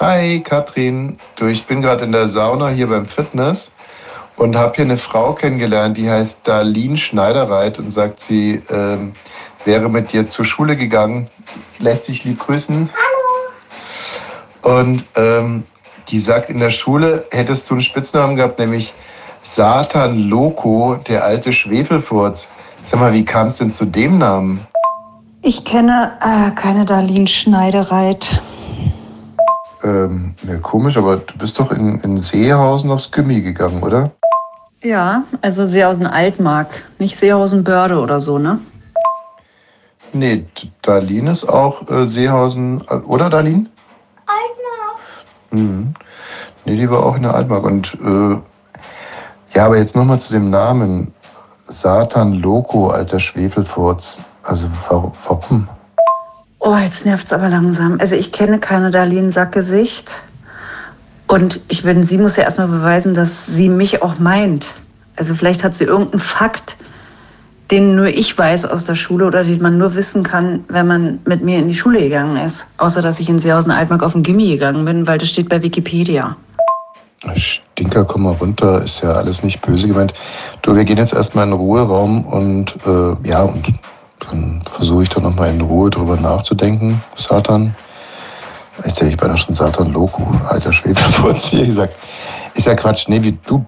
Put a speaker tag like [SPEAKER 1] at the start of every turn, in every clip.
[SPEAKER 1] Hi Katrin, du, ich bin gerade in der Sauna hier beim Fitness und habe hier eine Frau kennengelernt, die heißt Darlene Schneiderreit und sagt, sie ähm, wäre mit dir zur Schule gegangen. Lässt dich lieb grüßen. Hallo. Und ähm, die sagt, in der Schule hättest du einen Spitznamen gehabt, nämlich Satan Loco, der alte Schwefelfurz. Sag mal, wie kam es denn zu dem Namen?
[SPEAKER 2] Ich kenne äh, keine Darlene Schneidereit.
[SPEAKER 1] Ähm, ja, komisch, aber du bist doch in, in Seehausen aufs Gimmi gegangen, oder?
[SPEAKER 2] Ja, also Seehausen Altmark, nicht Seehausen Börde oder so, ne?
[SPEAKER 1] Nee, D- Darlene ist auch äh, Seehausen, äh, oder Darlene? Altmark. Mhm. Nee, die war auch in der Altmark. Und äh, ja, aber jetzt nochmal zu dem Namen. Satan Loco, alter Schwefelfurz. Also warum? warum?
[SPEAKER 2] Oh, jetzt nervt's aber langsam. Also ich kenne keine Darlene Sackgesicht. Und ich bin, sie muss ja erstmal beweisen, dass sie mich auch meint. Also vielleicht hat sie irgendeinen Fakt, den nur ich weiß aus der Schule oder den man nur wissen kann, wenn man mit mir in die Schule gegangen ist. Außer, dass ich in Seehausen-Altmark auf den Gimmi gegangen bin, weil das steht bei Wikipedia.
[SPEAKER 1] Stinker, komm mal runter, ist ja alles nicht böse gemeint. Du, wir gehen jetzt erstmal in den Ruheraum und äh, ja, und dann versuche ich doch nochmal in Ruhe drüber nachzudenken. Satan. Jetzt hätte ich beinahe schon Satan Loco, alter Schwede, vor uns hier gesagt. Ist ja Quatsch, nee, wie, du,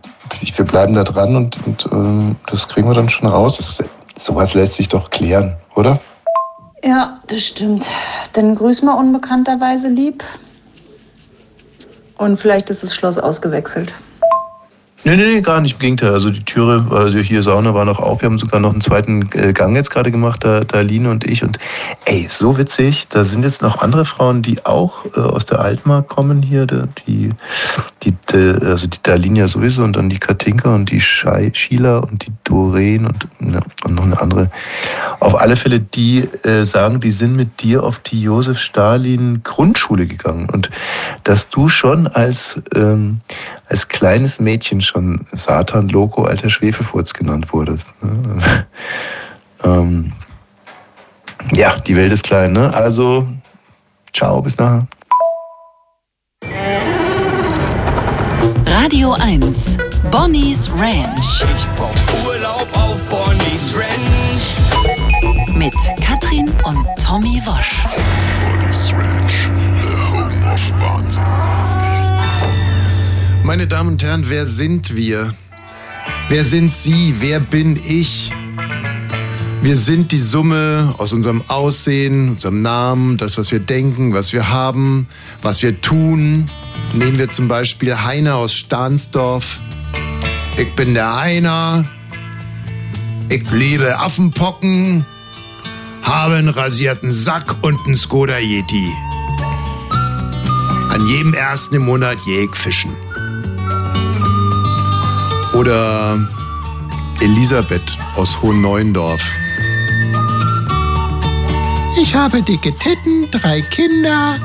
[SPEAKER 1] wir bleiben da dran und, und ähm, das kriegen wir dann schon raus. Das, sowas lässt sich doch klären, oder?
[SPEAKER 2] Ja, das stimmt. Dann grüß mal unbekannterweise lieb. Und vielleicht ist das Schloss ausgewechselt.
[SPEAKER 3] Nee, nee, nee, gar nicht. Im Gegenteil. Also die Türe, also hier Sauna war noch auf. Wir haben sogar noch einen zweiten äh, Gang jetzt gerade gemacht, da, da Line und ich. Und ey, so witzig. Da sind jetzt noch andere Frauen, die auch äh, aus der Altmark kommen hier. Da- Die, die, die also die Darlene ja sowieso und dann die Katinka und die Schei, Sheila und die Doreen und, ne, und noch eine andere. Auf alle Fälle, die äh, sagen, die sind mit dir auf die Josef Stalin Grundschule gegangen und dass du schon als, ähm, als kleines Mädchen schon Satan, Loco, alter Schwefelfurz genannt wurdest. Ne? Also, ähm, ja, die Welt ist klein, ne? Also, ciao, bis nachher.
[SPEAKER 4] Radio 1. Bonnie's Ranch
[SPEAKER 5] Ich brauch Urlaub auf Bonnie's Ranch.
[SPEAKER 4] mit Katrin und Tommy Wosch.
[SPEAKER 6] Bonnie's Ranch, the home of Wahnsinn.
[SPEAKER 7] Meine Damen und Herren, wer sind wir? Wer sind Sie? Wer bin ich? Wir sind die Summe aus unserem Aussehen, unserem Namen, das, was wir denken, was wir haben, was wir tun. Nehmen wir zum Beispiel Heiner aus Stahnsdorf. Ich bin der Heiner. Ich liebe Affenpocken, habe einen rasierten Sack und einen Skoda Yeti. An jedem ersten im Monat jäg fischen. Oder Elisabeth aus Hohenneuendorf.
[SPEAKER 8] Ich habe dicke Titten, drei Kinder,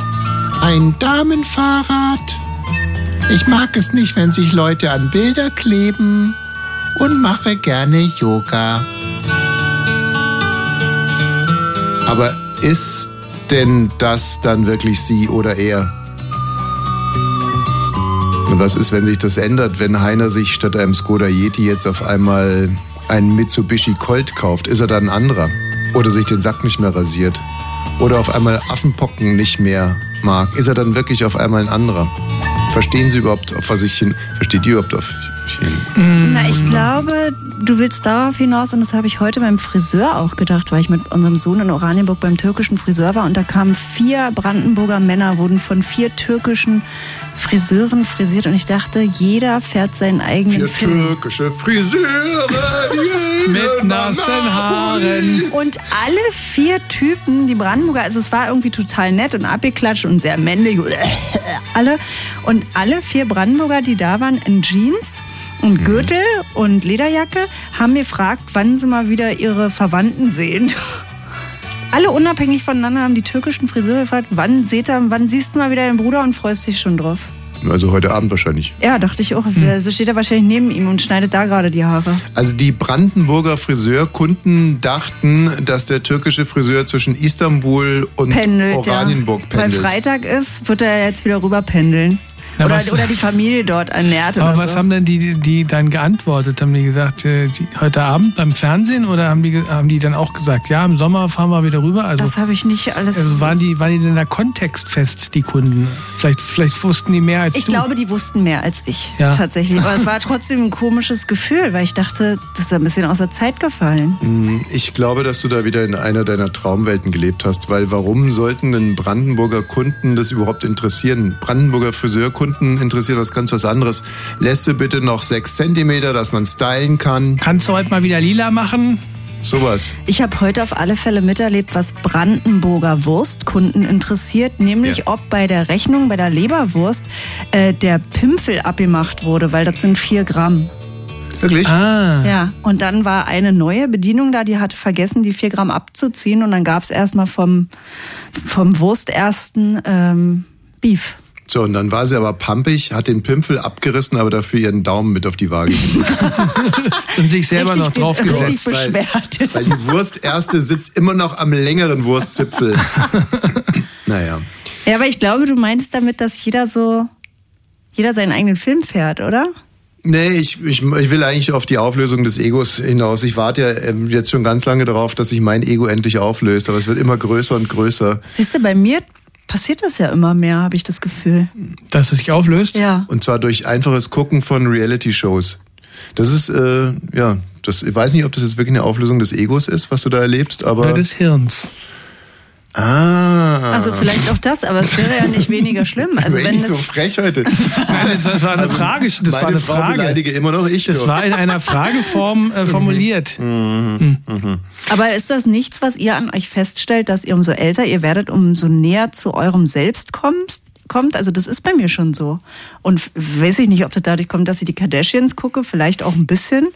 [SPEAKER 8] ein Damenfahrrad. Ich mag es nicht, wenn sich Leute an Bilder kleben und mache gerne Yoga.
[SPEAKER 7] Aber ist denn das dann wirklich sie oder er? Und was ist, wenn sich das ändert, wenn Heiner sich statt einem Skoda Yeti jetzt auf einmal einen Mitsubishi Colt kauft? Ist er dann ein anderer? Oder sich den Sack nicht mehr rasiert? Oder auf einmal Affenpocken nicht mehr mag? Ist er dann wirklich auf einmal ein anderer? Verstehen Sie überhaupt, auf was ich hin... Versteht ihr überhaupt, auf was ich hin...
[SPEAKER 9] Na, ich glaube, du willst darauf hinaus, und das habe ich heute beim Friseur auch gedacht, weil ich mit unserem Sohn in Oranienburg beim türkischen Friseur war und da kamen vier Brandenburger Männer, wurden von vier türkischen Friseuren frisiert und ich dachte, jeder fährt seinen eigenen
[SPEAKER 7] Vier
[SPEAKER 9] Film.
[SPEAKER 7] türkische Friseure, die
[SPEAKER 10] Mit nassen Haaren.
[SPEAKER 9] Und alle vier Typen, die Brandenburger, also es war irgendwie total nett und abgeklatscht und sehr männlich. und alle. Und alle vier Brandenburger, die da waren, in Jeans
[SPEAKER 10] Mhm.
[SPEAKER 9] und Gürtel und Lederjacke, haben gefragt, wann sie mal wieder ihre Verwandten sehen. Alle unabhängig voneinander haben die türkischen Friseure gefragt, wann, seht ihr, wann siehst du mal wieder deinen Bruder und freust dich schon drauf.
[SPEAKER 7] Also heute Abend wahrscheinlich.
[SPEAKER 9] Ja, dachte ich
[SPEAKER 10] Hm.
[SPEAKER 9] auch. So steht er wahrscheinlich neben ihm und schneidet da gerade die Haare.
[SPEAKER 7] Also die Brandenburger Friseurkunden dachten, dass der türkische Friseur zwischen Istanbul und
[SPEAKER 9] Pendelt, ja.
[SPEAKER 7] Oranienburg pendelt.
[SPEAKER 9] Weil Freitag ist, wird er jetzt wieder rüber pendeln.
[SPEAKER 10] Na,
[SPEAKER 9] oder,
[SPEAKER 10] was-
[SPEAKER 9] oder die Familie dort ernährt.
[SPEAKER 10] Aber
[SPEAKER 9] oder
[SPEAKER 10] was
[SPEAKER 9] so.
[SPEAKER 10] haben denn die, die- die dann geantwortet? Haben die gesagt, äh, die, heute Abend beim Fernsehen oder haben die, ge- haben die dann auch gesagt, ja, im Sommer fahren wir wieder rüber? Also,
[SPEAKER 9] das habe ich nicht alles.
[SPEAKER 10] also waren, die, waren die denn da kontextfest, die Kunden? Vielleicht, vielleicht wussten die mehr als
[SPEAKER 9] ich
[SPEAKER 10] du.
[SPEAKER 9] glaube, die wussten mehr als ich
[SPEAKER 10] Ja.
[SPEAKER 9] tatsächlich. Aber es war trotzdem ein komisches Gefühl, weil ich dachte, das ist ein bisschen aus der Zeit gefallen.
[SPEAKER 10] Mhm.
[SPEAKER 7] Hm, Ich glaube, dass du da wieder in einer deiner Traumwelten gelebt hast, weil warum sollten denn Brandenburger Kunden das überhaupt interessieren? Brandenburger Friseurkunden interessieren was ganz was anderes. Lässe bitte noch sechs Zentimeter, dass man stylen kann.
[SPEAKER 10] Kannst du heute mal wieder lila machen?
[SPEAKER 7] Sowas.
[SPEAKER 9] Ich habe heute auf alle Fälle miterlebt, was Brandenburger Wurstkunden interessiert, nämlich
[SPEAKER 7] Ja.
[SPEAKER 9] ob bei der Rechnung, bei der Leberwurst, äh, der Pimpfel abgemacht wurde, weil das sind vier Gramm.
[SPEAKER 7] Wirklich?
[SPEAKER 10] Ah.
[SPEAKER 9] Ja, und dann war eine neue Bedienung da, die hatte vergessen, die vier Gramm abzuziehen und dann gab's erstmal vom, vom Wurstersten ähm, Beef.
[SPEAKER 7] So, und dann war sie aber pampig, hat den Pimpel abgerissen, aber dafür ihren Daumen mit auf die Waage gelegt.
[SPEAKER 10] Und sich selber
[SPEAKER 9] Richtig
[SPEAKER 10] noch
[SPEAKER 9] den-
[SPEAKER 10] draufgesetzt.
[SPEAKER 9] Richtig
[SPEAKER 7] weil-
[SPEAKER 9] beschwert.
[SPEAKER 7] Weil die Wursterste sitzt immer noch am längeren Wurstzipfel. naja.
[SPEAKER 9] Ja, aber ich glaube, du meinst damit, dass jeder so, jeder seinen eigenen Film fährt, oder?
[SPEAKER 7] Nee, ich, ich, ich will eigentlich auf die Auflösung des Egos hinaus. Ich warte ja ähm, jetzt schon ganz lange darauf, dass sich mein Ego endlich auflöst, aber es wird immer größer und größer.
[SPEAKER 9] Siehst du, bei mir passiert das ja immer mehr, habe ich das Gefühl.
[SPEAKER 10] Dass es sich auflöst?
[SPEAKER 9] Ja.
[SPEAKER 7] Und zwar durch einfaches Gucken von Reality-Shows. Das ist, äh, ja, das, ich weiß nicht, ob das jetzt wirklich eine Auflösung des Egos ist, was du da erlebst, aber.
[SPEAKER 10] Oder des Hirns?
[SPEAKER 7] ah.
[SPEAKER 9] Also vielleicht auch das, aber es wäre ja nicht weniger schlimm. Also
[SPEAKER 7] bin
[SPEAKER 9] wenn
[SPEAKER 7] ich
[SPEAKER 9] es,
[SPEAKER 7] so frech heute.
[SPEAKER 10] Nein, das, das war eine Frage.
[SPEAKER 7] Also
[SPEAKER 10] Das
[SPEAKER 7] Meine
[SPEAKER 10] war eine
[SPEAKER 7] Frau
[SPEAKER 10] Frage.
[SPEAKER 7] beleidige immer noch ich.
[SPEAKER 10] Das
[SPEAKER 7] du. Mhm.
[SPEAKER 10] war in einer Frageform äh, formuliert.
[SPEAKER 9] aber ist das nichts, was ihr an euch feststellt, dass ihr umso älter ihr werdet, umso näher zu eurem Selbst kommt? kommt, also das ist bei mir schon so. Und f- weiß ich nicht, ob das dadurch kommt, dass ich die Kardashians gucke, vielleicht auch ein bisschen.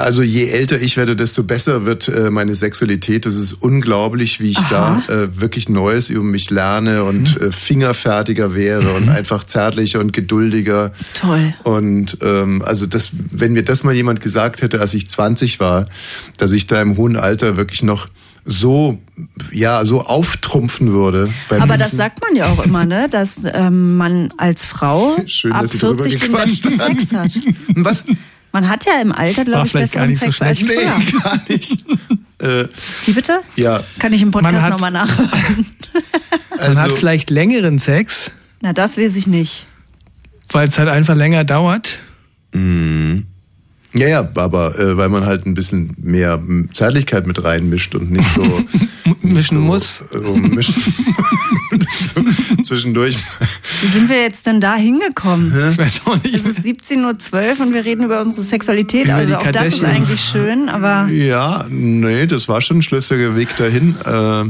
[SPEAKER 7] Also je älter ich werde, desto besser wird äh, meine Sexualität. Das ist unglaublich, wie ich da äh, wirklich Neues über mich lerne
[SPEAKER 9] Mhm.
[SPEAKER 7] und äh, fingerfertiger wäre und einfach zärtlicher und geduldiger.
[SPEAKER 9] Toll.
[SPEAKER 7] Und ähm, also das, wenn mir das mal jemand gesagt hätte, als ich 20 war, dass ich da im hohen Alter wirklich noch so, ja, so auftrumpfen würde. beim
[SPEAKER 9] Aber das
[SPEAKER 7] Nutzen.
[SPEAKER 9] sagt man ja auch immer, ne? dass ähm, man als Frau
[SPEAKER 7] Schön,
[SPEAKER 9] ab
[SPEAKER 7] dass sie drüber
[SPEAKER 9] 40 den
[SPEAKER 7] gequatscht
[SPEAKER 9] besten
[SPEAKER 7] hat.
[SPEAKER 9] Sex hat.
[SPEAKER 7] Was?
[SPEAKER 9] Man hat ja im Alter,
[SPEAKER 10] War
[SPEAKER 9] glaube ich,
[SPEAKER 10] vielleicht gar
[SPEAKER 9] besseren
[SPEAKER 10] nicht so
[SPEAKER 9] Sex als
[SPEAKER 7] Nee,
[SPEAKER 9] früher.
[SPEAKER 7] gar nicht. Äh,
[SPEAKER 9] Wie bitte?
[SPEAKER 7] ja,
[SPEAKER 9] Kann ich im
[SPEAKER 10] Man
[SPEAKER 9] Podcast
[SPEAKER 10] hat-
[SPEAKER 9] nochmal nachhören?
[SPEAKER 10] Man hat
[SPEAKER 7] also-
[SPEAKER 10] vielleicht längeren Sex,
[SPEAKER 9] Na, das weiß ich nicht.
[SPEAKER 10] weil es halt einfach länger dauert.
[SPEAKER 7] Ja, ja, aber äh, weil man halt ein bisschen mehr m, Zärtlichkeit mit reinmischt und nicht so nicht
[SPEAKER 10] mischen
[SPEAKER 7] so,
[SPEAKER 10] muss.
[SPEAKER 7] Äh, mischen. so, zwischendurch.
[SPEAKER 9] Wie sind wir jetzt denn da hingekommen?
[SPEAKER 10] Ich weiß auch nicht.
[SPEAKER 9] Es ist 17.12 Uhr und wir reden über unsere Sexualität.
[SPEAKER 10] Über
[SPEAKER 9] also
[SPEAKER 10] die
[SPEAKER 9] auch das ist
[SPEAKER 10] Kardashians.
[SPEAKER 9] eigentlich schön, aber
[SPEAKER 7] Ja, nee, das war schon ein schlüssiger Weg dahin. Äh,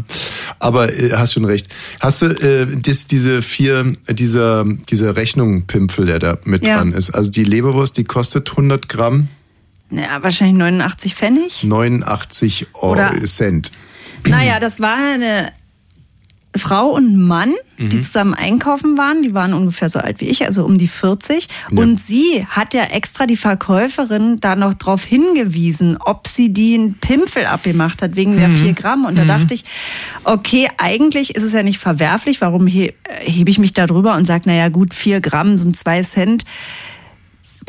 [SPEAKER 7] aber äh, hast schon recht. Hast du äh, das, diese vier, dieser, dieser Rechnung-Pimpel, der da mit
[SPEAKER 9] Ja.
[SPEAKER 7] dran ist? Also die Leberwurst, die kostet 100 Gramm
[SPEAKER 9] naja, wahrscheinlich 89 Pfennig.
[SPEAKER 7] 89 Euro
[SPEAKER 9] Oder-
[SPEAKER 7] Cent.
[SPEAKER 9] Naja, das war eine Frau und ein Mann, die zusammen einkaufen waren. Die waren ungefähr so alt wie ich, also um die 40. Und sie hat ja extra die Verkäuferin da noch drauf hingewiesen, ob sie die einen Pimpel abgemacht hat wegen der 4 Gramm. Und da dachte ich, okay, eigentlich ist es ja nicht verwerflich. Warum he äh, hebe ich mich da drüber und sage, naja gut, 4 Gramm sind 2 Cent.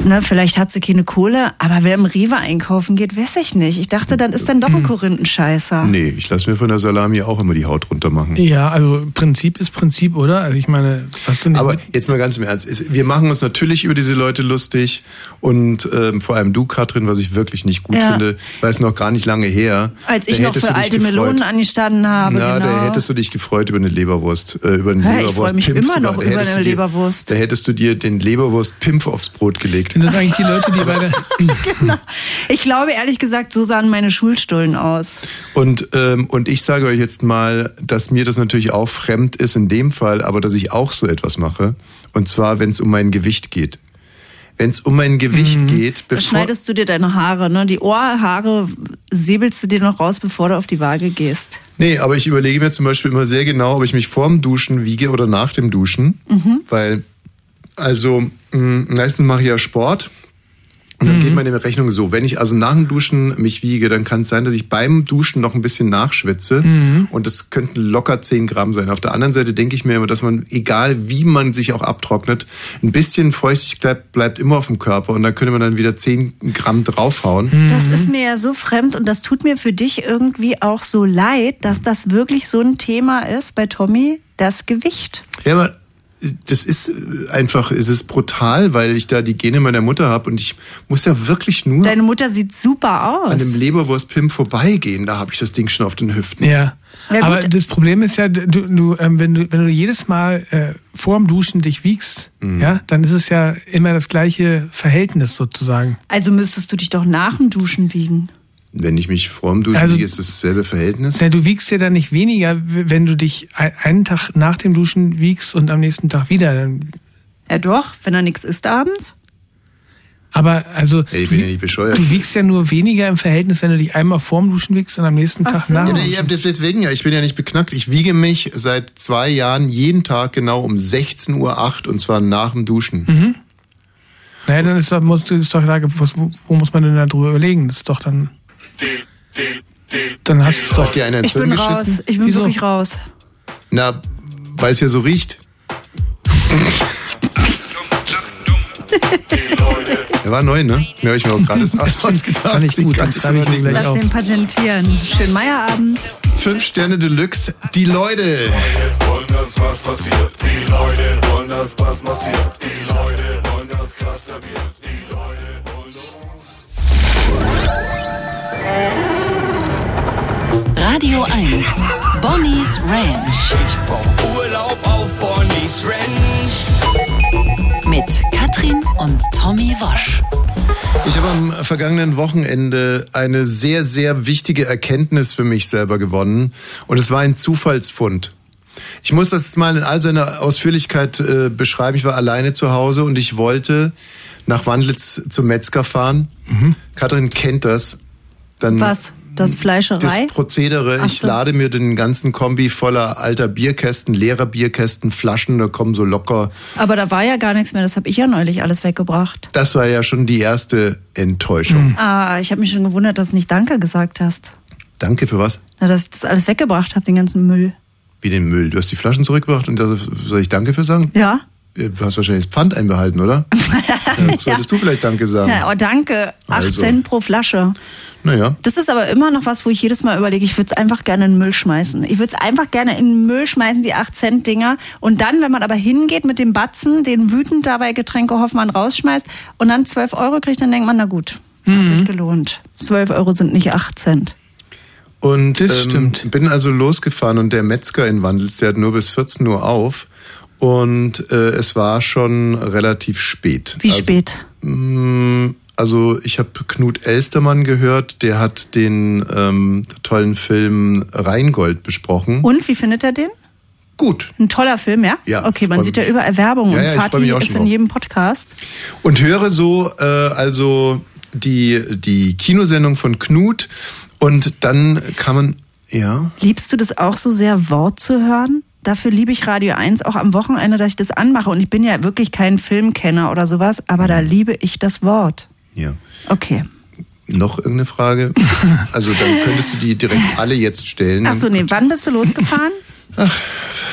[SPEAKER 9] Ne, vielleicht hat sie keine Kohle, aber wer im Rewe einkaufen geht, weiß ich nicht. Ich dachte, dann ist dann doch ein Korinthenscheißer.
[SPEAKER 7] Nee, ich lasse mir von der Salami auch immer die Haut runter machen.
[SPEAKER 10] Ja, also Prinzip ist Prinzip, oder? Also ich meine, was
[SPEAKER 9] Mhm.
[SPEAKER 10] denn
[SPEAKER 7] Aber jetzt mal ganz im Ernst. Es- Wir machen uns natürlich über diese Leute lustig. Und ähm, vor allem du, Katrin, was ich wirklich nicht gut
[SPEAKER 9] Ja.
[SPEAKER 7] finde, weil es noch gar nicht lange her.
[SPEAKER 9] Als ich
[SPEAKER 7] da
[SPEAKER 9] noch
[SPEAKER 7] hättest
[SPEAKER 9] für
[SPEAKER 7] du dich
[SPEAKER 9] alte
[SPEAKER 7] gefreut.
[SPEAKER 9] Melonen angestanden habe.
[SPEAKER 7] Na,
[SPEAKER 9] genau.
[SPEAKER 7] da hättest du dich gefreut über eine Leberwurst, äh, über einen
[SPEAKER 9] Hä, ich
[SPEAKER 7] Leberwurst.
[SPEAKER 9] freu mich immer noch über eine
[SPEAKER 7] Dir,
[SPEAKER 9] Leberwurst.
[SPEAKER 7] da hättest du dir den Leberwurst Pimpf aufs Brot gelegt.
[SPEAKER 10] sind das eigentlich die Leute, die bei der.
[SPEAKER 9] ich glaube ehrlich gesagt, so sahen meine Schulstullen aus.
[SPEAKER 7] Und, ähm, und ich sage euch jetzt mal, dass mir das natürlich auch fremd ist in dem Fall, aber dass ich auch so etwas mache. Und zwar, wenn es um mein Gewicht geht. Wenn es um mein Gewicht geht,
[SPEAKER 9] Da
[SPEAKER 7] bevor,
[SPEAKER 9] Mhm. schneidest du dir deine Haare, ne? Die Ohrhaare säbelst du dir noch raus, bevor du auf die Waage gehst.
[SPEAKER 7] Nee, aber ich überlege mir zum Beispiel immer sehr genau, ob ich mich vorm Duschen wiege oder nach dem Duschen, weil Also, mh, meistens mache ich ja Sport. Und dann geht meine Rechnung so. Wenn ich also nach dem Duschen mich wiege, dann kann es sein, dass ich beim Duschen noch ein bisschen nachschwitze.
[SPEAKER 10] Mhm.
[SPEAKER 7] Und das könnten locker 10 Gramm sein. Auf der anderen Seite denke ich mir immer, dass man, egal wie man sich auch abtrocknet, ein bisschen Feuchtigkeit bleibt immer auf dem Körper. Und da könnte man dann wieder 10 Gramm draufhauen.
[SPEAKER 9] Das ist mir ja so fremd und das tut mir für dich irgendwie auch so leid, dass das wirklich so ein Thema ist bei Tommy, das Gewicht.
[SPEAKER 7] Ja, aber das ist äh, einfach, es ist brutal, weil ich da die Gene meiner Mutter habe und ich muss ja wirklich nur
[SPEAKER 9] Deine Mutter sieht super
[SPEAKER 7] an dem
[SPEAKER 9] aus.
[SPEAKER 7] Leberwurstpimp vorbeigehen. Da habe ich das Ding schon auf den Hüften.
[SPEAKER 10] Ja.
[SPEAKER 9] Ja, gut.
[SPEAKER 10] Aber das Problem ist ja, du, du, ähm, wenn, du, wenn du jedes Mal äh, vor dem Duschen dich wiegst,
[SPEAKER 7] Mhm.
[SPEAKER 10] ja, dann ist es ja immer das gleiche Verhältnis sozusagen.
[SPEAKER 9] Also müsstest du dich doch nach dem Duschen wiegen.
[SPEAKER 7] Wenn ich mich vorm Duschen
[SPEAKER 10] Also-
[SPEAKER 7] wiege, ist das dasselbe Verhältnis.
[SPEAKER 10] Na, Du wiegst ja dann nicht weniger, w- wenn du dich ein- einen Tag nach dem Duschen wiegst und am nächsten Tag wieder. Dann-
[SPEAKER 9] Ja doch, wenn er nichts isst abends.
[SPEAKER 10] Aber also
[SPEAKER 7] Ey, ich bin ja nicht bescheuert.
[SPEAKER 10] du wiegst ja nur weniger im Verhältnis, wenn du dich einmal vor dem Duschen wiegst und am nächsten
[SPEAKER 9] Ach
[SPEAKER 10] Tag
[SPEAKER 9] so.
[SPEAKER 7] Ja,
[SPEAKER 10] nach. dem
[SPEAKER 7] nee,
[SPEAKER 10] Duschen.
[SPEAKER 7] ja, deswegen ja, ich bin ja nicht beknackt. Ich wiege mich seit zwei Jahren jeden Tag genau um 16.08 Uhr und zwar nach dem Duschen.
[SPEAKER 9] Mhm.
[SPEAKER 10] Naja, dann ist, doch- musst, du- ist doch klar, was, wo, wo muss man denn da drüber überlegen? Das ist doch dann. Dann hast du es doch.
[SPEAKER 7] Hat dir einer ins
[SPEAKER 9] Ich
[SPEAKER 7] Hirn
[SPEAKER 9] bin
[SPEAKER 7] geschissen?
[SPEAKER 9] raus. Ich bin
[SPEAKER 10] Wieso?
[SPEAKER 9] wirklich raus.
[SPEAKER 7] Na, weil es ja so riecht. Der war neu, ne? Den habe ich mir auch gerade ausgedacht.
[SPEAKER 10] Fand ich gut, dann schreibe ich ihn gleich
[SPEAKER 9] Lass
[SPEAKER 7] Genau.
[SPEAKER 10] auf.
[SPEAKER 9] den patentieren. Schönen Meierabend.
[SPEAKER 7] Fünf Sterne Deluxe, die Leute.
[SPEAKER 4] Radio 1. Bonnie's Ranch.
[SPEAKER 5] Ich brauch Urlaub auf Bonnie's Ranch.
[SPEAKER 4] Mit Katrin und Tommy Wasch.
[SPEAKER 7] Ich habe am vergangenen Wochenende eine sehr, sehr wichtige Erkenntnis für mich selber gewonnen. Und es war ein Zufallsfund. Ich muss das mal in all seiner Ausführlichkeit äh, beschreiben. Ich war alleine zu Hause und ich wollte nach Wandlitz zum Metzger fahren. Katrin kennt das. Dann
[SPEAKER 9] Was? Das Fleischerei?
[SPEAKER 7] das Prozedere,
[SPEAKER 9] Ach
[SPEAKER 7] ich
[SPEAKER 9] so.
[SPEAKER 7] lade mir den ganzen Kombi voller alter Bierkästen, leerer Bierkästen, Flaschen, da kommen so locker.
[SPEAKER 9] Aber da war ja gar nichts mehr. Das habe ich ja neulich alles weggebracht.
[SPEAKER 7] Das war ja schon die erste Enttäuschung.
[SPEAKER 9] Ah, ich habe mich schon gewundert, dass du nicht Danke gesagt hast.
[SPEAKER 7] Danke für was?
[SPEAKER 9] Na, dass ich das alles weggebracht habe, den ganzen Müll.
[SPEAKER 7] Wie den Müll. Du hast die Flaschen zurückgebracht und da soll ich Danke für sagen?
[SPEAKER 9] Ja?
[SPEAKER 7] Äh, Du hast wahrscheinlich das Pfand einbehalten, oder? ja, solltest du vielleicht Danke sagen.
[SPEAKER 9] Ja, oh, danke. 8
[SPEAKER 7] Also.
[SPEAKER 9] Cent pro Flasche.
[SPEAKER 7] Naja.
[SPEAKER 9] Das ist aber immer noch was, wo ich jedes Mal überlege, ich würde es einfach gerne in den Müll schmeißen. Ich würde es einfach gerne in den Müll schmeißen, die 8 Cent Dinger. Und dann, wenn man aber hingeht mit dem Batzen, den wütend dabei Getränke Hoffmann rausschmeißt und dann 12 Euro kriegt, dann denkt man, na gut, hat sich gelohnt. 12 Euro sind nicht 8 Cent.
[SPEAKER 7] Und
[SPEAKER 10] Das stimmt.
[SPEAKER 7] bin also losgefahren und der Metzger in Wandels, der hat nur bis 14 Uhr auf. Und äh, es war schon relativ spät.
[SPEAKER 9] Wie
[SPEAKER 7] also,
[SPEAKER 9] spät?
[SPEAKER 7] Mm, Also ich habe Knut Elstermann gehört, der hat den ähm, tollen Film Rheingold besprochen.
[SPEAKER 9] Und wie findet er den?
[SPEAKER 7] Gut.
[SPEAKER 9] Ein toller Film, ja?
[SPEAKER 7] Ja,
[SPEAKER 9] Okay, man
[SPEAKER 7] freu
[SPEAKER 9] sieht ja
[SPEAKER 7] mich.
[SPEAKER 9] überall Werbung
[SPEAKER 7] Ja, ja, ich
[SPEAKER 9] und
[SPEAKER 7] freu
[SPEAKER 9] Fatih
[SPEAKER 7] mich auch
[SPEAKER 9] ist
[SPEAKER 7] schon
[SPEAKER 9] in
[SPEAKER 7] drauf.
[SPEAKER 9] jedem Podcast.
[SPEAKER 7] Und höre so äh, also die, die Kinosendung von Knut und dann kann man, ja,
[SPEAKER 9] Liebst du das auch so sehr, Wort zu hören? Dafür liebe ich Radio 1 auch am Wochenende, dass ich das anmache. Und ich bin ja wirklich kein Filmkenner oder sowas, aber da liebe ich das Wort.
[SPEAKER 7] ja.
[SPEAKER 9] Okay.
[SPEAKER 7] Noch irgendeine Frage? Also dann könntest du die direkt alle jetzt stellen.
[SPEAKER 9] Ach so, nee, wann bist du losgefahren?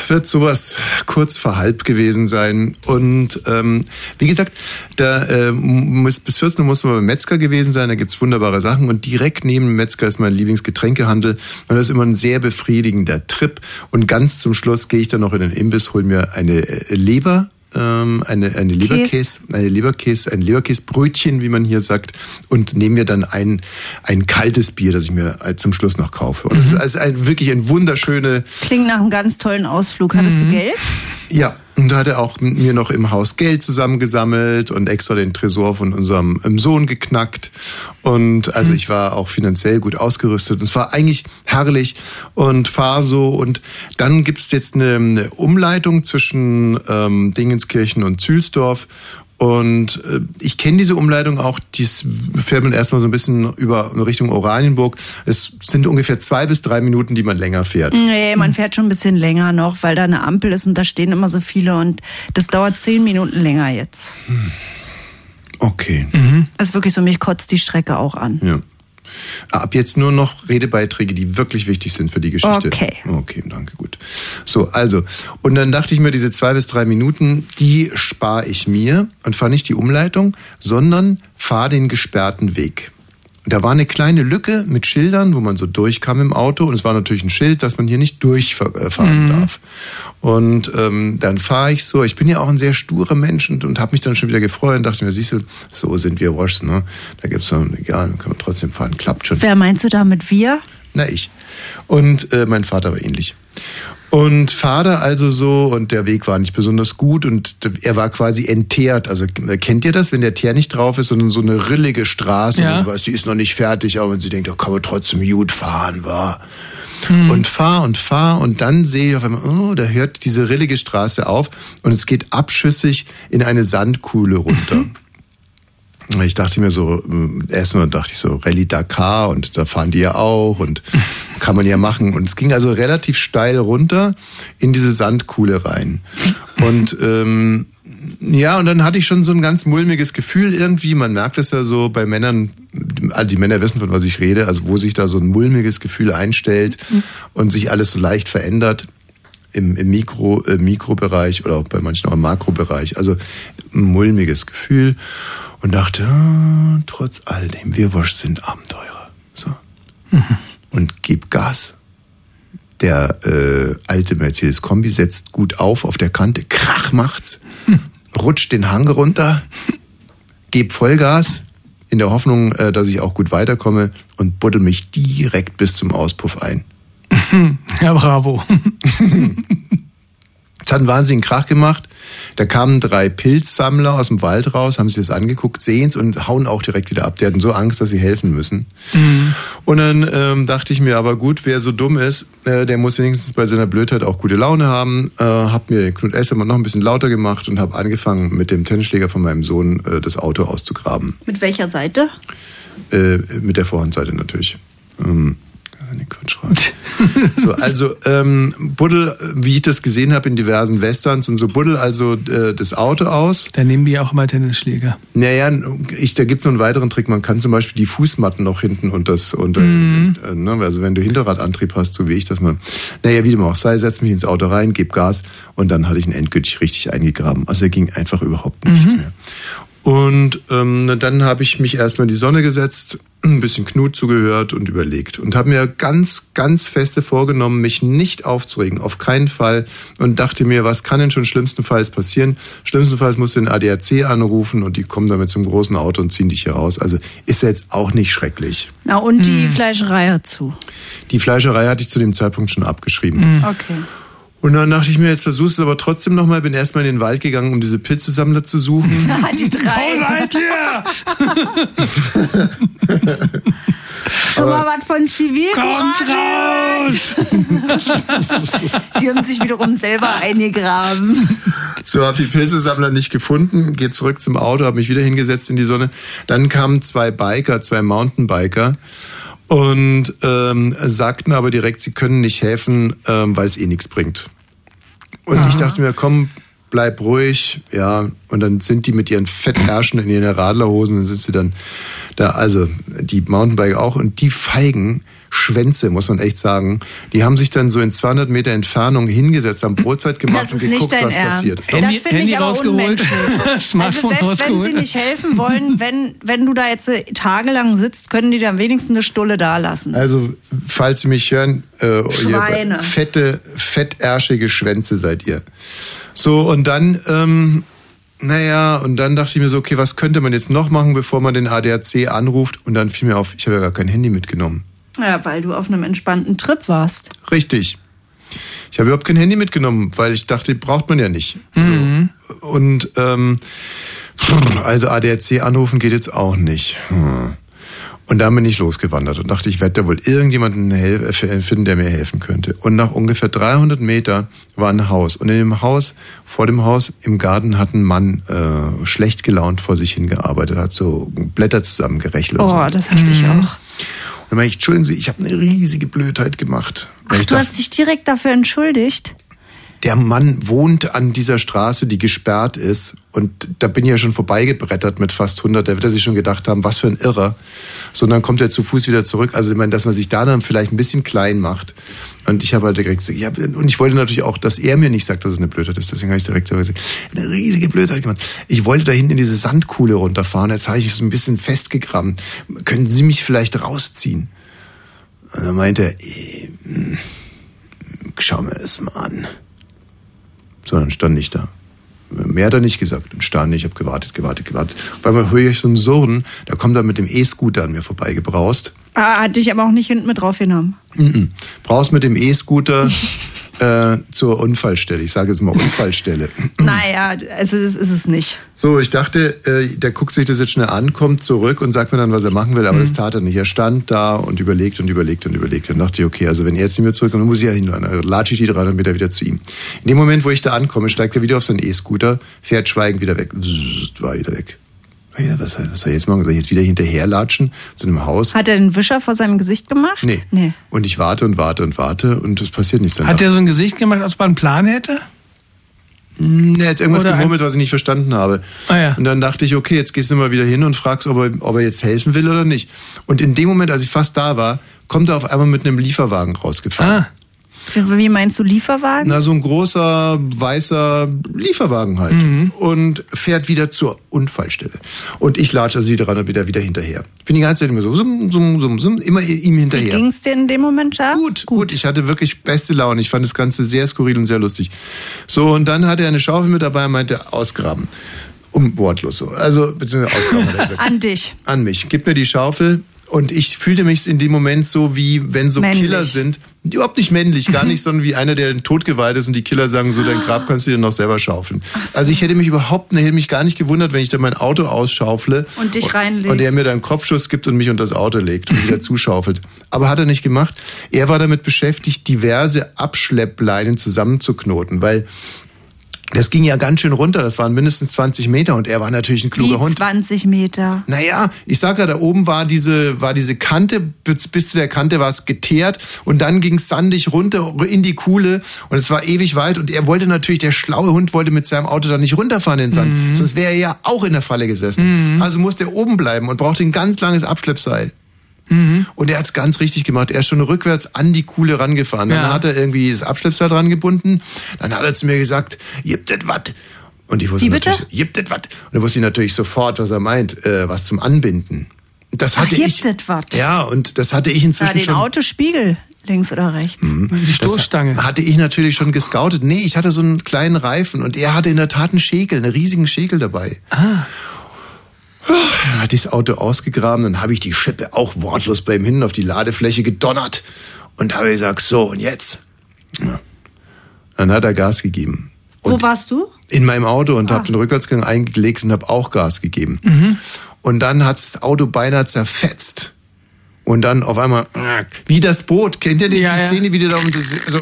[SPEAKER 7] wird sowas kurz vor halb gewesen sein. Und ähm, wie gesagt, da äh, muss, bis 14 Uhr muss man beim Metzger gewesen sein, da gibt's wunderbare Sachen. Und direkt neben dem Metzger ist mein Lieblingsgetränkehandel. Und das ist immer ein sehr befriedigender Trip. Und ganz zum Schluss gehe ich dann noch in den Imbiss, hol mir eine äh, Leber. ähm, Eine, eine Leberkäse, eine Leberkäse, ein Leberkäsebrötchen, wie man hier sagt, und nehme mir dann ein, ein kaltes Bier, das ich mir äh, zum Schluss noch kaufe. Und es ist also ein, wirklich ein wunderschöne,
[SPEAKER 9] Klingt nach einem ganz tollen Ausflug. Hattest du Geld?
[SPEAKER 7] ja, und da hat er auch mit mir noch im Haus Geld zusammengesammelt und extra den Tresor von unserem ähm, Sohn geknackt. Und also ich war auch finanziell gut ausgerüstet. Es war eigentlich herrlich und fahr so. Und dann gibt's jetzt eine, eine Umleitung zwischen ähm, Dingenskirchen und Zülsdorf. Und äh, ich kenne diese Umleitung auch, die fährt man erstmal so ein bisschen über Richtung Oranienburg. Es sind ungefähr zwei bis drei Minuten, die man länger fährt.
[SPEAKER 2] Mhm.
[SPEAKER 9] Nee, man fährt schon ein bisschen länger noch, weil da eine Ampel ist und da stehen immer so viele und das dauert zehn Minuten länger jetzt.
[SPEAKER 7] Okay.
[SPEAKER 9] Das ist wirklich so, mich kotzt die Strecke auch an.
[SPEAKER 7] Ja. Ab jetzt nur noch Redebeiträge, die wirklich wichtig sind für die Geschichte.
[SPEAKER 9] Okay.
[SPEAKER 7] Okay, danke, gut. So, also, und dann dachte ich mir, diese zwei bis drei Minuten, die spare ich mir und fahre nicht die Umleitung, sondern fahre den gesperrten Weg. Und da war eine kleine Lücke mit Schildern, wo man so durchkam im Auto. Und es war natürlich ein Schild, dass man hier nicht durchfahren darf. Und ähm, dann fahre ich so. Ich bin ja auch ein sehr sturer Mensch und, und habe mich dann schon wieder gefreut und dachte mir, siehst du, so sind wir Roches, ne? Da gibt's so, egal, kann man trotzdem fahren, klappt schon.
[SPEAKER 9] Wer meinst du damit wir?
[SPEAKER 7] Na, ich. Und äh, mein Vater war ähnlich. Und fahre da also so und der Weg war nicht besonders gut und er war quasi entteert. Also äh, kennt ihr das, wenn der Teer nicht drauf ist, sondern so eine rillige Straße
[SPEAKER 10] Ja.
[SPEAKER 7] und so was, die ist noch nicht fertig, aber sie denkt, oh, kann man trotzdem gut fahren, war. Und fahr und fahr und dann sehe ich auf einmal, oh, da hört diese rillige Straße auf und es geht abschüssig in eine Sandkuhle runter. Ich dachte mir so, äh, erstmal dachte ich so, Rallye Dakar und da fahren die ja auch und kann man ja machen. Und es ging also relativ steil runter in diese Sandkuhle rein. Und ähm, ja, und dann hatte ich schon so ein ganz mulmiges Gefühl irgendwie. Man merkt es ja so bei Männern, also die Männer wissen, von was ich rede, also wo sich da so ein mulmiges Gefühl einstellt und sich alles so leicht verändert im, im Mikro, äh, Mikrobereich oder auch bei manchen auch im Makrobereich. Also ein mulmiges Gefühl und dachte, ah, trotz all dem, wir Wosch sind Abenteurer. So. Und gib Gas. Der äh, alte Mercedes-Kombi setzt gut auf auf der Kante, krach macht's, rutscht den Hang runter, geb Vollgas in der Hoffnung, äh, dass ich auch gut weiterkomme und buddel mich direkt bis zum Auspuff ein.
[SPEAKER 10] Ja, bravo.
[SPEAKER 7] Es hat einen wahnsinnigen Krach gemacht. Da kamen drei Pilzsammler aus dem Wald raus, haben sich das angeguckt, sehen's und hauen auch direkt wieder ab. Die hatten so Angst, dass sie helfen müssen. Und dann ähm, dachte ich mir, aber gut, wer so dumm ist, äh, der muss wenigstens bei seiner Blödheit auch gute Laune haben. Äh, hab mir den Knut Essermann noch ein bisschen lauter gemacht und habe angefangen, mit dem Tennisschläger von meinem Sohn äh, das Auto auszugraben.
[SPEAKER 9] Mit welcher Seite?
[SPEAKER 7] Äh, mit der Vorhandseite natürlich. Ähm, keine Quatschrate. so, also ähm, Buddel, wie ich das gesehen habe in diversen Westerns und so, Buddel also äh, das Auto aus.
[SPEAKER 10] Dann nehmen die auch immer Tennisschläger.
[SPEAKER 7] Naja, ich, da gibt's noch einen weiteren Trick. Man kann zum Beispiel die Fußmatten noch hinten und das unter. Äh, ne? Also wenn du Hinterradantrieb hast, so wie ich, dass man. Naja, wie dem auch sei, setz mich ins Auto rein, gib Gas und dann hatte ich ihn endgültig richtig eingegraben. Also er ging einfach überhaupt nichts mehr. Und ähm, na, dann habe ich mich erstmal in die Sonne gesetzt, ein bisschen Knut zugehört und überlegt. Und habe mir ganz, ganz feste vorgenommen, mich nicht aufzuregen, auf keinen Fall. Und dachte mir, was kann denn schon schlimmstenfalls passieren? Schlimmstenfalls musst du den ADAC anrufen und die kommen damit zum großen Auto und ziehen dich hier raus. Also ist ja jetzt auch nicht schrecklich.
[SPEAKER 9] Na und die Fleischerei dazu.
[SPEAKER 7] Die Fleischerei hatte ich zu dem Zeitpunkt schon abgeschrieben.
[SPEAKER 9] Okay.
[SPEAKER 7] Und dann dachte ich mir, jetzt versuchst du es aber trotzdem nochmal. Bin erstmal in den Wald gegangen, um diese Pilzesammler zu suchen.
[SPEAKER 9] Ah, die drei. Schon mal was von
[SPEAKER 10] Kommt
[SPEAKER 9] Zivilcourage.
[SPEAKER 10] raus!
[SPEAKER 9] Die haben sich wiederum selber eingegraben.
[SPEAKER 7] So, hab die Pilzesammler nicht gefunden, geh zurück zum Auto, hab mich wieder hingesetzt in die Sonne. Dann kamen zwei Biker, zwei Mountainbiker und ähm, sagten aber direkt, sie können nicht helfen, ähm, weil es eh nichts bringt. Und ich dachte mir, komm, bleib ruhig, ja. Und dann sind die mit ihren Fettärschen in ihren Radlerhosen, dann sind sie dann da, also die Mountainbiker auch. Und die feigen Schwänze, muss man echt sagen, die haben sich dann so in 200 Meter Entfernung hingesetzt, haben Brotzeit gemacht
[SPEAKER 9] Das
[SPEAKER 7] und
[SPEAKER 9] ist nicht
[SPEAKER 7] geguckt,
[SPEAKER 9] dein
[SPEAKER 7] was
[SPEAKER 9] Ernst.
[SPEAKER 7] passiert.
[SPEAKER 9] Das finde ich aber unmenschlich. Also
[SPEAKER 10] Smartphone
[SPEAKER 9] selbst wenn sie
[SPEAKER 10] rausgeholt.
[SPEAKER 9] nicht helfen wollen, wenn, wenn du da jetzt äh, tagelang sitzt, können die dann wenigstens eine Stulle da lassen.
[SPEAKER 7] Also, falls Sie mich hören, äh,
[SPEAKER 9] Schweine.
[SPEAKER 7] ihr fette, fettärschige Schwänze seid ihr. So, und dann, ähm, naja, und dann dachte ich mir so, okay, was könnte man jetzt noch machen, bevor man den ADAC anruft? Und dann fiel mir auf, ich habe ja gar kein Handy mitgenommen.
[SPEAKER 9] Ja, weil du auf einem entspannten Trip warst.
[SPEAKER 7] Richtig. Ich habe überhaupt kein Handy mitgenommen, weil ich dachte, braucht man ja nicht.
[SPEAKER 9] Mhm.
[SPEAKER 7] So. Und ähm, pff, also ADAC anrufen geht jetzt auch nicht. Hm. Und dann bin ich losgewandert und dachte, ich werde da wohl irgendjemanden hel- äh, finden, der mir helfen könnte. Und nach ungefähr 300 Meter war ein Haus. Und in dem Haus, vor dem Haus im Garten hat ein Mann äh, schlecht gelaunt vor sich hingearbeitet, hat so Blätter zusammengerechnet. und
[SPEAKER 9] Oh,
[SPEAKER 7] so.
[SPEAKER 9] das hasse ich auch.
[SPEAKER 7] Und dann meine ich, entschuldigen Sie, ich habe eine riesige Blödheit gemacht. Weil
[SPEAKER 9] Ach,
[SPEAKER 7] ich
[SPEAKER 9] du
[SPEAKER 7] dachte,
[SPEAKER 9] hast dich direkt dafür entschuldigt.
[SPEAKER 7] der Mann wohnt an dieser Straße, die gesperrt ist. Und da bin ich ja schon vorbeigebrettert mit fast 100. Da wird er sich schon gedacht haben, was für ein Irrer. So, und dann kommt er zu Fuß wieder zurück. Also, ich meine, dass man sich da dann vielleicht ein bisschen klein macht. Und ich habe halt direkt gesagt, ich hab, und ich wollte natürlich auch, dass er mir nicht sagt, dass es eine Blödheit ist. Deswegen habe ich direkt so gesagt, ich habe eine riesige Blödheit gemacht. Ich wollte da hinten in diese Sandkuhle runterfahren. Jetzt habe ich es ein bisschen festgegraben. Können Sie mich vielleicht rausziehen? Und dann meinte er, eh, hm, schau mir das mal an. So, dann stand ich da. Mehr hat er nicht gesagt. Dann stand ich, habe gewartet, gewartet, gewartet. Auf einmal höre ich so einen Surren, da kommt er mit dem E-Scooter an mir vorbeigebraust.
[SPEAKER 9] Ah, hat dich aber auch nicht hinten mit draufgenommen.
[SPEAKER 7] Mhm. Braust mit dem E-Scooter äh, zur Unfallstelle. Ich sage jetzt mal Unfallstelle.
[SPEAKER 9] naja, also das ist es nicht.
[SPEAKER 7] So, ich dachte, äh, der guckt sich das jetzt schnell an, kommt zurück und sagt mir dann, was er machen will, aber
[SPEAKER 9] Mhm.
[SPEAKER 7] das tat er nicht. Er stand da und überlegt und überlegt und überlegt. Dann dachte ich, okay, also wenn er jetzt nicht mehr zurückkommt, dann muss ich ja hin. Dann äh, latsche ich die 300 Meter wieder zu ihm. In dem Moment, wo ich da ankomme, steigt er wieder auf seinen E-Scooter, fährt schweigend wieder weg. Zzzz, War wieder weg. Ja, was, was soll ich jetzt machen? Soll ich jetzt wieder hinterherlatschen zu einem Haus?
[SPEAKER 9] Hat er den Wischer vor seinem Gesicht gemacht?
[SPEAKER 7] Nee.
[SPEAKER 9] Nee.
[SPEAKER 7] Und ich warte und warte und warte und es passiert nichts. Dann
[SPEAKER 10] Hat der so ein Gesicht gemacht, als ob er einen Plan hätte?
[SPEAKER 7] Mm, Er hat irgendwas
[SPEAKER 10] Oder ein- Ah,
[SPEAKER 7] gemurmelt, was ich nicht verstanden habe. Und dann dachte ich, okay, jetzt gehst du mal wieder hin und fragst, ob er, ob er jetzt helfen will oder nicht. Und in dem Moment, als ich fast da war, kommt er auf einmal mit einem Lieferwagen
[SPEAKER 10] Ah,
[SPEAKER 7] rausgefahren.
[SPEAKER 9] Wie wie meinst du Lieferwagen?
[SPEAKER 7] Na, so ein großer, weißer Lieferwagen halt.
[SPEAKER 10] Mhm.
[SPEAKER 7] Und fährt wieder zur Unfallstelle. Und ich latsche also wieder ran wieder, wieder hinterher. Ich bin die ganze Zeit immer so, summ, summ, summ, summ, immer ihm hinterher.
[SPEAKER 9] Wie ging's dir in dem Moment da?
[SPEAKER 7] Gut, gut. Ich hatte wirklich beste Laune. Ich fand das Ganze sehr skurril und sehr lustig. So, und dann hatte er eine Schaufel mit dabei und meinte, ausgraben. Um wortlos so. Also, beziehungsweise ausgraben. hat er gesagt.
[SPEAKER 9] An dich.
[SPEAKER 7] An mich. Gib mir die Schaufel. Und ich fühlte mich in dem Moment so, wie wenn so
[SPEAKER 9] Männlich. Mhm.
[SPEAKER 7] Killer sind. Überhaupt nicht männlich, gar nicht, sondern wie einer, der totgeweiht ist und die Killer sagen so, dein Grab kannst du dir noch selber schaufeln. Also ich hätte mich überhaupt, hätte mich gar nicht gewundert, wenn ich da mein Auto ausschaufle.
[SPEAKER 9] Und dich reinlegst.
[SPEAKER 7] Und er mir dann einen Kopfschuss gibt und mich unter das Auto legt und wieder zuschaufelt. Aber hat er nicht gemacht. Er war damit beschäftigt, diverse Abschleppleinen zusammenzuknoten, weil das ging ja ganz schön runter. Das waren mindestens 20 Meter und er war natürlich ein kluger
[SPEAKER 9] Wie
[SPEAKER 7] Hund.
[SPEAKER 9] 20 Meter.
[SPEAKER 7] Naja, ich sag ja, da oben war diese, war diese Kante, bis, bis zu der Kante war es geteert und dann ging es sandig runter in die Kuhle und es war ewig weit und er wollte natürlich, der schlaue Hund wollte mit seinem Auto da nicht runterfahren in den Sand, sonst wäre er ja auch in der Falle gesessen. Also musste er oben bleiben und brauchte ein ganz langes Abschleppseil. Und er hat es ganz richtig gemacht. Er ist schon rückwärts an die Kuhle rangefahren. Dann
[SPEAKER 10] Ja.
[SPEAKER 7] hat er irgendwie das Abschleppseil dran gebunden. Dann hat er zu mir gesagt, gibt das was? Und ich wusste
[SPEAKER 9] Wie bitte?
[SPEAKER 7] natürlich, gibt das was? Und dann wusste ich natürlich sofort, was er meint, äh, was zum Anbinden. Und Das
[SPEAKER 9] Ach,
[SPEAKER 7] hatte
[SPEAKER 9] gibt
[SPEAKER 7] ich.
[SPEAKER 9] das was?
[SPEAKER 7] Ja, und das hatte ich
[SPEAKER 9] Da
[SPEAKER 7] inzwischen
[SPEAKER 9] den
[SPEAKER 7] schon. Mhm.
[SPEAKER 9] Autospiegel, links oder rechts.
[SPEAKER 7] Hm.
[SPEAKER 10] Die Stoßstange.
[SPEAKER 7] Hatte ich natürlich schon gescoutet. Nee, ich hatte so einen kleinen Reifen und er hatte in der Tat einen Schäkel, einen riesigen Schäkel dabei. Oh,
[SPEAKER 10] Ah.
[SPEAKER 7] Dann hatte ich das Auto ausgegraben, dann habe ich die Schippe auch wortlos bei ihm hin auf die Ladefläche gedonnert und habe gesagt, so und jetzt. Ja. Dann hat er Gas gegeben.
[SPEAKER 9] Wo warst du?
[SPEAKER 7] In meinem Auto und
[SPEAKER 10] Ah.
[SPEAKER 7] habe den Rückwärtsgang eingelegt und habe auch Gas gegeben.
[SPEAKER 10] Mhm.
[SPEAKER 7] Und dann hat das Auto beinahe zerfetzt. Und dann auf einmal, wie das Boot. Kennt ihr die,
[SPEAKER 10] Ja,
[SPEAKER 7] die
[SPEAKER 10] ja.
[SPEAKER 7] Szene, wie die da um das, so,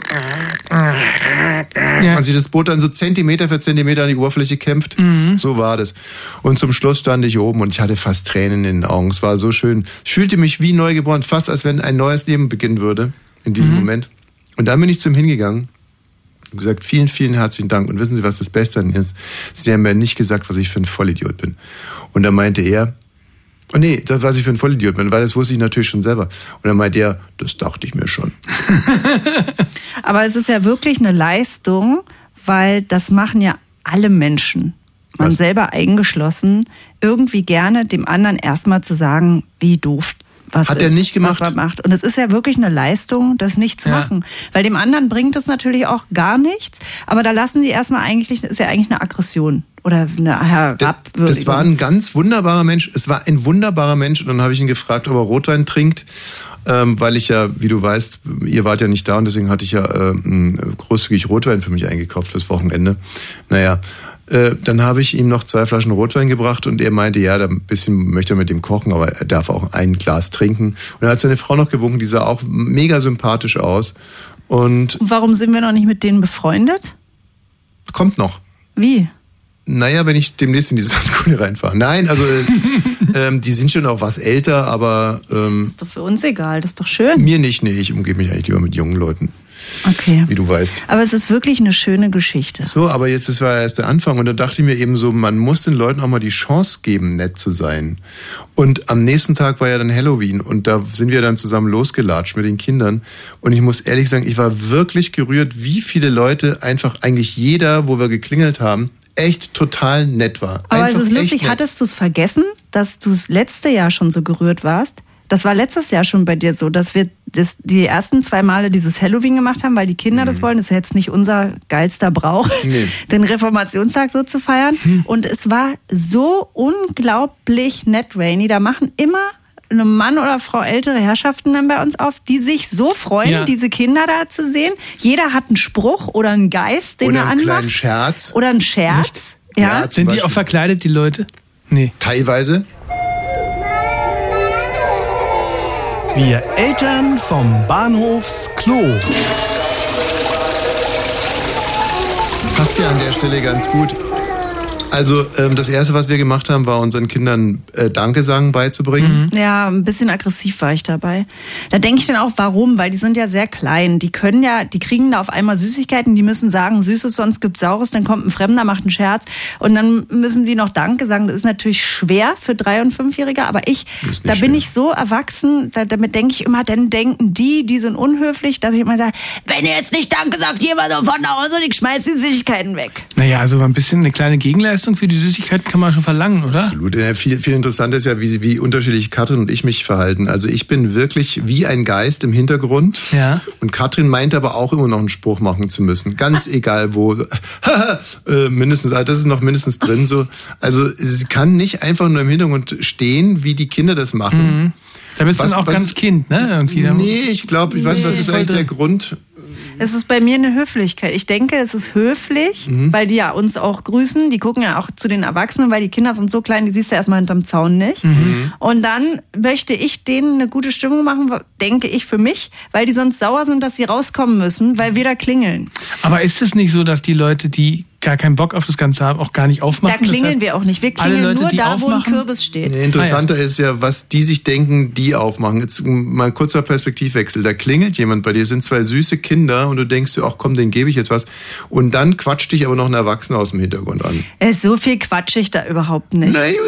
[SPEAKER 10] Ja.
[SPEAKER 7] als sich das Boot dann so Zentimeter für Zentimeter an die Oberfläche kämpft.
[SPEAKER 10] Mhm.
[SPEAKER 7] So war das. Und zum Schluss stand ich oben und ich hatte fast Tränen in den Augen. Es war so schön. Ich fühlte mich wie neugeboren, fast als wenn ein neues Leben beginnen würde in
[SPEAKER 10] Mhm.
[SPEAKER 7] diesem Moment. Und dann bin ich zu ihm hingegangen und gesagt, vielen, vielen herzlichen Dank. Und wissen Sie, was das Beste an Ihnen ist? Sie haben mir nicht gesagt, was ich für ein Vollidiot bin. Und dann meinte er, oh nee, das, was ich für ein Vollidiot bin, weil das wusste ich natürlich schon selber. Und dann meinte er, das dachte ich mir schon.
[SPEAKER 9] Aber es ist ja wirklich eine Leistung, weil das machen ja alle Menschen, man
[SPEAKER 7] Was?
[SPEAKER 9] selber eingeschlossen, irgendwie gerne dem anderen erstmal zu sagen, wie doof. Was
[SPEAKER 7] Hat
[SPEAKER 9] ist,
[SPEAKER 7] er nicht gemacht.
[SPEAKER 9] Was man macht. Und es ist ja wirklich eine Leistung, das nicht zu
[SPEAKER 10] Ja.
[SPEAKER 9] machen. Weil dem anderen bringt es natürlich auch gar nichts. Aber da lassen sie erstmal eigentlich, ist ja eigentlich eine Aggression oder eine Herabwürdigung.
[SPEAKER 7] Das war ein ganz wunderbarer Mensch. Es war ein wunderbarer Mensch. Und dann habe ich ihn gefragt, ob er Rotwein trinkt. Ähm, weil ich ja, wie du weißt, ihr wart ja nicht da und deswegen hatte ich ja ähm, großzügig Rotwein für mich eingekauft fürs Wochenende. Naja, äh, Äh, dann habe ich ihm noch zwei Flaschen Rotwein gebracht und er meinte, ja, da ein bisschen möchte er mit ihm kochen, aber er darf auch ein Glas trinken. Und er hat seine Frau noch gewunken, die sah auch mega sympathisch aus. Und
[SPEAKER 9] Warum sind wir noch nicht mit denen befreundet?
[SPEAKER 7] kommt noch.
[SPEAKER 9] Wie?
[SPEAKER 7] Naja, wenn ich demnächst in die Sandkuhle reinfahre. Nein, also äh, ähm, die sind schon auch was älter, aber ähm,
[SPEAKER 9] Ist doch für uns egal, das ist doch schön.
[SPEAKER 7] mir nicht. Nee, ich umgebe mich eigentlich lieber mit jungen Leuten,
[SPEAKER 9] Okay.
[SPEAKER 7] wie du weißt.
[SPEAKER 9] Aber es ist wirklich eine schöne Geschichte.
[SPEAKER 7] So, aber jetzt das war ja erst der Anfang und da dachte ich mir eben so, man muss den Leuten auch mal die Chance geben, nett zu sein. Und am nächsten Tag war ja dann Halloween und da sind wir dann zusammen losgelatscht mit den Kindern und ich muss ehrlich sagen, ich war wirklich gerührt, wie viele Leute einfach eigentlich jeder, wo wir geklingelt haben, echt total nett war.
[SPEAKER 9] Aber es
[SPEAKER 7] einfach
[SPEAKER 9] ist
[SPEAKER 7] echt
[SPEAKER 9] lustig,
[SPEAKER 7] nett.
[SPEAKER 9] hattest du es vergessen, dass du das letzte Jahr schon so gerührt warst? Das war letztes Jahr schon bei dir so, dass wir das, die ersten zwei Male dieses Halloween gemacht haben, weil die Kinder das wollen. Das ist ja jetzt nicht unser geilster Brauch,
[SPEAKER 7] Mhm. Nee. Hm.
[SPEAKER 9] den Reformationstag so zu feiern. Und es war so unglaublich nett, Rainy. Da machen immer eine Mann oder Frau ältere Herrschaften dann bei uns auf, die sich so freuen,
[SPEAKER 10] Ja.
[SPEAKER 9] diese Kinder da zu sehen. Jeder hat einen Spruch oder einen Geist, den
[SPEAKER 7] Oder
[SPEAKER 9] er
[SPEAKER 7] einen
[SPEAKER 9] anmacht.
[SPEAKER 7] kleinen Scherz.
[SPEAKER 9] Oder einen Scherz. Ja.
[SPEAKER 7] Ja, zum
[SPEAKER 10] Sind die
[SPEAKER 7] Beispiel.
[SPEAKER 10] auch verkleidet, die Leute? Nee.
[SPEAKER 7] Teilweise.
[SPEAKER 11] Wir Eltern vom Bahnhofsklo.
[SPEAKER 7] Passt ja an der Stelle ganz gut. Also ähm, das Erste, was wir gemacht haben, war unseren Kindern äh, Danke sagen beizubringen.
[SPEAKER 9] Ja, ein bisschen aggressiv war ich dabei. Da denke ich dann auch, warum? Weil die sind ja sehr klein. Die können ja, die kriegen da auf einmal Süßigkeiten, die müssen sagen, Süßes, sonst gibt's Saures, dann kommt ein Fremder, macht einen Scherz und dann müssen sie noch Danke sagen. Das ist natürlich schwer für Drei- und Fünfjährige, aber ich,
[SPEAKER 7] Ist nicht
[SPEAKER 9] da bin
[SPEAKER 7] schwer.
[SPEAKER 9] ich so erwachsen, da, damit denke ich immer, dann denken die, die sind unhöflich, dass ich immer sage, wenn ihr jetzt nicht Danke sagt, jemand davon nach Hause und ich schmeiß die Süßigkeiten weg.
[SPEAKER 10] Naja, also ein bisschen eine kleine Gegenleistung für die Süßigkeiten kann man schon verlangen, oder?
[SPEAKER 7] Absolut. Ja, äh, viel, viel interessanter ist ja, wie, sie- wie unterschiedlich Katrin und ich mich verhalten. Also ich bin wirklich wie ein Geist im Hintergrund.
[SPEAKER 10] Ja.
[SPEAKER 7] Und Katrin meint aber auch immer noch einen Spruch machen zu müssen. Ganz egal wo. äh, mindestens, ah, das ist noch mindestens drin so. Also sie kann nicht einfach nur im Hintergrund stehen, wie die Kinder das machen.
[SPEAKER 10] Da bist du
[SPEAKER 7] Was-
[SPEAKER 10] dann auch
[SPEAKER 7] was-
[SPEAKER 10] ganz Kind, ne? Irgendwie.
[SPEAKER 7] Nee, ich glaube, ich weiß nicht, was ist eigentlich der Grund?
[SPEAKER 9] Es ist bei mir eine Höflichkeit. Ich denke, es ist höflich, weil die ja uns auch grüßen. Die gucken ja auch zu den Erwachsenen, weil die Kinder sind so klein, die siehst du erstmal hinterm Zaun nicht. Und dann möchte ich denen eine gute Stimmung machen, denke ich für mich, weil die sonst sauer sind, dass sie rauskommen müssen, weil wir da klingeln.
[SPEAKER 10] Aber ist es nicht so, dass die Leute, die gar keinen Bock auf das Ganze haben, auch gar nicht aufmachen?
[SPEAKER 9] Da klingeln
[SPEAKER 10] das heißt,
[SPEAKER 9] wir auch nicht. Wir
[SPEAKER 10] alle
[SPEAKER 9] klingeln
[SPEAKER 10] Leute,
[SPEAKER 9] nur
[SPEAKER 10] die
[SPEAKER 9] da, wo ein
[SPEAKER 10] aufmachen?
[SPEAKER 9] Kürbis steht.
[SPEAKER 7] Nee,
[SPEAKER 9] Ah,
[SPEAKER 7] interessanter ist ja, was die sich denken, die aufmachen. Jetzt mal ein kurzer Perspektivwechsel. Da klingelt jemand bei dir, sind zwei süße Kinder und du denkst dir, ach komm, denen gebe ich jetzt was. Und dann quatscht dich aber noch ein Erwachsener aus dem Hintergrund an.
[SPEAKER 9] Äh, So viel quatsche ich da überhaupt nicht.
[SPEAKER 7] Naja,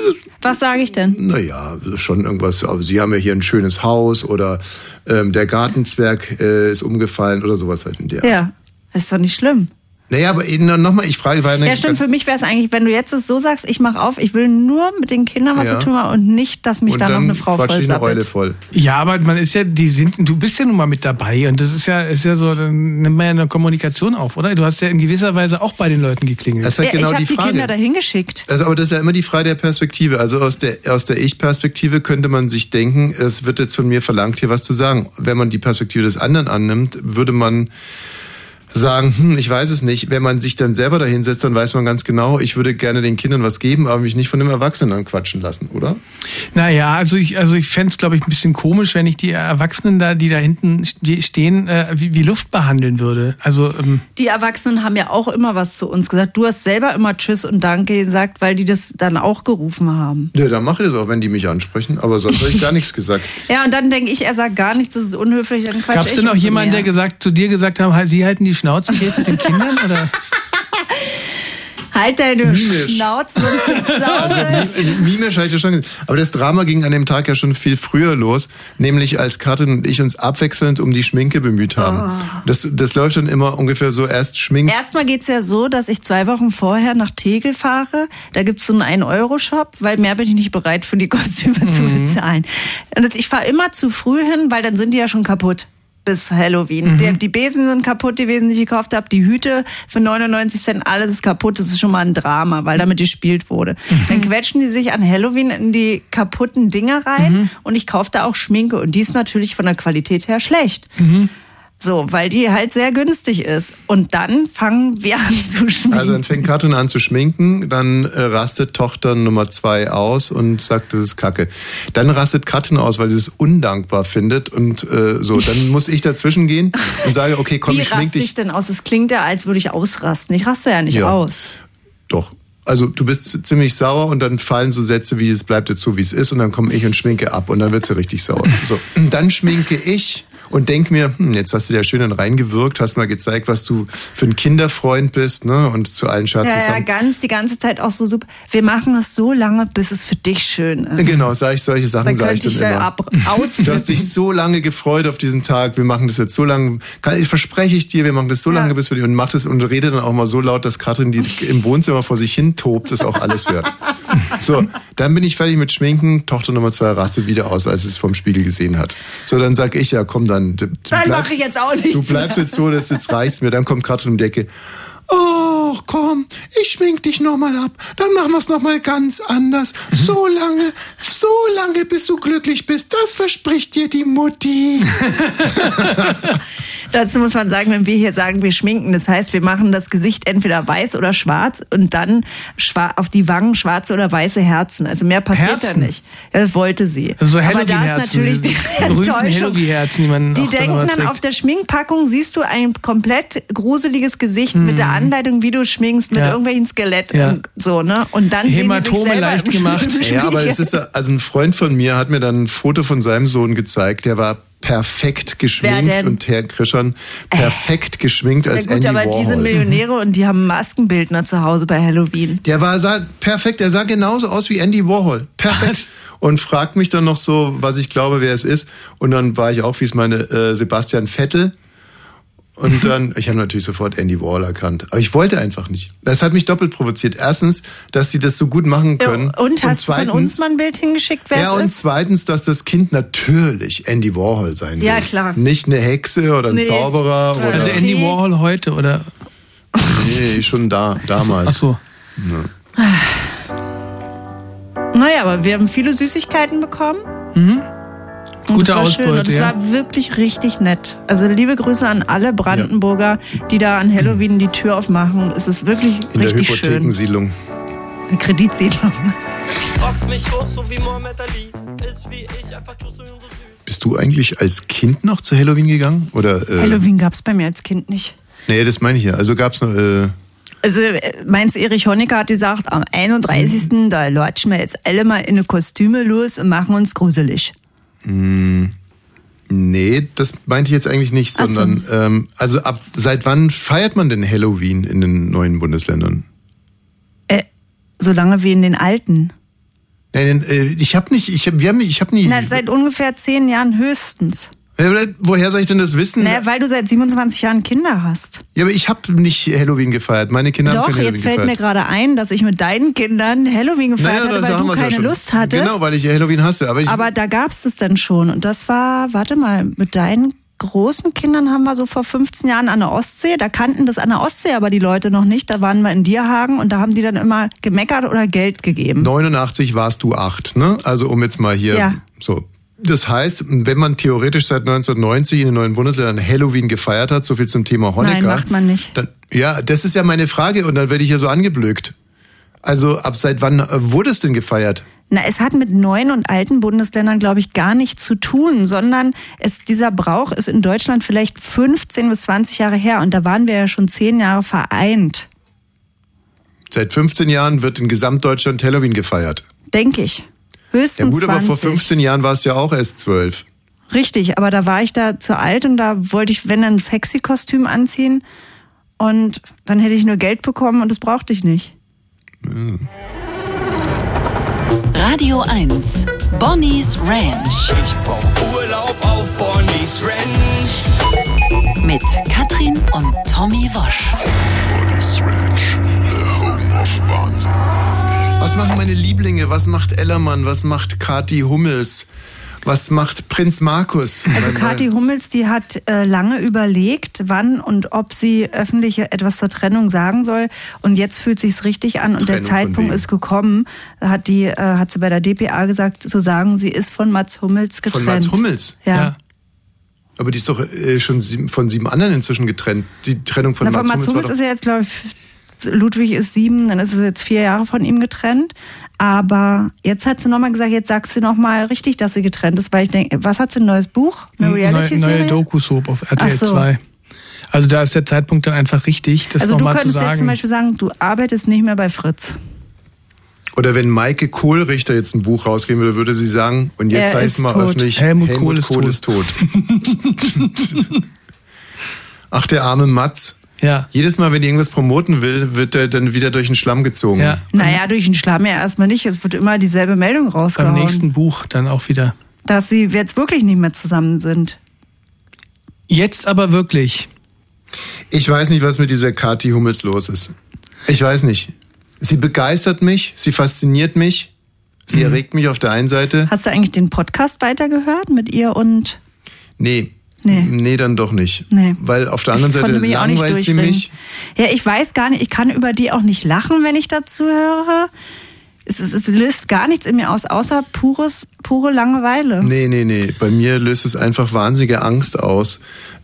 [SPEAKER 9] Was sage ich denn?
[SPEAKER 7] naja, schon irgendwas. Aber sie haben ja hier ein schönes Haus oder ähm, der Gartenzwerg äh, ist umgefallen oder sowas halt in der.
[SPEAKER 9] Ja, ist doch nicht schlimm.
[SPEAKER 7] Naja, aber nochmal, ich frage, weil
[SPEAKER 9] Ja, stimmt. Für mich wäre es eigentlich, wenn du jetzt es so sagst, ich mache auf, ich will nur mit den Kindern was
[SPEAKER 7] Ja.
[SPEAKER 9] zu tun haben und nicht, dass mich
[SPEAKER 7] und
[SPEAKER 9] da noch
[SPEAKER 7] dann
[SPEAKER 9] eine Frau
[SPEAKER 7] quatscht dich eine Eule
[SPEAKER 9] vollsappelt.
[SPEAKER 7] voll.
[SPEAKER 10] Ja, aber man ist ja, die sind, du bist ja nun mal mit dabei und das ist ja, ist ja so, dann nimmt man ja eine Kommunikation auf, oder? Du hast ja in gewisser Weise auch bei den Leuten geklingelt.
[SPEAKER 7] Das ist
[SPEAKER 9] Ja,
[SPEAKER 7] halt genau
[SPEAKER 9] ich habe die,
[SPEAKER 7] Frage.
[SPEAKER 9] Kinder dahin geschickt.
[SPEAKER 7] Also, aber das ist ja immer die Frage der Perspektive. Also aus der, aus der Ich-Perspektive könnte man sich denken, es wird jetzt von mir verlangt, hier was zu sagen. Wenn man die Perspektive des anderen annimmt, würde man sagen, hm, ich weiß es nicht. Wenn man sich dann selber dahinsetzt, dann weiß man ganz genau, ich würde gerne den Kindern was geben, aber mich nicht von dem Erwachsenen dann quatschen lassen, oder?
[SPEAKER 10] Naja, also ich, also ich fänd's, glaube ich, ein bisschen komisch, wenn ich die Erwachsenen da, die da hinten ste- stehen, äh, wie, wie Luft behandeln würde. Also, ähm,
[SPEAKER 9] Die Erwachsenen haben ja auch immer was zu uns gesagt. Du hast selber immer Tschüss und Danke gesagt, weil die das dann auch gerufen haben.
[SPEAKER 7] Ja, dann mache ich das auch, wenn die mich ansprechen. Aber sonst habe ich gar nichts gesagt.
[SPEAKER 9] Ja, und dann denke ich, er sagt gar nichts, das ist unhöflich, dann quatsch
[SPEAKER 10] gab's
[SPEAKER 9] ich
[SPEAKER 10] denn auch
[SPEAKER 9] umso
[SPEAKER 10] jemanden,
[SPEAKER 9] mehr.
[SPEAKER 10] der gesagt, zu dir gesagt haben, halt, sie halten die Schnauze geht mit den Kindern? Oder?
[SPEAKER 9] Halt deine
[SPEAKER 7] Mimisch.
[SPEAKER 9] Schnauze, sonst gibt's
[SPEAKER 7] Also
[SPEAKER 9] Saures.
[SPEAKER 7] mi- mimisch hatte ich schon gesehen. Aber das Drama ging an dem Tag ja schon viel früher los, nämlich als Katrin und ich uns abwechselnd um die Schminke bemüht haben.
[SPEAKER 9] Ah.
[SPEAKER 7] Das, das läuft dann immer ungefähr so, erst schminkt.
[SPEAKER 9] Erstmal geht's ja so, dass ich zwei Wochen vorher nach Tegel fahre. Da gibt's so einen 1-Euro-Shop, weil mehr bin ich nicht bereit, für die Kostüme zu bezahlen. Und das, ich fahre immer zu früh hin, weil dann sind die ja schon kaputt bis Halloween. Die, die Besen sind kaputt gewesen, die ich gekauft habe. Die Hüte für 99 Cent, alles ist kaputt. Das ist schon mal ein Drama, weil damit gespielt wurde. Dann quetschen die sich an Halloween in die kaputten Dinger rein und ich kaufe da auch Schminke. Und die ist natürlich von der Qualität her schlecht. So, weil die halt sehr günstig ist. Und dann fangen wir an zu schminken.
[SPEAKER 7] Also dann fängt Katrin an zu schminken, dann äh, rastet Tochter Nummer zwei aus und sagt, das ist Kacke. Dann rastet Katrin aus, weil sie es undankbar findet und äh, so. Dann muss ich dazwischen gehen und sage, okay, komm,
[SPEAKER 9] Wie
[SPEAKER 7] ich schmink
[SPEAKER 9] raste
[SPEAKER 7] dich.
[SPEAKER 9] ich denn aus? Es klingt ja, als würde ich ausrasten. Ich raste ja nicht
[SPEAKER 7] Ja.
[SPEAKER 9] aus.
[SPEAKER 7] Doch. Also du bist z- ziemlich sauer und dann fallen so Sätze wie es bleibt jetzt so, wie es ist und dann komme ich und schminke ab und dann wird sie richtig sauer. So, dann schminke ich und denk mir, hm, jetzt hast du dir schön dann reingewirkt, hast mal gezeigt, was du für ein Kinderfreund bist ne? und zu allen Scherzen
[SPEAKER 9] Ja, ja,
[SPEAKER 7] sagen,
[SPEAKER 9] ganz, die ganze Zeit auch so super. Wir machen es so lange, bis es für dich schön ist.
[SPEAKER 7] Genau, sage ich solche Sachen,
[SPEAKER 9] Dann
[SPEAKER 7] sage ich
[SPEAKER 9] könnte
[SPEAKER 7] dann
[SPEAKER 9] ich ja
[SPEAKER 7] immer.
[SPEAKER 9] ab- ausflippen.
[SPEAKER 7] du hast dich so lange gefreut auf diesen Tag, wir machen das jetzt so lange, kann, ich verspreche ich dir, wir machen das so lange, bis wir die, und mach das und rede dann auch mal so laut, dass Katrin, die im Wohnzimmer vor sich hin tobt, das auch alles hört. So, dann bin ich fertig mit Schminken, Tochter Nummer zwei rastet wieder aus, als sie es vom Spiegel gesehen hat. So, dann sag ich, ja komm, dann, du, du
[SPEAKER 9] Dann
[SPEAKER 7] bleibst,
[SPEAKER 9] mache ich jetzt auch nichts
[SPEAKER 7] Du bleibst
[SPEAKER 9] mehr.
[SPEAKER 7] jetzt so, dass jetzt reicht's mir, dann kommt Katrin um die Ecke,
[SPEAKER 8] Oh, komm, ich schmink dich nochmal ab. Dann machen wir es nochmal ganz anders.
[SPEAKER 7] Mhm.
[SPEAKER 8] So lange, so lange, bis du glücklich bist. Das verspricht dir die Mutti.
[SPEAKER 9] Dazu muss man sagen, wenn wir hier sagen, wir schminken, das heißt, wir machen das Gesicht entweder weiß oder schwarz und dann schwa- auf die Wangen schwarze oder weiße Herzen. Also mehr passiert
[SPEAKER 10] Herzen?
[SPEAKER 9] da nicht. Ja, Das wollte sie.
[SPEAKER 10] Also so
[SPEAKER 9] Aber da ist
[SPEAKER 10] Halloween-Herzen.
[SPEAKER 9] natürlich die
[SPEAKER 10] diese berühmten
[SPEAKER 9] Enttäuschung.
[SPEAKER 10] Halloween-Herzen, die man
[SPEAKER 9] Die
[SPEAKER 10] auch dann
[SPEAKER 9] denken
[SPEAKER 10] immer
[SPEAKER 9] dann,
[SPEAKER 10] trägt.
[SPEAKER 9] auf der Schminkpackung siehst du ein komplett gruseliges Gesicht mit der Anleitung, wie du schminkst, mit
[SPEAKER 10] Mhm. Ja.
[SPEAKER 9] irgendwelchen Skeletten
[SPEAKER 10] Ja.
[SPEAKER 9] und so, ne? Und dann sehen die sich
[SPEAKER 10] Hämatome
[SPEAKER 9] selber
[SPEAKER 10] leicht
[SPEAKER 9] im
[SPEAKER 10] gemacht.
[SPEAKER 9] Spiegel.
[SPEAKER 7] Ja, aber es ist ja- also ein Freund von mir hat mir dann ein Foto von seinem Sohn gezeigt, der war perfekt geschminkt
[SPEAKER 9] denn?
[SPEAKER 7] und Herr Krischern perfekt geschminkt als
[SPEAKER 9] ja gut,
[SPEAKER 7] Andy
[SPEAKER 9] aber
[SPEAKER 7] Warhol.
[SPEAKER 9] die sind Millionäre und die haben Maskenbildner zu Hause bei Halloween.
[SPEAKER 7] Der war sah perfekt, er sah genauso aus wie Andy Warhol. Perfekt. Und fragt mich dann noch so, was ich glaube, wer es ist. Und dann war ich auch, wie es meine, äh, Sebastian Vettel.
[SPEAKER 9] Mhm.
[SPEAKER 7] Und dann, ich habe natürlich sofort Andy Warhol erkannt. Aber ich wollte einfach nicht. Das hat mich doppelt provoziert. Erstens, dass sie das so gut machen können.
[SPEAKER 9] Äh, Und hast du von uns mal ein Bild hingeschickt, wer
[SPEAKER 7] ja,
[SPEAKER 9] es
[SPEAKER 7] und
[SPEAKER 9] ist?
[SPEAKER 7] zweitens, dass das Kind natürlich Andy Warhol sein
[SPEAKER 9] Ja,
[SPEAKER 7] will.
[SPEAKER 9] klar.
[SPEAKER 7] Nicht eine Hexe oder ein
[SPEAKER 9] Nee.
[SPEAKER 7] Zauberer oder.
[SPEAKER 10] Also Andy Warhol heute oder
[SPEAKER 7] nee, schon da, damals.
[SPEAKER 10] Ach so.
[SPEAKER 7] Ja.
[SPEAKER 9] Naja, aber wir haben viele Süßigkeiten bekommen.
[SPEAKER 7] Mhm.
[SPEAKER 9] Und
[SPEAKER 10] gute
[SPEAKER 9] es war schön
[SPEAKER 10] Ausbeute.
[SPEAKER 9] und es
[SPEAKER 10] ja.
[SPEAKER 9] war wirklich richtig nett. Also liebe Grüße an alle Brandenburger, die da an Halloween die Tür aufmachen. Es ist wirklich
[SPEAKER 7] In der
[SPEAKER 9] richtig schön.
[SPEAKER 7] Hypothekensiedlung.
[SPEAKER 9] Eine Kreditsiedlung.
[SPEAKER 5] Rockst mich hoch, so wie Mohammed Ali. Ist wie ich, einfach tust du so süß.
[SPEAKER 7] Bist du eigentlich als Kind noch zu Halloween gegangen? Oder, äh,
[SPEAKER 9] Halloween gab es bei mir als Kind nicht.
[SPEAKER 7] Nee, das meine ich ja. Also gab's noch. Äh,
[SPEAKER 9] Also äh, meins Erich Honecker hat gesagt, am 31.
[SPEAKER 7] Mhm.
[SPEAKER 9] da latschen wir jetzt alle mal in eine Kostüme los und machen uns gruselig.
[SPEAKER 7] mh, nee, das meinte ich jetzt eigentlich nicht,
[SPEAKER 9] Ach so.
[SPEAKER 7] sondern. Ähm, also ab seit wann feiert man denn Halloween in den neuen Bundesländern?
[SPEAKER 9] Äh, solange wie in den alten.
[SPEAKER 7] Nein, nein, äh, ich habe nicht. Ich hab, wir haben nicht. Ich habe nie.
[SPEAKER 9] Na, seit ungefähr zehn Jahren höchstens.
[SPEAKER 7] Äh, Woher soll ich denn das wissen?
[SPEAKER 9] Na, Ne, weil du seit 27 Jahren Kinder hast.
[SPEAKER 7] Ja, aber ich habe nicht Halloween gefeiert. Meine Kinder haben
[SPEAKER 9] Doch,
[SPEAKER 7] kein Halloween
[SPEAKER 9] jetzt fällt mir
[SPEAKER 7] gefeiert.
[SPEAKER 9] gerade ein, dass ich mit deinen Kindern Halloween gefeiert
[SPEAKER 7] dann
[SPEAKER 9] hatte, weil
[SPEAKER 7] haben
[SPEAKER 9] du
[SPEAKER 7] wir's
[SPEAKER 9] keine
[SPEAKER 7] schon.
[SPEAKER 9] Lust hattest.
[SPEAKER 7] Genau, weil ich Halloween hasse. Aber ich,
[SPEAKER 9] aber da gab es das dann schon. Und das war, warte mal, mit deinen großen Kindern haben wir so vor 15 Jahren an der Ostsee, da kannten das an der Ostsee aber die Leute noch nicht. Da waren wir in Dierhagen und da haben die dann immer gemeckert oder Geld gegeben.
[SPEAKER 7] 89 warst du acht, ne? Also um jetzt mal hier
[SPEAKER 9] Ja.
[SPEAKER 7] so. Das heißt, wenn man theoretisch seit 1990 in den neuen Bundesländern Halloween gefeiert hat, so viel zum Thema Honecker.
[SPEAKER 9] Nein, macht man nicht.
[SPEAKER 7] Dann, ja, das ist ja meine Frage und dann werde ich hier so angeblökt. Also ab seit wann äh, wurde es denn gefeiert?
[SPEAKER 9] Na, es hat mit neuen und alten Bundesländern, glaube ich, gar nichts zu tun, sondern es, dieser Brauch ist in Deutschland vielleicht 15 bis 20 Jahre her und da waren wir ja schon 10 Jahre vereint,
[SPEAKER 7] Seit 15 Jahren wird in Gesamtdeutschland Halloween gefeiert.
[SPEAKER 9] denke ich.
[SPEAKER 7] Ja
[SPEAKER 9] Höchstens
[SPEAKER 7] gut,
[SPEAKER 9] 20.
[SPEAKER 7] aber vor 15 Jahren war es ja auch erst 12.
[SPEAKER 9] Richtig, aber da war ich da zu alt und da wollte ich, wenn, dann ein sexy Kostüm anziehen und dann hätte ich nur Geld bekommen und das brauchte ich nicht.
[SPEAKER 4] Radio 1. Bonnie's Ranch.
[SPEAKER 5] Ich brauch Urlaub auf Bonnie's Ranch.
[SPEAKER 4] Mit Katrin und Tommy Wosch.
[SPEAKER 6] Bonnie's Ranch, the home of Wahnsinn.
[SPEAKER 7] Was machen meine Lieblinge? Was macht Ellermann? Was macht Kati Hummels? Was macht Prinz Markus? äh,
[SPEAKER 9] Also
[SPEAKER 7] Mein-
[SPEAKER 9] Kathi Hummels, die hat äh, lange überlegt, wann und ob sie öffentlich etwas zur Trennung sagen soll. Und jetzt fühlt sich's richtig an und der
[SPEAKER 7] Trennung von
[SPEAKER 9] Zeitpunkt
[SPEAKER 7] wem?
[SPEAKER 9] ist gekommen. Hat die, äh, hat sie bei der DPA gesagt, zu sagen, sie ist von Mats Hummels getrennt.
[SPEAKER 7] Von Mats Hummels?
[SPEAKER 9] Ja.
[SPEAKER 7] Ja. Aber die ist doch äh, schon sieben, von sieben anderen inzwischen getrennt. Die Trennung von
[SPEAKER 9] Na, von
[SPEAKER 7] Mats Hummels war
[SPEAKER 9] Matsumits
[SPEAKER 7] doch
[SPEAKER 9] ist ja jetzt, glaube ich, Ludwig ist sieben, dann ist es jetzt vier Jahre von ihm getrennt. Aber jetzt hat sie nochmal gesagt, jetzt sagt sie nochmal richtig, dass sie getrennt ist, weil ich denke, was hat sie ein neues Buch? Eine
[SPEAKER 10] Neue, Hm, neue
[SPEAKER 9] Reality-Serie?
[SPEAKER 10] Doku-Soap auf RTL
[SPEAKER 9] Ach so.
[SPEAKER 10] 2. Also da ist der Zeitpunkt dann einfach richtig, das
[SPEAKER 9] Also du
[SPEAKER 10] nochmal zu
[SPEAKER 9] könntest jetzt zum
[SPEAKER 10] sagen.
[SPEAKER 9] Beispiel sagen, du arbeitest nicht mehr bei Fritz.
[SPEAKER 7] Oder wenn Maike Kohlrichter jetzt ein Buch rausgeben würde, würde sie sagen, und jetzt
[SPEAKER 9] Er
[SPEAKER 7] heißt
[SPEAKER 9] ist
[SPEAKER 7] mal
[SPEAKER 9] tot.
[SPEAKER 7] öffentlich,
[SPEAKER 10] Helmut Kohl ist tot.
[SPEAKER 7] Ach, der arme Matz.
[SPEAKER 10] Ja.
[SPEAKER 7] Jedes Mal, wenn die irgendwas promoten will, wird er dann wieder durch den Schlamm gezogen.
[SPEAKER 10] Ja.
[SPEAKER 9] Naja, durch den Schlamm ja erstmal nicht. Es wird immer dieselbe Meldung
[SPEAKER 10] Beim
[SPEAKER 9] rausgehauen,
[SPEAKER 10] nächsten Buch dann auch wieder.
[SPEAKER 9] dass sie jetzt wirklich nicht mehr zusammen sind.
[SPEAKER 10] Jetzt aber wirklich.
[SPEAKER 7] Ich weiß nicht, was mit dieser Kati Hummels los ist. Ich weiß nicht. Sie begeistert mich, sie fasziniert mich,
[SPEAKER 10] Mhm.
[SPEAKER 7] sie erregt mich auf der einen Seite.
[SPEAKER 9] Hast du eigentlich den Podcast weitergehört mit ihr und
[SPEAKER 7] Nee.
[SPEAKER 9] Nee.
[SPEAKER 7] Nee, dann doch nicht.
[SPEAKER 9] Nee.
[SPEAKER 7] Weil auf der anderen
[SPEAKER 9] Ich konnte
[SPEAKER 7] Seite
[SPEAKER 9] mich auch nicht
[SPEAKER 7] langweilt sie
[SPEAKER 9] durchringen.
[SPEAKER 7] mich.
[SPEAKER 9] Ja, ich weiß gar nicht, ich kann über die auch nicht lachen, wenn ich dazu höre. Es, es, es löst gar nichts in mir aus, außer pures, pure Langeweile.
[SPEAKER 7] Nee, nee, nee. Bei mir löst es einfach wahnsinnige Angst aus,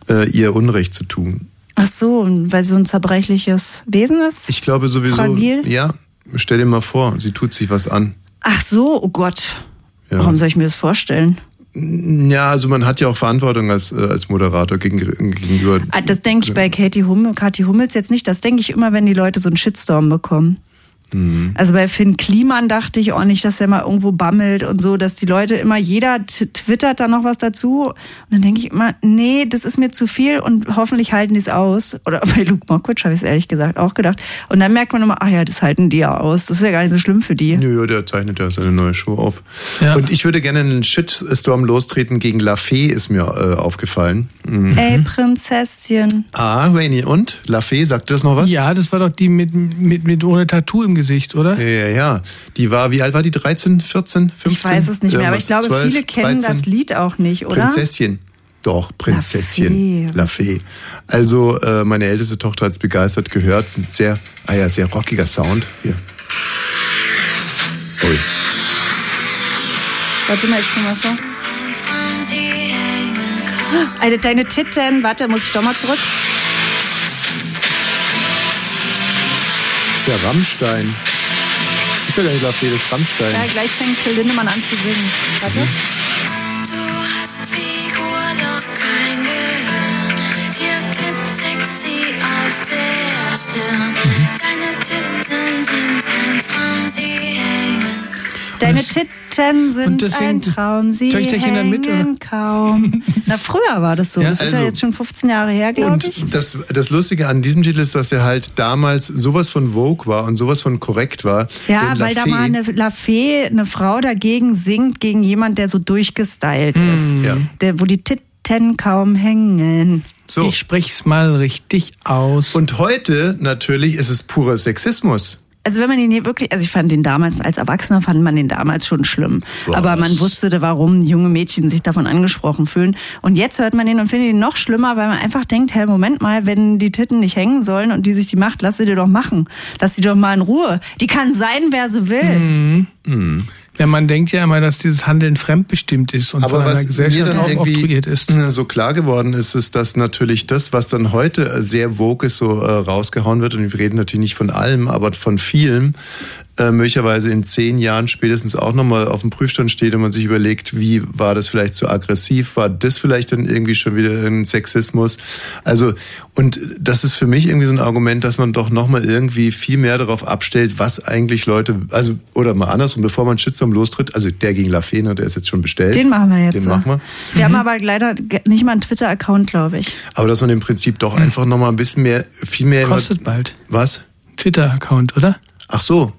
[SPEAKER 7] äh, ihr Unrecht zu tun.
[SPEAKER 9] Ach so, weil so ein zerbrechliches Wesen ist?
[SPEAKER 7] Ich glaube sowieso.
[SPEAKER 9] Fragil?
[SPEAKER 7] Ja, stell dir mal vor, sie tut sich was an.
[SPEAKER 9] Ach so, oh Gott.
[SPEAKER 7] Ja.
[SPEAKER 9] Warum soll ich mir das vorstellen?
[SPEAKER 7] Ja, also man hat ja auch Verantwortung als, äh, als Moderator gegen, gegenüber.
[SPEAKER 9] Ah, Das denke ich bei Katie, Hummel, Katie Hummels jetzt nicht. Das denke ich immer, wenn die Leute so einen Shitstorm bekommen. Also bei Finn Kliman dachte ich auch nicht, dass er mal irgendwo bammelt und so, dass die Leute immer, jeder t- twittert da noch was dazu. Und dann denke ich immer, nee, das ist mir zu viel und hoffentlich halten die es aus. Oder bei Luke Mockridge habe ich es ehrlich gesagt auch gedacht. Und dann merkt man immer, ach ja, das halten die ja aus. Das ist ja gar nicht so schlimm für die.
[SPEAKER 7] Nö, ja, der zeichnet ja seine neue Show auf. Und ich würde gerne einen Shitstorm lostreten gegen La Fee, ist mir äh, aufgefallen. Mhm.
[SPEAKER 9] Ey, Prinzesschen.
[SPEAKER 7] Ah, Rainy und? La Fee, sagt dir das noch was?
[SPEAKER 10] Ja, das war doch die mit, mit, mit ohne Tattoo im Gesicht, oder?
[SPEAKER 7] Ja, ja, ja. Die war, wie alt war die? 13, 14, 15?
[SPEAKER 9] Ich weiß es nicht mehr, aber ich glaube, viele kennen das Lied auch nicht, oder?
[SPEAKER 7] Prinzesschen. Doch, Prinzesschen. La Fee. Also, äh, meine älteste Tochter hat es begeistert gehört. Es ist Ein sehr, ah ja, sehr rockiger Sound. Hier. Ui.
[SPEAKER 9] Warte mal, ich komm mal vor. Alter, deine Titten. Warte, muss ich doch mal zurück.
[SPEAKER 7] Ist ja Rammstein. Ist ja gar nicht La Fee, das ist Rammstein.
[SPEAKER 9] Ja, gleich fängt Till Lindemann an zu singen. Warte. Deine Titten sind
[SPEAKER 10] und das
[SPEAKER 9] ein
[SPEAKER 10] singt
[SPEAKER 9] Traum, sie
[SPEAKER 10] Töchterchen dann
[SPEAKER 9] hängen
[SPEAKER 10] mit,
[SPEAKER 9] kaum. Na, früher war das so.
[SPEAKER 7] Ja,
[SPEAKER 9] das ist
[SPEAKER 7] also-
[SPEAKER 9] ja jetzt schon 15 Jahre her, glaube ich.
[SPEAKER 7] Und das, das Lustige an diesem Titel ist, dass er halt damals sowas von Vogue war und sowas von korrekt war.
[SPEAKER 9] Ja,
[SPEAKER 7] Denn La
[SPEAKER 9] weil da
[SPEAKER 7] Fee-
[SPEAKER 9] mal eine La Fee, eine Frau dagegen singt, gegen jemand, der so durchgestylt ist.
[SPEAKER 7] Hm. Ja.
[SPEAKER 9] Der, wo die Titten kaum hängen.
[SPEAKER 7] So.
[SPEAKER 10] Ich sprich's mal richtig aus.
[SPEAKER 7] Und heute natürlich ist es purer Sexismus.
[SPEAKER 9] Also wenn man ihn hier wirklich, also ich fand den damals als Erwachsener fand man den damals schon schlimm, aber man wusste, warum junge Mädchen sich davon angesprochen fühlen. Und jetzt hört man den und findet ihn noch schlimmer, weil man einfach denkt, hey, Moment mal, wenn die Titten nicht hängen sollen und die sich die macht, lass sie dir doch machen, lass sie doch mal in Ruhe. Die kann sein, wer sie will.
[SPEAKER 7] Hm.
[SPEAKER 10] Ja, man denkt ja immer, dass dieses Handeln fremdbestimmt ist und
[SPEAKER 7] Aber
[SPEAKER 10] von einer
[SPEAKER 7] was mir
[SPEAKER 10] Gesellschaft
[SPEAKER 7] dann
[SPEAKER 10] auch
[SPEAKER 7] irgendwie
[SPEAKER 10] oktroyiert ist.
[SPEAKER 7] so klar geworden ist, ist, dass natürlich das, was dann heute sehr vogue ist, so äh, rausgehauen wird, und wir reden natürlich nicht von allem, aber von vielem, äh, möglicherweise in zehn Jahren spätestens auch nochmal auf dem Prüfstand steht und man sich überlegt, wie war das vielleicht zu aggressiv, war das vielleicht dann irgendwie schon wieder ein Sexismus. Also, und das ist für mich irgendwie so ein Argument, dass man doch nochmal irgendwie viel mehr darauf abstellt, was eigentlich Leute, also, oder mal andersrum, bevor man Shitstorm lostritt, also der gegen Lafayne, ne, der ist jetzt schon bestellt.
[SPEAKER 9] Den machen wir jetzt.
[SPEAKER 7] Den
[SPEAKER 9] so.
[SPEAKER 7] machen wir.
[SPEAKER 9] Wir
[SPEAKER 10] Mhm.
[SPEAKER 9] haben aber leider ge- nicht mal einen Twitter-Account, glaube ich.
[SPEAKER 7] Aber dass man im Prinzip doch
[SPEAKER 9] Hm.
[SPEAKER 7] einfach nochmal ein bisschen mehr, viel mehr.
[SPEAKER 10] Kostet bald.
[SPEAKER 7] Was?
[SPEAKER 10] Twitter-Account, oder?
[SPEAKER 7] Ach so.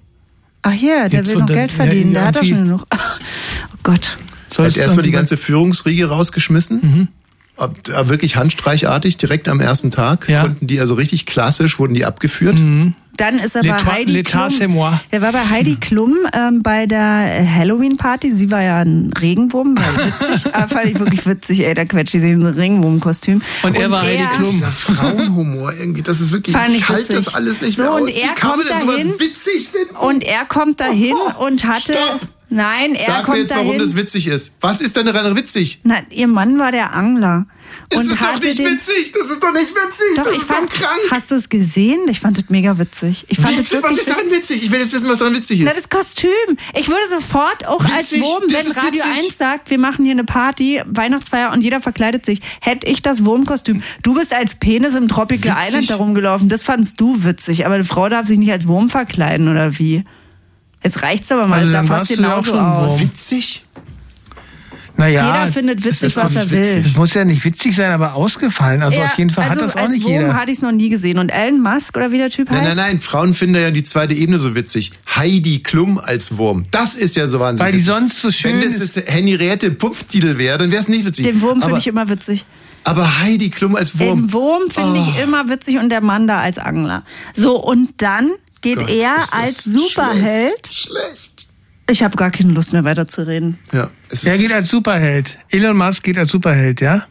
[SPEAKER 9] Ach hier, der
[SPEAKER 10] Jetzt
[SPEAKER 9] will noch
[SPEAKER 10] unter-
[SPEAKER 9] Geld verdienen,
[SPEAKER 10] ja,
[SPEAKER 9] der hat doch
[SPEAKER 10] irgendwie-
[SPEAKER 9] schon genug. Oh Gott.
[SPEAKER 7] Hat Also erstmal die ganze Führungsriege rausgeschmissen. Ab- ab- Wirklich handstreichartig, direkt am ersten Tag. Konnten die also richtig klassisch, wurden die abgeführt.
[SPEAKER 9] Dann ist er
[SPEAKER 7] Les
[SPEAKER 9] bei
[SPEAKER 7] trois-
[SPEAKER 9] Heidi
[SPEAKER 7] les trois, c'est
[SPEAKER 9] Klum.
[SPEAKER 7] moi.
[SPEAKER 9] Er war bei
[SPEAKER 10] Hm.
[SPEAKER 9] Heidi Klum ähm, bei der Halloween-Party. Sie war ja ein Regenwurm, war witzig. aber fand ich wirklich witzig, ey, da quetscht sie sich in so ein Regenwurm-Kostüm.
[SPEAKER 10] Und er war Heidi Klum.
[SPEAKER 7] Dieser Frauenhumor irgendwie, das ist wirklich,
[SPEAKER 9] Fand
[SPEAKER 7] ich,
[SPEAKER 9] ich
[SPEAKER 7] halte
[SPEAKER 9] witzig.
[SPEAKER 7] das alles nicht
[SPEAKER 9] so,
[SPEAKER 7] mehr
[SPEAKER 9] und
[SPEAKER 7] aus.
[SPEAKER 9] er
[SPEAKER 7] Wie kann
[SPEAKER 9] kommt
[SPEAKER 7] man denn
[SPEAKER 9] dahin,
[SPEAKER 7] sowas witzig finden?
[SPEAKER 9] Und er kommt dahin und hatte...
[SPEAKER 7] stopp!
[SPEAKER 9] Nein, er
[SPEAKER 7] Sag
[SPEAKER 9] kommt
[SPEAKER 7] mir jetzt,
[SPEAKER 9] dahin.
[SPEAKER 7] warum das witzig ist. Was ist denn daran witzig?
[SPEAKER 9] Na, ihr Mann war der Angler.
[SPEAKER 7] Es
[SPEAKER 9] und
[SPEAKER 7] ist doch
[SPEAKER 9] hatte
[SPEAKER 7] nicht
[SPEAKER 9] den-
[SPEAKER 7] witzig, das ist doch nicht witzig,
[SPEAKER 9] Doch,
[SPEAKER 7] das
[SPEAKER 9] ich
[SPEAKER 7] ist
[SPEAKER 9] fand,
[SPEAKER 7] doch krank.
[SPEAKER 9] Hast du es gesehen? Ich fand es mega witzig. Ich fand es
[SPEAKER 7] Witzig, was
[SPEAKER 9] wirklich
[SPEAKER 7] ist daran witzig? Ich will jetzt wissen, was daran witzig
[SPEAKER 9] Na,
[SPEAKER 7] ist.
[SPEAKER 9] das Kostüm. Ich würde sofort auch als
[SPEAKER 7] Witzig,
[SPEAKER 9] Wurm,
[SPEAKER 7] das
[SPEAKER 9] wenn
[SPEAKER 7] ist
[SPEAKER 9] Radio
[SPEAKER 7] witzig.
[SPEAKER 9] 1 sagt, wir machen hier eine Party, Weihnachtsfeier und jeder verkleidet sich, hätte ich das Wurmkostüm. Du bist als Penis im Tropical
[SPEAKER 7] Witzig.
[SPEAKER 9] Island herumgelaufen. Das fandst du witzig. Aber eine Frau darf sich nicht als Wurm verkleiden, oder wie? Jetzt reicht's aber mal.
[SPEAKER 10] Also
[SPEAKER 9] es sah
[SPEAKER 10] dann
[SPEAKER 9] fast
[SPEAKER 10] warst du ja auch
[SPEAKER 9] genauso
[SPEAKER 10] schon ein
[SPEAKER 9] aus.
[SPEAKER 10] Wurm.
[SPEAKER 7] Witzig?
[SPEAKER 10] Naja,
[SPEAKER 9] Jeder findet
[SPEAKER 10] das
[SPEAKER 9] witzig,
[SPEAKER 10] ist doch
[SPEAKER 9] was
[SPEAKER 10] nicht
[SPEAKER 9] er will.
[SPEAKER 10] witzig. Das muss ja nicht witzig sein, aber ausgefallen. Also
[SPEAKER 9] Ja,
[SPEAKER 10] auf jeden Fall
[SPEAKER 9] also
[SPEAKER 10] hat das auch
[SPEAKER 9] als
[SPEAKER 10] nicht
[SPEAKER 9] Wurm
[SPEAKER 10] jeder.
[SPEAKER 9] hatte ich es noch nie gesehen. Und Elon Musk, oder wie der Typ
[SPEAKER 7] Nein,
[SPEAKER 9] heißt?
[SPEAKER 7] nein, nein, Frauen finden ja die zweite Ebene so witzig. Heidi Klum als Wurm. Das ist ja so wahnsinnig.
[SPEAKER 10] Weil die
[SPEAKER 7] witzig.
[SPEAKER 10] sonst so schön
[SPEAKER 7] Wenn das
[SPEAKER 10] ist.
[SPEAKER 7] jetzt Henriette Pumpftitel wäre, dann wäre es nicht witzig.
[SPEAKER 9] Den Wurm finde
[SPEAKER 7] aber,
[SPEAKER 9] ich immer witzig.
[SPEAKER 7] aber Heidi Klum als Wurm. Ah.
[SPEAKER 9] Den Wurm finde ich immer witzig und der Mann da als Angler. So, und dann geht
[SPEAKER 7] Gott,
[SPEAKER 9] er
[SPEAKER 7] ist das
[SPEAKER 9] als Superheld.
[SPEAKER 7] Schlecht.
[SPEAKER 9] Ich habe gar keine Lust mehr weiterzureden.
[SPEAKER 7] Ja, es
[SPEAKER 10] Der
[SPEAKER 7] ist
[SPEAKER 10] geht als Superheld. Elon Musk geht als Superheld, ja?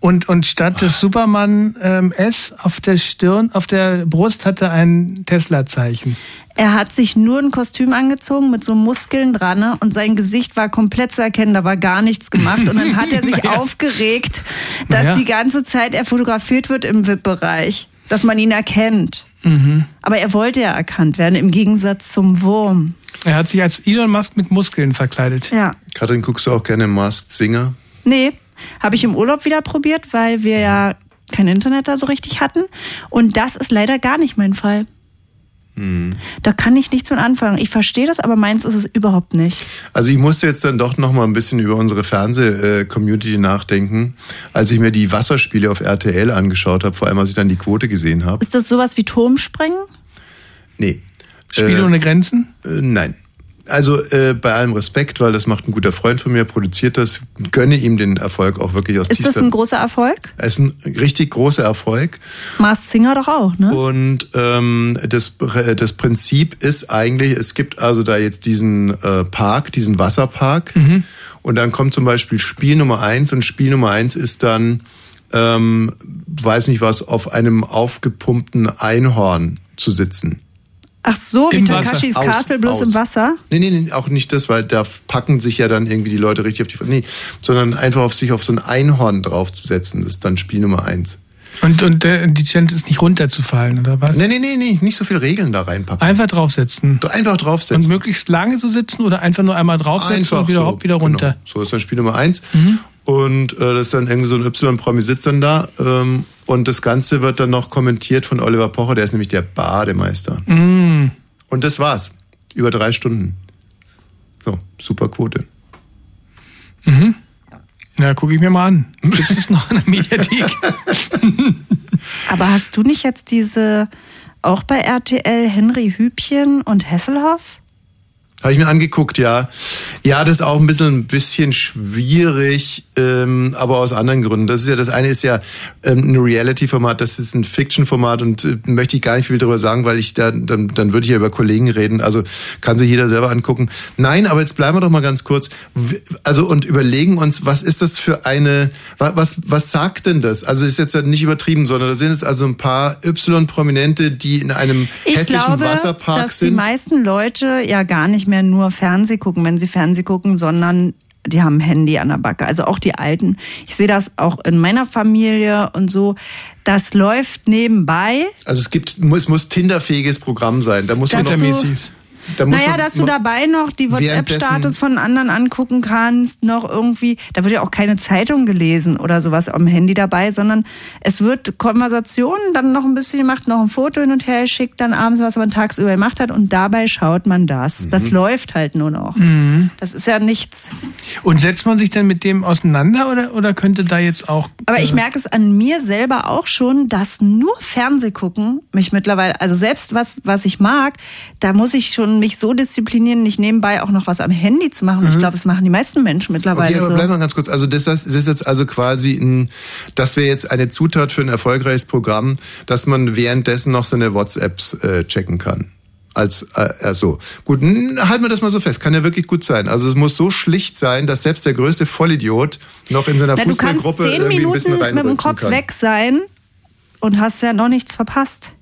[SPEAKER 10] Und, und statt des Superman ähm, S auf der Stirn, auf der Brust hat er ein Tesla-Zeichen.
[SPEAKER 9] Er hat sich nur ein Kostüm angezogen mit so Muskeln dran ne? und sein Gesicht war komplett zu erkennen, da war gar nichts gemacht. Und dann hat er sich aufgeregt, dass
[SPEAKER 10] Naja.
[SPEAKER 9] die ganze Zeit er fotografiert wird im VIP-Bereich, dass man ihn erkennt.
[SPEAKER 7] Mhm.
[SPEAKER 9] Aber er wollte ja erkannt werden, im Gegensatz zum Wurm.
[SPEAKER 10] Er hat sich als Elon Musk mit Muskeln
[SPEAKER 7] Äh.
[SPEAKER 10] verkleidet.
[SPEAKER 9] Ja.
[SPEAKER 7] Katrin, guckst du auch gerne Masked Singer?
[SPEAKER 9] Nee, habe ich im Urlaub wieder probiert, weil wir ja kein Internet da so richtig hatten. Und das ist leider gar nicht mein Fall. Da kann ich nichts mit anfangen. Ich verstehe das, aber meins ist es überhaupt nicht.
[SPEAKER 7] Also ich musste jetzt dann doch noch mal ein bisschen über unsere Fernseh-Community nachdenken, als ich mir die Wasserspiele auf RTL angeschaut habe, vor allem als ich dann die Quote gesehen habe.
[SPEAKER 9] Ist das sowas wie Turmsprengen?
[SPEAKER 7] Nee.
[SPEAKER 10] Spiel ohne Grenzen?
[SPEAKER 7] Äh, nein. Also äh, bei allem Respekt, weil das macht ein guter Freund von mir, produziert das, gönne ihm den Erfolg auch wirklich aus
[SPEAKER 9] Ist das
[SPEAKER 7] tiefster...
[SPEAKER 9] ein großer Erfolg?
[SPEAKER 7] es ist ein richtig großer Erfolg.
[SPEAKER 9] Mars Singer doch
[SPEAKER 7] Oh.
[SPEAKER 9] auch, ne?
[SPEAKER 7] Und ähm, das, das Prinzip ist eigentlich, es gibt also da jetzt diesen äh, Park, diesen Wasserpark.
[SPEAKER 9] Mhm.
[SPEAKER 7] Und dann kommt zum Beispiel Spiel Nummer eins und Spiel Nummer eins ist dann, ähm, weiß nicht was, auf einem aufgepumpten Einhorn zu sitzen.
[SPEAKER 9] Ach so, wie
[SPEAKER 10] Im Wasser.
[SPEAKER 9] Takashis
[SPEAKER 7] Aus,
[SPEAKER 9] Castle, bloß
[SPEAKER 7] aus.
[SPEAKER 9] im Wasser.
[SPEAKER 7] Nee, nee, nee, auch nicht das, weil da packen sich ja dann irgendwie die Leute richtig auf die... Nee, sondern einfach auf sich auf so ein Einhorn draufzusetzen, das ist dann Spiel Nummer eins.
[SPEAKER 10] Und, und äh, die Chance ist nicht runterzufallen, oder was?
[SPEAKER 7] Nee, nee, nee, nee, nicht so viel Regeln da reinpacken.
[SPEAKER 10] Einfach draufsetzen.
[SPEAKER 7] Einfach
[SPEAKER 10] Und
[SPEAKER 7] draufsetzen.
[SPEAKER 10] möglichst lange so sitzen oder einfach nur einmal draufsetzen und wieder hopp, wieder runter. Mhm.
[SPEAKER 7] Genau. So ist dann Spiel Nummer eins. Und äh, das ist dann irgendwie so ein Y-Promi sitzt dann da. Ähm, und das Ganze wird dann noch kommentiert von Oliver Pocher, der ist nämlich der Bademeister.
[SPEAKER 10] Mhm.
[SPEAKER 7] Und das war's. Über drei Stunden. So, super Quote.
[SPEAKER 10] Na, gucke ich mir mal an. Gibt es noch in der Mediathek?
[SPEAKER 9] Aber hast du nicht jetzt diese, auch bei RTL, Henry Hübchen und Hesselhoff?
[SPEAKER 7] Habe ich mir angeguckt, ja. Ja, das ist auch ein bisschen, ein bisschen schwierig, ähm, aber aus anderen Gründen. Das ist ja, das eine ist ja ähm, ein Reality-Format, das ist ein Fiction-Format und äh, möchte ich gar nicht viel darüber sagen, weil ich da, dann, dann würde ich ja über Kollegen reden. Also kann sich jeder selber angucken. Nein, aber jetzt bleiben wir doch mal ganz kurz. W- Also und überlegen uns, was ist das für eine, wa- was, was sagt denn das? Also ist jetzt ja nicht übertrieben, sondern da sind jetzt also ein paar Y-Prominente, die in einem
[SPEAKER 9] Ich
[SPEAKER 7] hässlichen
[SPEAKER 9] glaube,
[SPEAKER 7] Wasserpark
[SPEAKER 9] dass die
[SPEAKER 7] sind.
[SPEAKER 9] meisten Leute ja gar nicht mehr nur Fernseh gucken, wenn sie Fernseh gucken, sondern die haben ein Handy an der Backe, also auch die Alten. Ich sehe das auch in meiner Familie und so. Das läuft nebenbei.
[SPEAKER 7] Also es gibt, es muss Tinderfähiges Programm sein. Da muss man
[SPEAKER 9] Dass
[SPEAKER 7] noch,
[SPEAKER 9] du,
[SPEAKER 10] Mäßigs.
[SPEAKER 7] da muss
[SPEAKER 9] naja,
[SPEAKER 7] man,
[SPEAKER 9] dass du dabei noch die
[SPEAKER 7] Währenddessen-
[SPEAKER 9] WhatsApp-Status von anderen angucken kannst, noch irgendwie, da wird ja auch keine Zeitung gelesen oder sowas am Handy dabei, sondern es wird Konversationen dann noch ein bisschen gemacht, noch ein Foto hin und her geschickt, dann abends, was man tagsüber gemacht hat und dabei schaut man das.
[SPEAKER 7] Mhm.
[SPEAKER 9] Das läuft halt nur noch. Das ist ja nichts.
[SPEAKER 10] Und setzt man sich dann mit dem auseinander oder, oder könnte da jetzt auch.
[SPEAKER 9] Aber ich
[SPEAKER 7] Mhm.
[SPEAKER 10] äh,
[SPEAKER 9] merke es an mir selber auch schon, dass nur Fernsehgucken mich mittlerweile, also selbst was, was ich mag, da muss ich schon mich so disziplinieren, nicht nebenbei auch noch was am Handy zu machen. Ich glaube, das machen die meisten Menschen mittlerweile
[SPEAKER 7] Mhm. Okay, aber
[SPEAKER 9] so.
[SPEAKER 7] bleib mal ganz kurz. Also das, heißt, das ist jetzt also quasi ein, das wäre jetzt eine Zutat für ein erfolgreiches Programm, dass man währenddessen noch seine WhatsApps äh, checken kann. Als äh, äh, so. Gut, n- halten wir das mal so fest. Kann ja wirklich gut sein. Also es muss so schlicht sein, dass selbst der größte Vollidiot noch in seiner
[SPEAKER 9] Na, du kannst
[SPEAKER 7] Fußballgruppe
[SPEAKER 9] zehn
[SPEAKER 7] irgendwie ein
[SPEAKER 9] Minuten
[SPEAKER 7] bisschen
[SPEAKER 9] mit dem
[SPEAKER 7] reinrutschen
[SPEAKER 9] Kopf
[SPEAKER 7] kann.
[SPEAKER 9] weg sein und hast ja noch nichts verpasst.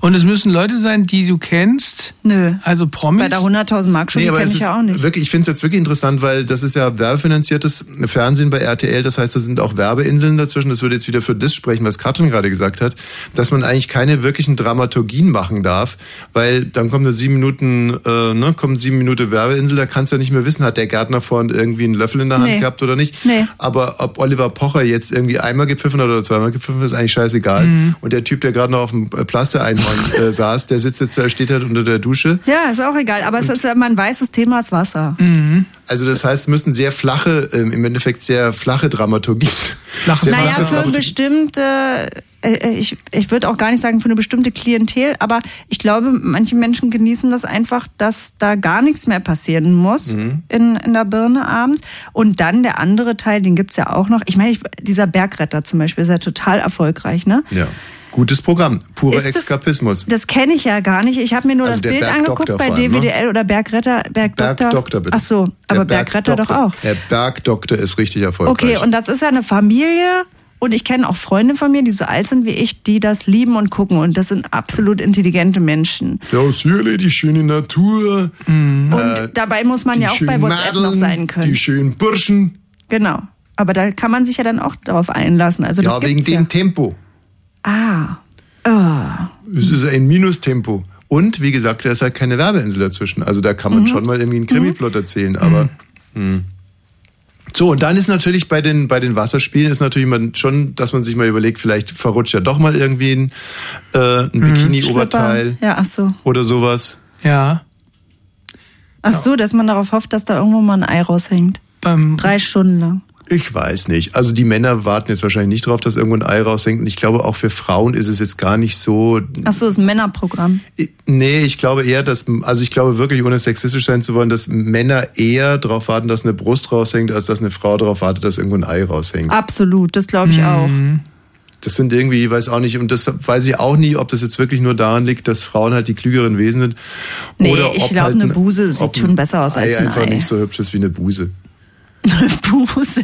[SPEAKER 10] Und es müssen Leute sein, die du kennst.
[SPEAKER 9] Nö.
[SPEAKER 10] Also Promis.
[SPEAKER 9] Bei der 100.000 Mark schon, die
[SPEAKER 7] aber
[SPEAKER 9] kenne
[SPEAKER 7] es
[SPEAKER 9] ich
[SPEAKER 7] ist
[SPEAKER 9] ja auch nicht.
[SPEAKER 7] Wirklich, ich finde es jetzt wirklich interessant, weil das ist ja werbefinanziertes Fernsehen bei RTL. Das heißt, da sind auch Werbeinseln dazwischen. Das würde jetzt wieder für das sprechen, was Katrin gerade gesagt hat, dass man eigentlich keine wirklichen Dramaturgien machen darf, weil dann kommt eine sieben Minuten, äh, ne, kommt sieben Minuten Werbeinsel, da kannst du ja nicht mehr wissen, hat der Gärtner vorhin irgendwie einen Löffel in der Hand
[SPEAKER 9] Nee.
[SPEAKER 7] gehabt oder nicht.
[SPEAKER 9] Nee.
[SPEAKER 7] Aber ob Oliver Pocher jetzt irgendwie einmal gepfiffen hat oder zweimal gepfiffen, ist eigentlich scheißegal.
[SPEAKER 9] Mhm.
[SPEAKER 7] Und der Typ, der gerade noch auf dem äh, Plastereinhorn äh, saß, der sitzt jetzt, äh, steht halt unter der Dusche.
[SPEAKER 9] Ja, ist auch egal. Aber es ist ja immer ein weißes Thema, ist Wasser.
[SPEAKER 7] Also das heißt, es müssen sehr flache, ähm, im Endeffekt sehr flache Dramaturgien. Sehr
[SPEAKER 9] naja,
[SPEAKER 7] flache
[SPEAKER 9] für
[SPEAKER 7] Dramaturgien.
[SPEAKER 9] bestimmte, äh, äh, ich, ich würde auch gar nicht sagen für eine bestimmte Klientel, aber ich glaube, manche Menschen genießen das einfach, dass da gar nichts mehr passieren muss
[SPEAKER 12] Mhm.
[SPEAKER 9] in, in der Birne abends. Und dann der andere Teil, den gibt's ja auch noch. Ich meine, ich, dieser Bergretter zum Beispiel ist ja total erfolgreich, ne?
[SPEAKER 7] ja. Gutes Programm, purer
[SPEAKER 9] Ist das-
[SPEAKER 7] Eskapismus.
[SPEAKER 9] Das kenne ich ja gar nicht. Ich habe mir nur
[SPEAKER 7] Also
[SPEAKER 9] das
[SPEAKER 7] der
[SPEAKER 9] Bild
[SPEAKER 7] Bergdoktor
[SPEAKER 9] angeguckt bei
[SPEAKER 7] vor allem, ne?
[SPEAKER 9] DWDL oder Bergretter, Bergdoktor.
[SPEAKER 7] Bergdoktor bitte.
[SPEAKER 9] Ach so,
[SPEAKER 7] Der
[SPEAKER 9] aber Bergretter doch
[SPEAKER 7] Bergdoktor.
[SPEAKER 9] auch.
[SPEAKER 7] Der Bergdoktor ist richtig erfolgreich.
[SPEAKER 9] Okay, und das ist ja eine Familie. Und ich kenne auch Freunde von mir, die so alt sind wie ich, die das lieben und gucken. Und das sind absolut intelligente Menschen.
[SPEAKER 7] ja, Syrien, die schöne Natur. Äh, Und
[SPEAKER 9] Mhm. Dabei muss man ja auch bei WhatsApp noch sein können.
[SPEAKER 7] Die schönen Burschen.
[SPEAKER 9] Genau. Aber da kann man sich ja dann auch darauf einlassen. Also das
[SPEAKER 7] ja, wegen
[SPEAKER 9] gibt's
[SPEAKER 7] dem Tempo.
[SPEAKER 9] Ah. Ah.
[SPEAKER 7] Es ist ein Minustempo. Und wie gesagt, da ist halt keine Werbeinsel dazwischen. Also da kann man schon mal irgendwie einen Krimiplot erzählen, aber. Hm. So, und dann ist natürlich bei den, bei den Wasserspielen ist natürlich man schon, dass man sich mal überlegt, vielleicht verrutscht ja doch mal irgendwie ein, äh, ein Bikini-Oberteil
[SPEAKER 9] Ja, ach so.
[SPEAKER 7] oder sowas.
[SPEAKER 10] Ja.
[SPEAKER 9] Ach so, dass man darauf hofft, dass da irgendwo mal ein Ei raushängt.
[SPEAKER 10] Ähm,
[SPEAKER 7] Mhm.
[SPEAKER 9] Drei Stunden lang.
[SPEAKER 7] Ich weiß nicht. Also die Männer warten jetzt wahrscheinlich nicht drauf, dass irgendwo ein Ei raushängt. Und ich glaube, auch für Frauen ist es jetzt gar nicht so
[SPEAKER 9] Ach so, ist ein Männerprogramm.
[SPEAKER 7] Nee, ich glaube eher, dass, also ich glaube wirklich, ohne sexistisch sein zu wollen, dass Männer eher darauf warten, dass eine Brust raushängt, als dass eine Frau darauf wartet, dass irgendwo ein Ei
[SPEAKER 9] Ah.
[SPEAKER 7] raushängt.
[SPEAKER 9] Absolut, das glaube ich
[SPEAKER 7] Mhm.
[SPEAKER 9] auch.
[SPEAKER 7] Das sind irgendwie, ich weiß auch nicht, und das weiß ich auch nie, ob das jetzt wirklich nur daran liegt, dass Frauen halt die klügeren Wesen sind.
[SPEAKER 9] Nee,
[SPEAKER 7] oder
[SPEAKER 9] ich
[SPEAKER 7] ob
[SPEAKER 9] glaube,
[SPEAKER 7] halt
[SPEAKER 9] eine
[SPEAKER 7] ein-
[SPEAKER 9] Buse
[SPEAKER 7] ob
[SPEAKER 9] sieht
[SPEAKER 7] ein
[SPEAKER 9] schon besser aus als
[SPEAKER 7] Ei
[SPEAKER 9] ein
[SPEAKER 7] einfach
[SPEAKER 9] Ei.
[SPEAKER 7] nicht so hübsch ist wie eine Buse.
[SPEAKER 9] Buse.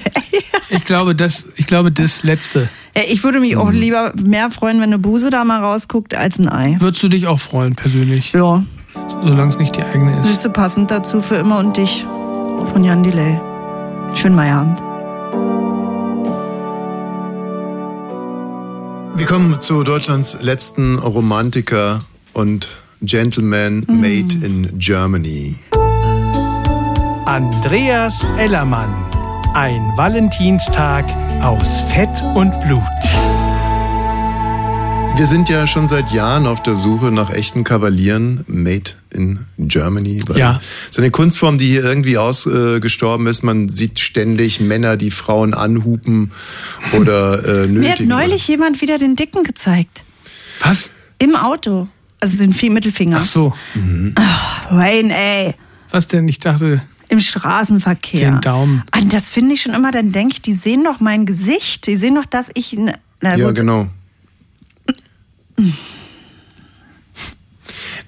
[SPEAKER 10] Ich glaube, das, ich glaube, das Letzte.
[SPEAKER 9] Ja, Ich würde mich auch lieber mehr freuen, wenn eine Buse da mal rausguckt, als ein Ei.
[SPEAKER 10] Würdest du dich auch freuen, persönlich?
[SPEAKER 9] Ja.
[SPEAKER 10] Solange es nicht die eigene ist.
[SPEAKER 9] Süße passend dazu für immer und dich von Jan Delay. Schönen Meierabend.
[SPEAKER 7] Wir kommen zu Deutschlands letzten Romantiker und Gentleman
[SPEAKER 9] Mhm.
[SPEAKER 7] made in Germany.
[SPEAKER 11] Andreas Ellermann. Ein Valentinstag aus Fett und Blut.
[SPEAKER 7] Wir sind ja schon seit Jahren auf der Suche nach echten Kavalieren, made in Germany. Weil
[SPEAKER 10] Ja.
[SPEAKER 7] So eine Kunstform, die hier irgendwie ausgestorben ist. Man sieht ständig Männer, die Frauen anhupen oder äh,
[SPEAKER 9] Mir hat
[SPEAKER 7] nötigen.
[SPEAKER 9] neulich jemand wieder den Dicken gezeigt.
[SPEAKER 10] Was?
[SPEAKER 9] Im Auto. Also den vier Mittelfinger.
[SPEAKER 10] Ach so.
[SPEAKER 9] Wayne, ey.
[SPEAKER 10] Was denn? Ich dachte,
[SPEAKER 9] Im Straßenverkehr.
[SPEAKER 10] den Daumen.
[SPEAKER 9] Ah, das finde ich schon immer, dann denke ich, die sehen doch mein Gesicht. Die sehen doch, dass ich. ne- Na
[SPEAKER 7] ja,
[SPEAKER 9] gut.
[SPEAKER 7] genau.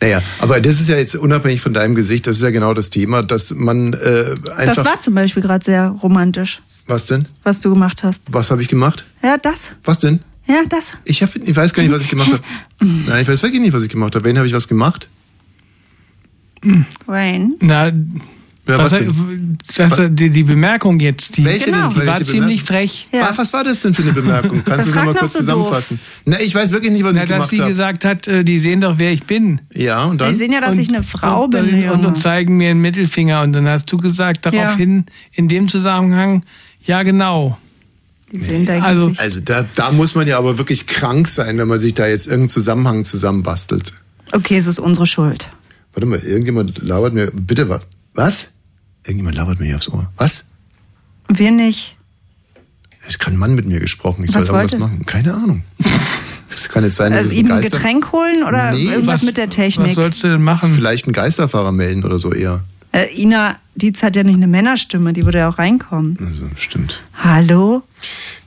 [SPEAKER 7] Naja, aber das ist ja jetzt unabhängig von deinem Gesicht, das ist ja genau das Thema, dass man äh, einfach.
[SPEAKER 9] Das war zum Beispiel gerade sehr romantisch,
[SPEAKER 7] was denn?
[SPEAKER 9] was du gemacht hast.
[SPEAKER 7] Was habe ich gemacht?
[SPEAKER 9] Ja, das.
[SPEAKER 7] Was denn?
[SPEAKER 9] Ja, das.
[SPEAKER 7] Ich, hab, ich weiß gar nicht, was ich gemacht habe. Nein, ich weiß wirklich nicht, was ich gemacht habe. Wen habe ich was gemacht?
[SPEAKER 9] Wayne.
[SPEAKER 10] Na,
[SPEAKER 7] was
[SPEAKER 10] er- dass er, die, die Bemerkung jetzt, die,
[SPEAKER 7] Welche
[SPEAKER 9] Genau.
[SPEAKER 7] denn?
[SPEAKER 10] die
[SPEAKER 7] Welche
[SPEAKER 10] war ziemlich
[SPEAKER 7] Bemerkung?
[SPEAKER 10] frech.
[SPEAKER 7] Wa- Was war das denn für eine Bemerkung? Kannst du das
[SPEAKER 10] Frag
[SPEAKER 7] nochmal
[SPEAKER 10] doch
[SPEAKER 7] kurz
[SPEAKER 10] so
[SPEAKER 7] zusammenfassen? Na, ich weiß wirklich nicht, was
[SPEAKER 10] Na,
[SPEAKER 7] ich
[SPEAKER 10] dass
[SPEAKER 7] gemacht
[SPEAKER 10] sie
[SPEAKER 7] habe.
[SPEAKER 10] gesagt hat, äh, die sehen doch, wer ich bin.
[SPEAKER 7] Ja, und dann?
[SPEAKER 9] Die sehen ja, dass ich eine Frau
[SPEAKER 10] und,
[SPEAKER 9] bin,
[SPEAKER 10] dass ich-
[SPEAKER 9] Junge.
[SPEAKER 10] Und, und zeigen mir einen Mittelfinger. Und dann hast du gesagt, daraufhin, in dem Zusammenhang, ja genau.
[SPEAKER 9] Die sehen da
[SPEAKER 10] also,
[SPEAKER 7] Also da, da muss man ja aber wirklich krank sein, wenn man sich da jetzt irgendeinen Zusammenhang zusammenbastelt.
[SPEAKER 9] Okay, es ist unsere Schuld.
[SPEAKER 7] Warte mal, irgendjemand labert mir... Bitte, was? Was? Irgendjemand labert mir hier aufs Ohr. Was?
[SPEAKER 9] Wir nicht.
[SPEAKER 7] Hat kein Mann mit mir gesprochen. Ich
[SPEAKER 9] Was
[SPEAKER 7] soll irgendwas
[SPEAKER 9] wollte?
[SPEAKER 7] machen. Keine Ahnung. Das kann jetzt sein, dass
[SPEAKER 9] Also
[SPEAKER 7] es
[SPEAKER 9] ihm ein
[SPEAKER 7] Geister-
[SPEAKER 9] Getränk holen oder irgendwas mit der Technik?
[SPEAKER 10] sollst du denn machen?
[SPEAKER 7] Vielleicht einen Geisterfahrer melden oder so eher.
[SPEAKER 9] Äh, Ina Dietz hat ja nicht eine Männerstimme, die würde ja auch reinkommen.
[SPEAKER 7] Also, stimmt.
[SPEAKER 9] Hallo?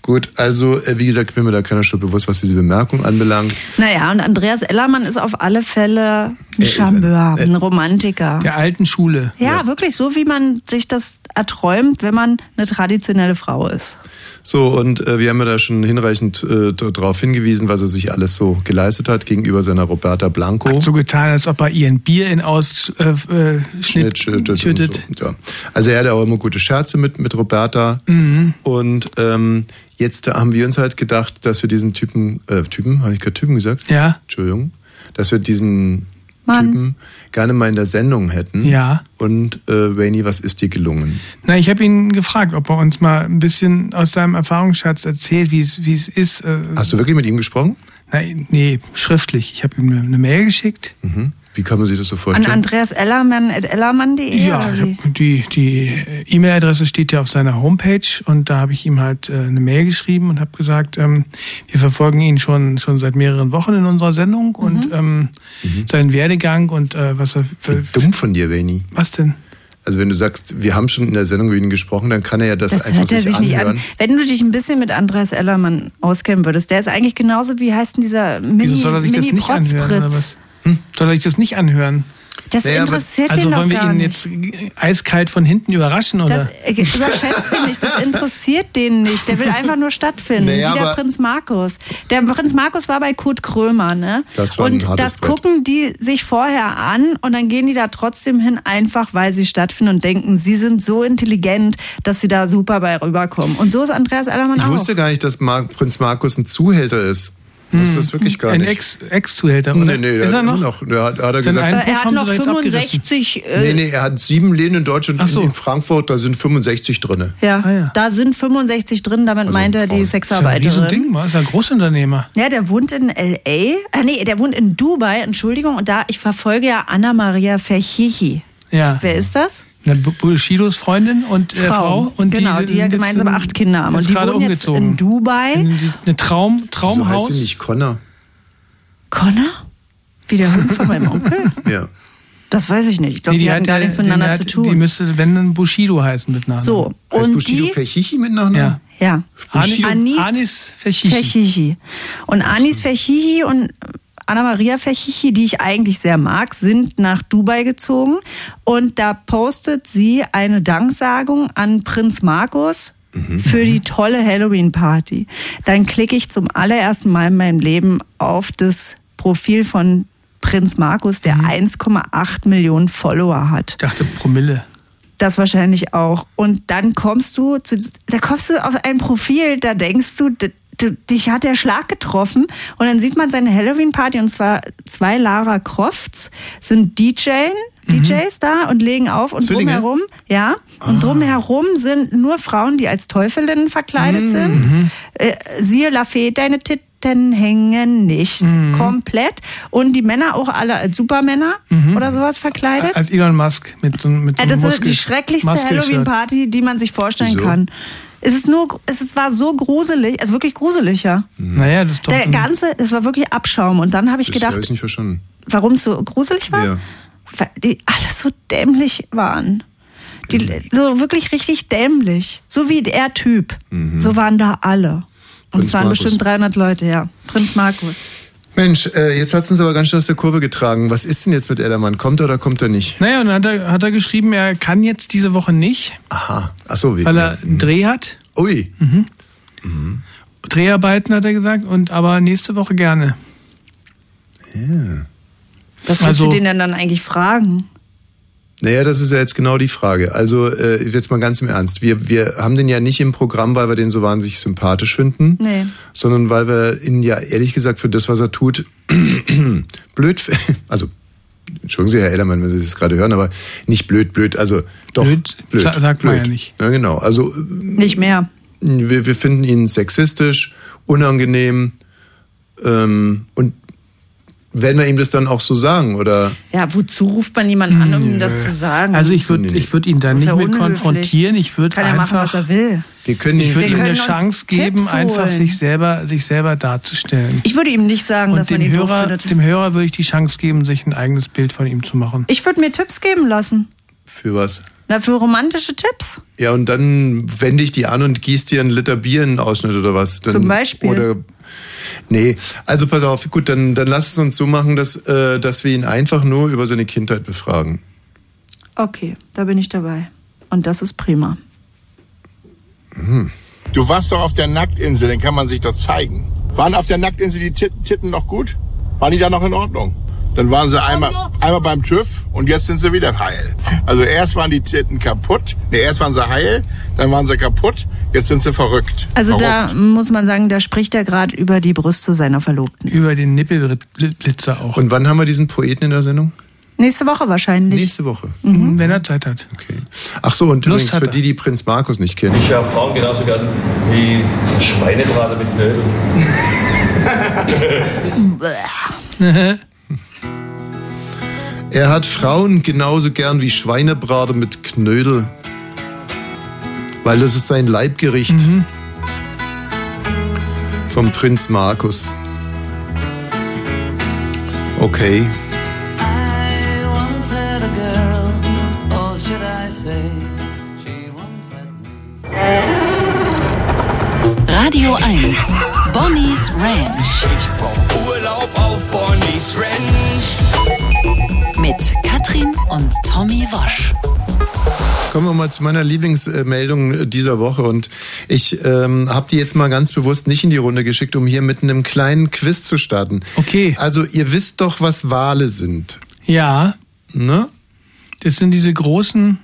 [SPEAKER 7] Gut, also äh, wie gesagt, bin mir da keiner Schuld bewusst, was diese Bemerkung anbelangt.
[SPEAKER 9] Naja, und Andreas Ellermann ist auf alle Fälle Ein Charmeur, ein Romantiker.
[SPEAKER 10] Der alten Schule.
[SPEAKER 9] Ja, wirklich so, wie man sich das erträumt, wenn man eine traditionelle Frau ist.
[SPEAKER 7] So, und äh, wir haben ja da schon hinreichend äh, darauf hingewiesen, was er sich alles so geleistet hat gegenüber seiner Roberta Blanco.
[SPEAKER 10] So getan, als ob er ihr ein Bier in Ausschnitt äh, Schnitt
[SPEAKER 7] schüttet.
[SPEAKER 10] schüttet.
[SPEAKER 7] Und so. ja. Also er hatte auch immer gute Scherze mit, mit Roberta.
[SPEAKER 10] Mhm.
[SPEAKER 7] Und ähm, jetzt haben wir uns halt gedacht, dass wir diesen Typen, äh, Typen, habe ich gerade Typen gesagt?
[SPEAKER 10] Ja.
[SPEAKER 7] Entschuldigung. Dass wir diesen
[SPEAKER 10] Mann.
[SPEAKER 7] Typen gerne mal in der Sendung hätten.
[SPEAKER 10] Ja.
[SPEAKER 7] Und äh, Rainy, was ist dir gelungen?
[SPEAKER 10] Na, ich habe ihn gefragt, ob er uns mal ein bisschen aus seinem Erfahrungsschatz erzählt, wie es wie es ist. Äh,
[SPEAKER 7] Hast du wirklich mit ihm gesprochen?
[SPEAKER 10] Nein, nee, schriftlich. Ich habe ihm eine, eine Mail geschickt.
[SPEAKER 7] Mhm. Wie kann man sich das so
[SPEAKER 9] An
[SPEAKER 7] vorstellen?
[SPEAKER 9] Andreas Ellermann, at ellermann.de.
[SPEAKER 10] Ja,
[SPEAKER 9] oder
[SPEAKER 10] ich
[SPEAKER 9] wie?
[SPEAKER 10] hab die, die äh, E-Mail-Adresse steht ja auf seiner Homepage und da habe ich ihm halt äh, eine Mail geschrieben und habe gesagt, ähm, wir verfolgen ihn schon, schon seit mehreren Wochen in unserer Sendung
[SPEAKER 9] Mhm.
[SPEAKER 10] und ähm,
[SPEAKER 7] Mhm.
[SPEAKER 10] seinen Werdegang und äh, was er für,
[SPEAKER 7] Dumm von dir, Rainy.
[SPEAKER 10] was denn?
[SPEAKER 7] Also wenn du sagst, wir haben schon in der Sendung über ihn gesprochen, dann kann er ja das,
[SPEAKER 9] Das
[SPEAKER 7] einfach
[SPEAKER 9] hört er
[SPEAKER 7] sich,
[SPEAKER 9] sich nicht
[SPEAKER 7] anhören.
[SPEAKER 9] an. Wenn du dich ein bisschen mit Andreas Ellermann auskennen würdest, der ist eigentlich genauso wie heißt denn dieser Mini
[SPEAKER 10] Wieso soll er sich das
[SPEAKER 9] Mini
[SPEAKER 10] nicht anhören oder was? Hm? Soll er sich das nicht anhören?
[SPEAKER 9] Das Naja, aber- interessiert
[SPEAKER 10] also
[SPEAKER 9] den doch
[SPEAKER 10] wollen wir
[SPEAKER 9] gar
[SPEAKER 10] ihn
[SPEAKER 9] nicht.
[SPEAKER 10] jetzt eiskalt von hinten überraschen oder?
[SPEAKER 9] Das äh, überschätzt ihn nicht, das interessiert den nicht. Der will einfach nur stattfinden,
[SPEAKER 10] Naja,
[SPEAKER 9] wie der
[SPEAKER 10] aber-
[SPEAKER 9] Prinz Markus. Der Prinz Markus war bei Kurt Krömer, ne?
[SPEAKER 7] Das war ein
[SPEAKER 9] und
[SPEAKER 7] hartes
[SPEAKER 9] das gucken die sich vorher an und dann gehen die da trotzdem hin, einfach weil sie stattfinden und denken, sie sind so intelligent, dass sie da super bei rüberkommen. Und so ist Andreas Allermann
[SPEAKER 7] Ich
[SPEAKER 9] auch.
[SPEAKER 7] wusste gar nicht, dass Mar Prinz Markus ein Zuhälter ist. Ich wusste das wirklich gar
[SPEAKER 10] Ein
[SPEAKER 7] nicht.
[SPEAKER 10] Ex- Ex-Zuhälter, oder?
[SPEAKER 7] Nee, nee, der
[SPEAKER 10] Ist er
[SPEAKER 7] hat
[SPEAKER 10] noch?
[SPEAKER 7] immer noch. Der hat, hat er
[SPEAKER 10] Sein
[SPEAKER 7] gesagt,
[SPEAKER 10] Einbruch
[SPEAKER 9] Äh, Er hat
[SPEAKER 10] haben
[SPEAKER 9] noch
[SPEAKER 10] sie doch jetzt abgerissen.
[SPEAKER 9] 65 äh,
[SPEAKER 7] nee, nee, er hat sieben Läden in Deutschland und in Frankfurt, da sind 65 drin.
[SPEAKER 9] Ja,
[SPEAKER 10] Ah,
[SPEAKER 9] da sind 65 drin, damit meint er die
[SPEAKER 10] Also Ist ja ein
[SPEAKER 9] Sexarbeiterin.
[SPEAKER 10] Riesending, Mann. ist ja ein Großunternehmer.
[SPEAKER 9] Ja, der wohnt in L.A., ah, nee, der wohnt in Dubai, Entschuldigung, und da, ich verfolge ja Anna-Maria Ferchichi.
[SPEAKER 10] Ja.
[SPEAKER 9] Wer ist das?
[SPEAKER 10] Eine Bu- Bushidos Freundin und äh, Frau. und
[SPEAKER 9] genau, die,
[SPEAKER 10] sind
[SPEAKER 9] ja
[SPEAKER 10] jetzt
[SPEAKER 9] gemeinsam
[SPEAKER 10] in-
[SPEAKER 9] acht Kinder haben.
[SPEAKER 10] ist
[SPEAKER 9] Und die
[SPEAKER 10] gerade
[SPEAKER 9] wohnen jetzt
[SPEAKER 10] umgezogen.
[SPEAKER 9] in Dubai.
[SPEAKER 10] Eine Traum,
[SPEAKER 7] Wieso
[SPEAKER 10] Traumhaus.
[SPEAKER 7] heißt sie nicht Connor?
[SPEAKER 9] Connor? Wie der Hund von meinem Onkel?
[SPEAKER 7] Ja.
[SPEAKER 9] Das weiß ich nicht. Ich glaube, die, hatten gar nichts miteinander zu tun.
[SPEAKER 10] Die müsste, wenn, dann Bushido heißen mit Nachnamen.
[SPEAKER 9] So, Heißt und Bushido die-
[SPEAKER 7] Ferchichi mit Nachnamen?
[SPEAKER 10] Ja.
[SPEAKER 9] Ja.
[SPEAKER 10] Bushido-
[SPEAKER 9] Anis,
[SPEAKER 10] Anis Ferchichi.
[SPEAKER 9] Und Anis Ferchichi und Anna-Maria Ferchichi, die ich eigentlich sehr mag, sind nach Dubai gezogen. Und da postet sie eine Danksagung an Prinz Markus für die tolle Halloween-Party. Dann klicke ich zum allerersten Mal in meinem Leben auf das Profil von Prinz Markus, der 1,8 Millionen Follower hat.
[SPEAKER 10] Ich dachte Promille.
[SPEAKER 9] Das wahrscheinlich auch. Und dann kommst du zu, da kommst du auf ein Profil, da denkst du, d- d- dich hat der Schlag getroffen. Und dann sieht man seine Halloween-Party und zwar zwei Lara Crofts sind DJen, DJs da und legen auf und
[SPEAKER 12] Zwillinge?
[SPEAKER 9] drumherum, ja. Und drumherum sind nur Frauen, die als Teufelinnen verkleidet sind. Äh, siehe Lafayette, deine Titten hängen nicht komplett. Und die Männer auch alle als Supermänner oder sowas verkleidet.
[SPEAKER 10] Als Elon Musk mit so, mit so
[SPEAKER 9] Ja,
[SPEAKER 10] einem
[SPEAKER 9] Äh? das ist
[SPEAKER 10] Muskel-
[SPEAKER 9] die schrecklichste
[SPEAKER 10] Muskelshirt.
[SPEAKER 9] Halloween-Party, die man sich vorstellen
[SPEAKER 10] Wieso?
[SPEAKER 9] kann. Es ist nur, es ist- war so gruselig, also wirklich gruselig, ja.
[SPEAKER 10] Naja, das ist doch hm.
[SPEAKER 9] Der
[SPEAKER 10] ein-
[SPEAKER 9] ganze, es war wirklich Abschaum. Und dann habe ich
[SPEAKER 7] Ich habe
[SPEAKER 9] gedacht,
[SPEAKER 7] es nicht verstanden.
[SPEAKER 9] warum es so gruselig war?
[SPEAKER 7] Ja.
[SPEAKER 9] Weil die alles so dämlich waren. Die, so wirklich richtig dämlich. So wie der Typ. So waren da alle. Und
[SPEAKER 7] Prinz
[SPEAKER 9] es waren
[SPEAKER 7] Markus.
[SPEAKER 9] bestimmt 300 Leute, ja. Prinz Markus.
[SPEAKER 7] Mensch, äh, jetzt hat es uns aber ganz schön aus der Kurve getragen. Was ist denn jetzt mit Ellermann? Kommt er oder kommt er nicht?
[SPEAKER 10] Naja, und dann hat er, hat er geschrieben, er kann jetzt diese Woche nicht,
[SPEAKER 7] Aha. Achso, wegen.
[SPEAKER 10] weil er einen Dreh hat.
[SPEAKER 7] Ui.
[SPEAKER 10] Mhm. Dreharbeiten hat er gesagt, und aber nächste Woche gerne.
[SPEAKER 7] Ja.
[SPEAKER 9] Was willst du den denn dann eigentlich fragen?
[SPEAKER 7] Naja, das ist ja jetzt genau die Frage. Also äh, jetzt mal ganz im Ernst. Wir, wir haben den ja nicht im Programm, weil wir den so wahnsinnig sympathisch finden,
[SPEAKER 9] Nee.
[SPEAKER 7] sondern weil wir ihn ja ehrlich gesagt für das, was er tut, blöd, f- also Entschuldigen Sie, Herr Ellermann, wenn Sie das gerade hören, aber nicht blöd, blöd, also doch blöd, blöd
[SPEAKER 10] sa- sagt man ja nicht.
[SPEAKER 7] Ja, genau, also äh,
[SPEAKER 9] Nicht mehr.
[SPEAKER 7] wir, wir finden ihn sexistisch, unangenehm ähm, und werden wir ihm das dann auch so sagen oder?
[SPEAKER 9] Ja, wozu ruft man jemanden an, um ihm das zu sagen?
[SPEAKER 10] Hm, Also ich würde ich würd ihn da
[SPEAKER 9] Das ist
[SPEAKER 10] nicht
[SPEAKER 9] ja
[SPEAKER 10] mit
[SPEAKER 9] unhöflich.
[SPEAKER 10] konfrontieren. Ich würde
[SPEAKER 9] Kann er
[SPEAKER 10] einfach,
[SPEAKER 9] machen, was er will.
[SPEAKER 7] Wir können
[SPEAKER 10] ich würde
[SPEAKER 9] Wir
[SPEAKER 10] ihm eine
[SPEAKER 9] können uns
[SPEAKER 10] Chance
[SPEAKER 9] Tipps
[SPEAKER 10] geben, einfach
[SPEAKER 9] holen.
[SPEAKER 10] sich selber, sich selber darzustellen.
[SPEAKER 9] Ich würde ihm nicht sagen, dass
[SPEAKER 10] Und
[SPEAKER 9] man
[SPEAKER 10] dem
[SPEAKER 9] ihn doof
[SPEAKER 10] Hörer,
[SPEAKER 9] findet.
[SPEAKER 10] dem Hörer würde ich die Chance geben, sich ein eigenes Bild von ihm zu machen.
[SPEAKER 9] Ich würde mir Tipps geben lassen.
[SPEAKER 7] Für was?
[SPEAKER 9] Na, für romantische Tipps.
[SPEAKER 7] Ja, und dann wende ich die an und gieß dir einen Liter Bier in den Ausschnitt oder was? Dann,
[SPEAKER 9] Zum Beispiel.
[SPEAKER 7] Oder Nee, also pass auf, gut, dann, dann lass es uns so machen, dass, äh, dass wir ihn einfach nur über seine Kindheit befragen.
[SPEAKER 9] Okay, da bin ich dabei. Und das ist prima.
[SPEAKER 12] Du warst doch auf der Nacktinsel, dann kann man sich doch zeigen. Waren auf der Nacktinsel die Titten, Titten noch gut? Waren die da noch in Ordnung? Dann waren sie einmal, einmal beim TÜV und jetzt sind sie wieder heil. Also erst waren die Titten kaputt, nee, erst waren sie heil, dann waren sie kaputt, jetzt sind sie verrückt.
[SPEAKER 9] Also
[SPEAKER 12] Verrückt.
[SPEAKER 9] da muss man sagen, da spricht er gerade über die Brüste seiner Verlobten.
[SPEAKER 7] Über den Nippelblitzer auch. Und wann haben wir diesen Poeten in der Sendung?
[SPEAKER 9] Nächste Woche wahrscheinlich.
[SPEAKER 7] Nächste Woche.
[SPEAKER 9] Mhm.
[SPEAKER 10] Wenn er Zeit hat.
[SPEAKER 7] Ach so, und
[SPEAKER 10] Lust
[SPEAKER 7] übrigens
[SPEAKER 10] hat
[SPEAKER 7] für
[SPEAKER 10] er.
[SPEAKER 7] die, die Prinz Markus nicht kennen.
[SPEAKER 13] Ich habe Frauen genauso gern wie Schweinebraten mit Knödel.
[SPEAKER 7] Er hat Frauen genauso gern wie Schweinebraten mit Knödel. Weil das ist sein Leibgericht. Vom Prinz Markus. Okay.
[SPEAKER 4] Radio 1. Bonnie's Ranch.
[SPEAKER 5] Ich brauch Urlaub auf Bonnie's Ranch.
[SPEAKER 4] Mit Katrin und Tommy Wosch.
[SPEAKER 7] Kommen wir mal zu meiner Lieblingsmeldung dieser Woche. Und ich ähm, habe die jetzt mal ganz bewusst nicht in die Runde geschickt, um hier mit einem kleinen Quiz zu starten. Okay. Also ihr wisst doch, was Wale sind.
[SPEAKER 10] Ja.
[SPEAKER 7] Ne?
[SPEAKER 10] Das sind diese großen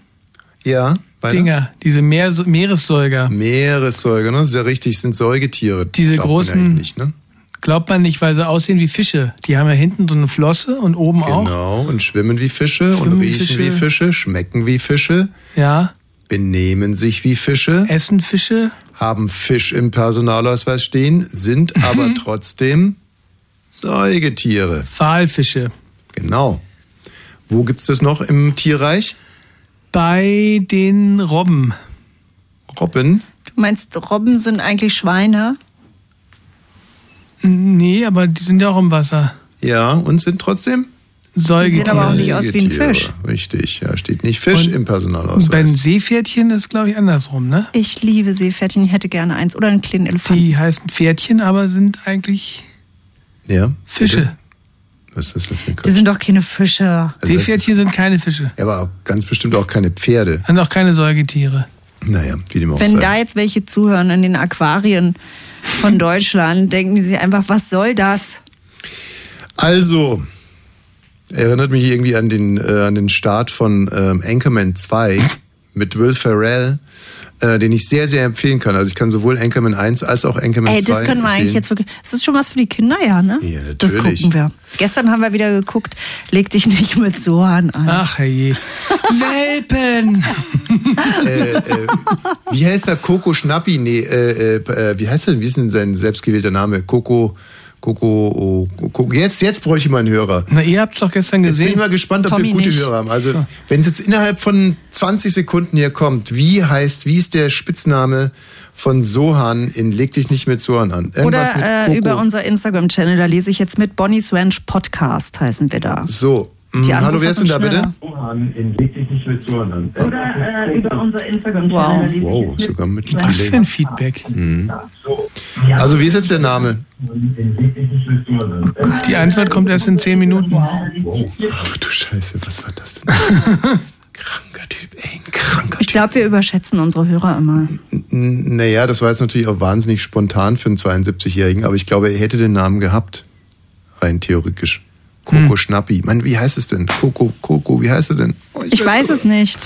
[SPEAKER 7] Ja. weiter?
[SPEAKER 10] Dinger, diese Meer Meeressäuger.
[SPEAKER 7] Hm. Meeressäuger, ne? Das ist ja richtig, sind Säugetiere.
[SPEAKER 10] Diese
[SPEAKER 7] Glaubt man
[SPEAKER 10] großen-
[SPEAKER 7] eigentlich Nicht, ne?
[SPEAKER 10] Glaubt man nicht, weil sie aussehen wie Fische. Die haben ja hinten so eine Flosse und oben auch.
[SPEAKER 7] Genau, und schwimmen wie Fische
[SPEAKER 10] Schwimmen
[SPEAKER 7] und
[SPEAKER 10] wie
[SPEAKER 7] riechen
[SPEAKER 10] Fische.
[SPEAKER 7] wie Fische, schmecken wie Fische,
[SPEAKER 10] Ja.
[SPEAKER 7] benehmen sich wie Fische,
[SPEAKER 10] essen Fische,
[SPEAKER 7] haben Fisch im Personalausweis stehen,
[SPEAKER 10] Mhm.
[SPEAKER 7] sind aber trotzdem Säugetiere.
[SPEAKER 10] Walfische.
[SPEAKER 7] Genau. Wo gibt's das noch im Tierreich?
[SPEAKER 10] Bei den Robben.
[SPEAKER 7] Robben?
[SPEAKER 9] Du meinst, Robben sind eigentlich Schweine?
[SPEAKER 10] Nee, aber die sind ja auch im Wasser.
[SPEAKER 7] Ja, und sind trotzdem
[SPEAKER 10] Säugetiere.
[SPEAKER 7] Säugetiere. Richtig, ja, steht nicht Fisch im
[SPEAKER 10] Und bei den
[SPEAKER 7] Personalausweis.
[SPEAKER 10] Seepferdchen ist es, glaube ich, andersrum, ne?
[SPEAKER 9] Ich liebe Seepferdchen, ich hätte gerne eins. Oder einen kleinen Elefanten.
[SPEAKER 10] Die heißen Pferdchen, aber sind eigentlich
[SPEAKER 7] Ja.
[SPEAKER 10] Fische.
[SPEAKER 7] Was ist das denn für ein
[SPEAKER 9] Die sind doch keine Fische.
[SPEAKER 7] Also das
[SPEAKER 10] Seepferdchen sind keine Fische.
[SPEAKER 7] Ja, aber ganz bestimmt auch keine Pferde.
[SPEAKER 10] Sind auch keine Säugetiere.
[SPEAKER 7] Naja, wie dem auch
[SPEAKER 9] Wenn
[SPEAKER 7] sei.
[SPEAKER 9] da jetzt welche zuhören in den Aquarien von Deutschland, denken die sich einfach, was soll das?
[SPEAKER 7] Also, erinnert mich irgendwie an den, äh, an den Start von ähm, Anchorman 2 mit Will Ferrell, äh, den ich sehr, sehr empfehlen kann. Also ich kann sowohl Anchorman 1 als auch Anchorman
[SPEAKER 9] Ey,
[SPEAKER 7] 2
[SPEAKER 9] das können wir
[SPEAKER 7] empfehlen.
[SPEAKER 9] eigentlich jetzt wirklich. Ist das schon was für die Kinder, ja, ne?
[SPEAKER 7] Ja, natürlich.
[SPEAKER 9] Das gucken wir. Gestern haben wir wieder geguckt, leg dich nicht mit Sohan an.
[SPEAKER 10] Ach je. Welpen!
[SPEAKER 7] äh, äh, wie heißt er? Coco Schnappi? Nee, äh, äh, äh, wie heißt er? Wie ist denn sein selbstgewählter Name? Coco. Coco. Oh, Coco. Jetzt, jetzt bräuche ich mal einen Hörer.
[SPEAKER 10] Na, ihr habt's doch gestern
[SPEAKER 7] Jetzt
[SPEAKER 10] gesehen.
[SPEAKER 7] bin ich mal gespannt, ob wir gute Hörer haben. Also, wenn es jetzt innerhalb von 20 Sekunden hier kommt, wie heißt, wie ist der Spitzname von Sohan in Leg dich nicht mit Sohan an? Irgendwas
[SPEAKER 9] Oder
[SPEAKER 7] mit
[SPEAKER 9] äh,
[SPEAKER 7] Coco.
[SPEAKER 9] über unser Instagram-Channel, da lese ich jetzt mit Bonnie's Ranch Podcast heißen wir da.
[SPEAKER 7] So,
[SPEAKER 9] Die
[SPEAKER 7] mh,
[SPEAKER 9] Anrufer
[SPEAKER 7] hallo, wer ist denn
[SPEAKER 9] sind
[SPEAKER 7] da bitte?
[SPEAKER 9] Oder über unser
[SPEAKER 7] Wow,
[SPEAKER 9] Instagram-Channel.
[SPEAKER 7] wow sogar mit
[SPEAKER 10] Was für ein Feedback.
[SPEAKER 7] Mhm. Also, wie ist jetzt der Name?
[SPEAKER 10] Die Antwort kommt erst in 10 Minuten.
[SPEAKER 7] Ach du Scheiße, was war das denn?
[SPEAKER 9] Ich glaube, wir überschätzen unsere Hörer immer.
[SPEAKER 7] N- Naja, das war jetzt natürlich auch wahnsinnig spontan für einen 72-Jährigen, aber ich glaube, er hätte den Namen gehabt. Rein theoretisch. Coco Schnappi. Mann, wie heißt es denn? Coco, Coco, wie heißt er denn?
[SPEAKER 9] Oh, Ich weiß es nicht.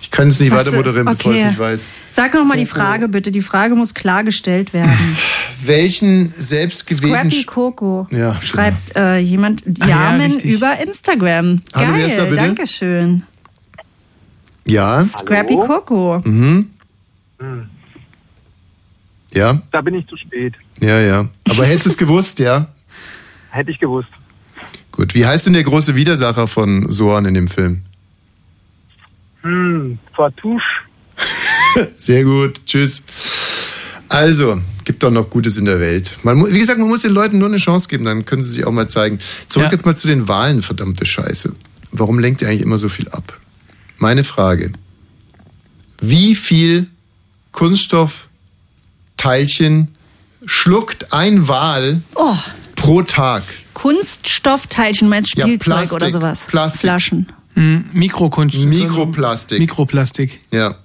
[SPEAKER 7] Ich kann es nicht
[SPEAKER 9] Weißt
[SPEAKER 7] weiter
[SPEAKER 9] du,
[SPEAKER 7] moderieren, bevor ich es
[SPEAKER 9] okay.
[SPEAKER 7] nicht weiß.
[SPEAKER 9] Sag noch mal die Frage bitte. Die Frage muss klar gestellt werden.
[SPEAKER 7] Welchen selbstgewählten.
[SPEAKER 9] Scrappy Coco
[SPEAKER 7] Sch- ja,
[SPEAKER 9] schreibt äh, jemand
[SPEAKER 7] Ah, ja,
[SPEAKER 9] Jamen
[SPEAKER 7] richtig.
[SPEAKER 9] über Instagram. Geil,
[SPEAKER 7] Hallo, wer ist da bitte?
[SPEAKER 9] danke schön.
[SPEAKER 7] Ja.
[SPEAKER 9] Scrappy Coco.
[SPEAKER 7] Mhm. Ja,
[SPEAKER 14] Da bin ich zu spät.
[SPEAKER 7] ja, ja. Aber hättest du es gewusst, ja?
[SPEAKER 14] Hätte ich gewusst.
[SPEAKER 7] Gut. Wie heißt denn der große Widersacher von Sohan in dem Film?
[SPEAKER 14] Hm, Fatouche.
[SPEAKER 7] Sehr gut. Tschüss. Also, gibt doch noch Gutes in der Welt. Man, mu- wie gesagt, man muss den Leuten nur eine Chance geben, dann können sie sich auch mal zeigen. Zurück jetzt mal zu den Wahlen, verdammte Scheiße. Warum lenkt ihr eigentlich immer so viel ab? Meine Frage. Wie viel Kunststoffteilchen schluckt ein Wal pro Tag.
[SPEAKER 9] Kunststoffteilchen, meinst
[SPEAKER 7] Ja,
[SPEAKER 9] Spielzeug
[SPEAKER 7] Plastik,
[SPEAKER 9] oder sowas?
[SPEAKER 7] Plastik.
[SPEAKER 9] Flaschen.
[SPEAKER 10] Mikrokunststoff.
[SPEAKER 7] Mikroplastik.
[SPEAKER 10] Mikroplastik. Also
[SPEAKER 7] Ja.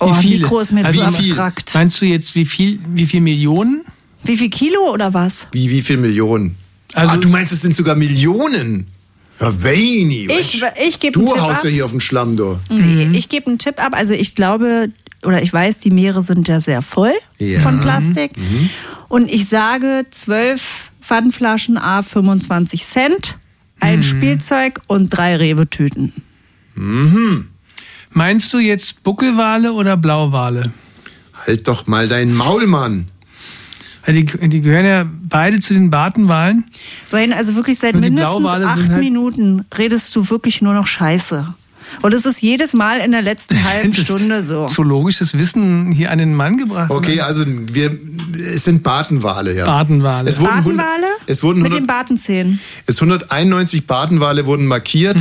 [SPEAKER 9] Oh, Mikro ist mir zu abstrakt.
[SPEAKER 10] Meinst du jetzt, wie viel, wie viel Millionen?
[SPEAKER 9] Wie viel Kilo oder was?
[SPEAKER 7] Wie, wie viel Millionen? Also, ah, du meinst, es sind sogar Millionen? Ja, weini.
[SPEAKER 9] Ich, ich gebe einen
[SPEAKER 7] Du
[SPEAKER 9] Tipp
[SPEAKER 7] haust
[SPEAKER 9] ab.
[SPEAKER 7] ja hier auf den Schlamm, du.
[SPEAKER 9] Nee,
[SPEAKER 10] Mhm.
[SPEAKER 9] ich gebe einen Tipp ab. Also ich glaube oder ich weiß, die Meere sind ja sehr voll
[SPEAKER 7] Ja.
[SPEAKER 9] von Plastik.
[SPEAKER 7] Mhm.
[SPEAKER 9] Und ich sage 12 Pfandflaschen A 25 Cent, ein Spielzeug und drei Rewe-Tüten.
[SPEAKER 10] Mhm. Meinst du jetzt Buckelwale oder Blauwale?
[SPEAKER 7] Halt doch mal dein Maul, Mann.
[SPEAKER 10] Die, Also die gehören ja beide zu den Bartenwalen.
[SPEAKER 9] Weil also wirklich seit
[SPEAKER 10] Und die
[SPEAKER 9] mindestens
[SPEAKER 10] Blauwale sind
[SPEAKER 9] acht
[SPEAKER 10] halt-
[SPEAKER 9] Minuten redest du wirklich nur noch Scheiße. Und es ist jedes Mal in der letzten halben Stunde so.
[SPEAKER 10] Zoologisches Wissen hier an den Mann gebracht.
[SPEAKER 7] Okay, also wir, es sind Bartenwale, ja.
[SPEAKER 10] Bartenwale.
[SPEAKER 7] Es wurden, hund-
[SPEAKER 9] Bartenwale?
[SPEAKER 7] es wurden
[SPEAKER 9] Mit den
[SPEAKER 7] 100,
[SPEAKER 9] Bartenzähnen.
[SPEAKER 7] es 191 Bartenwale wurden markiert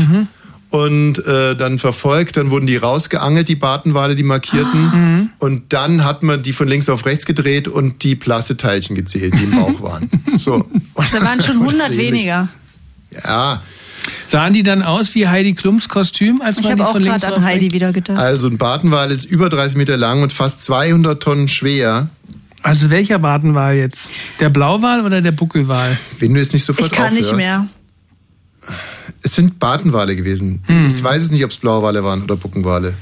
[SPEAKER 7] und äh, dann verfolgt, dann wurden die rausgeangelt, die Bartenwale, die markierten. Und dann hat man die von links auf rechts gedreht und die Plasteteilchen gezählt, die im Bauch waren. So.
[SPEAKER 9] Da waren schon 100
[SPEAKER 7] Selig.
[SPEAKER 9] weniger.
[SPEAKER 7] Ja.
[SPEAKER 10] Sahen die dann aus wie Heidi Klums Kostüm, als
[SPEAKER 9] Ich
[SPEAKER 10] man die
[SPEAKER 9] habe auch
[SPEAKER 10] von links
[SPEAKER 9] gerade an
[SPEAKER 10] nach
[SPEAKER 9] Heidi wieder gedacht.
[SPEAKER 7] Also ein Bartenwal ist über 30 Meter lang und fast 200 Tonnen schwer.
[SPEAKER 10] Also welcher Bartenwal jetzt? Der Blauwal oder der Buckelwal?
[SPEAKER 7] Wenn du jetzt nicht sofort
[SPEAKER 9] Ich kann
[SPEAKER 7] aufhörst.
[SPEAKER 9] nicht mehr.
[SPEAKER 7] Es sind Bartenwale gewesen. Ich weiß es nicht, ob es Blauwale waren oder Buckenwale.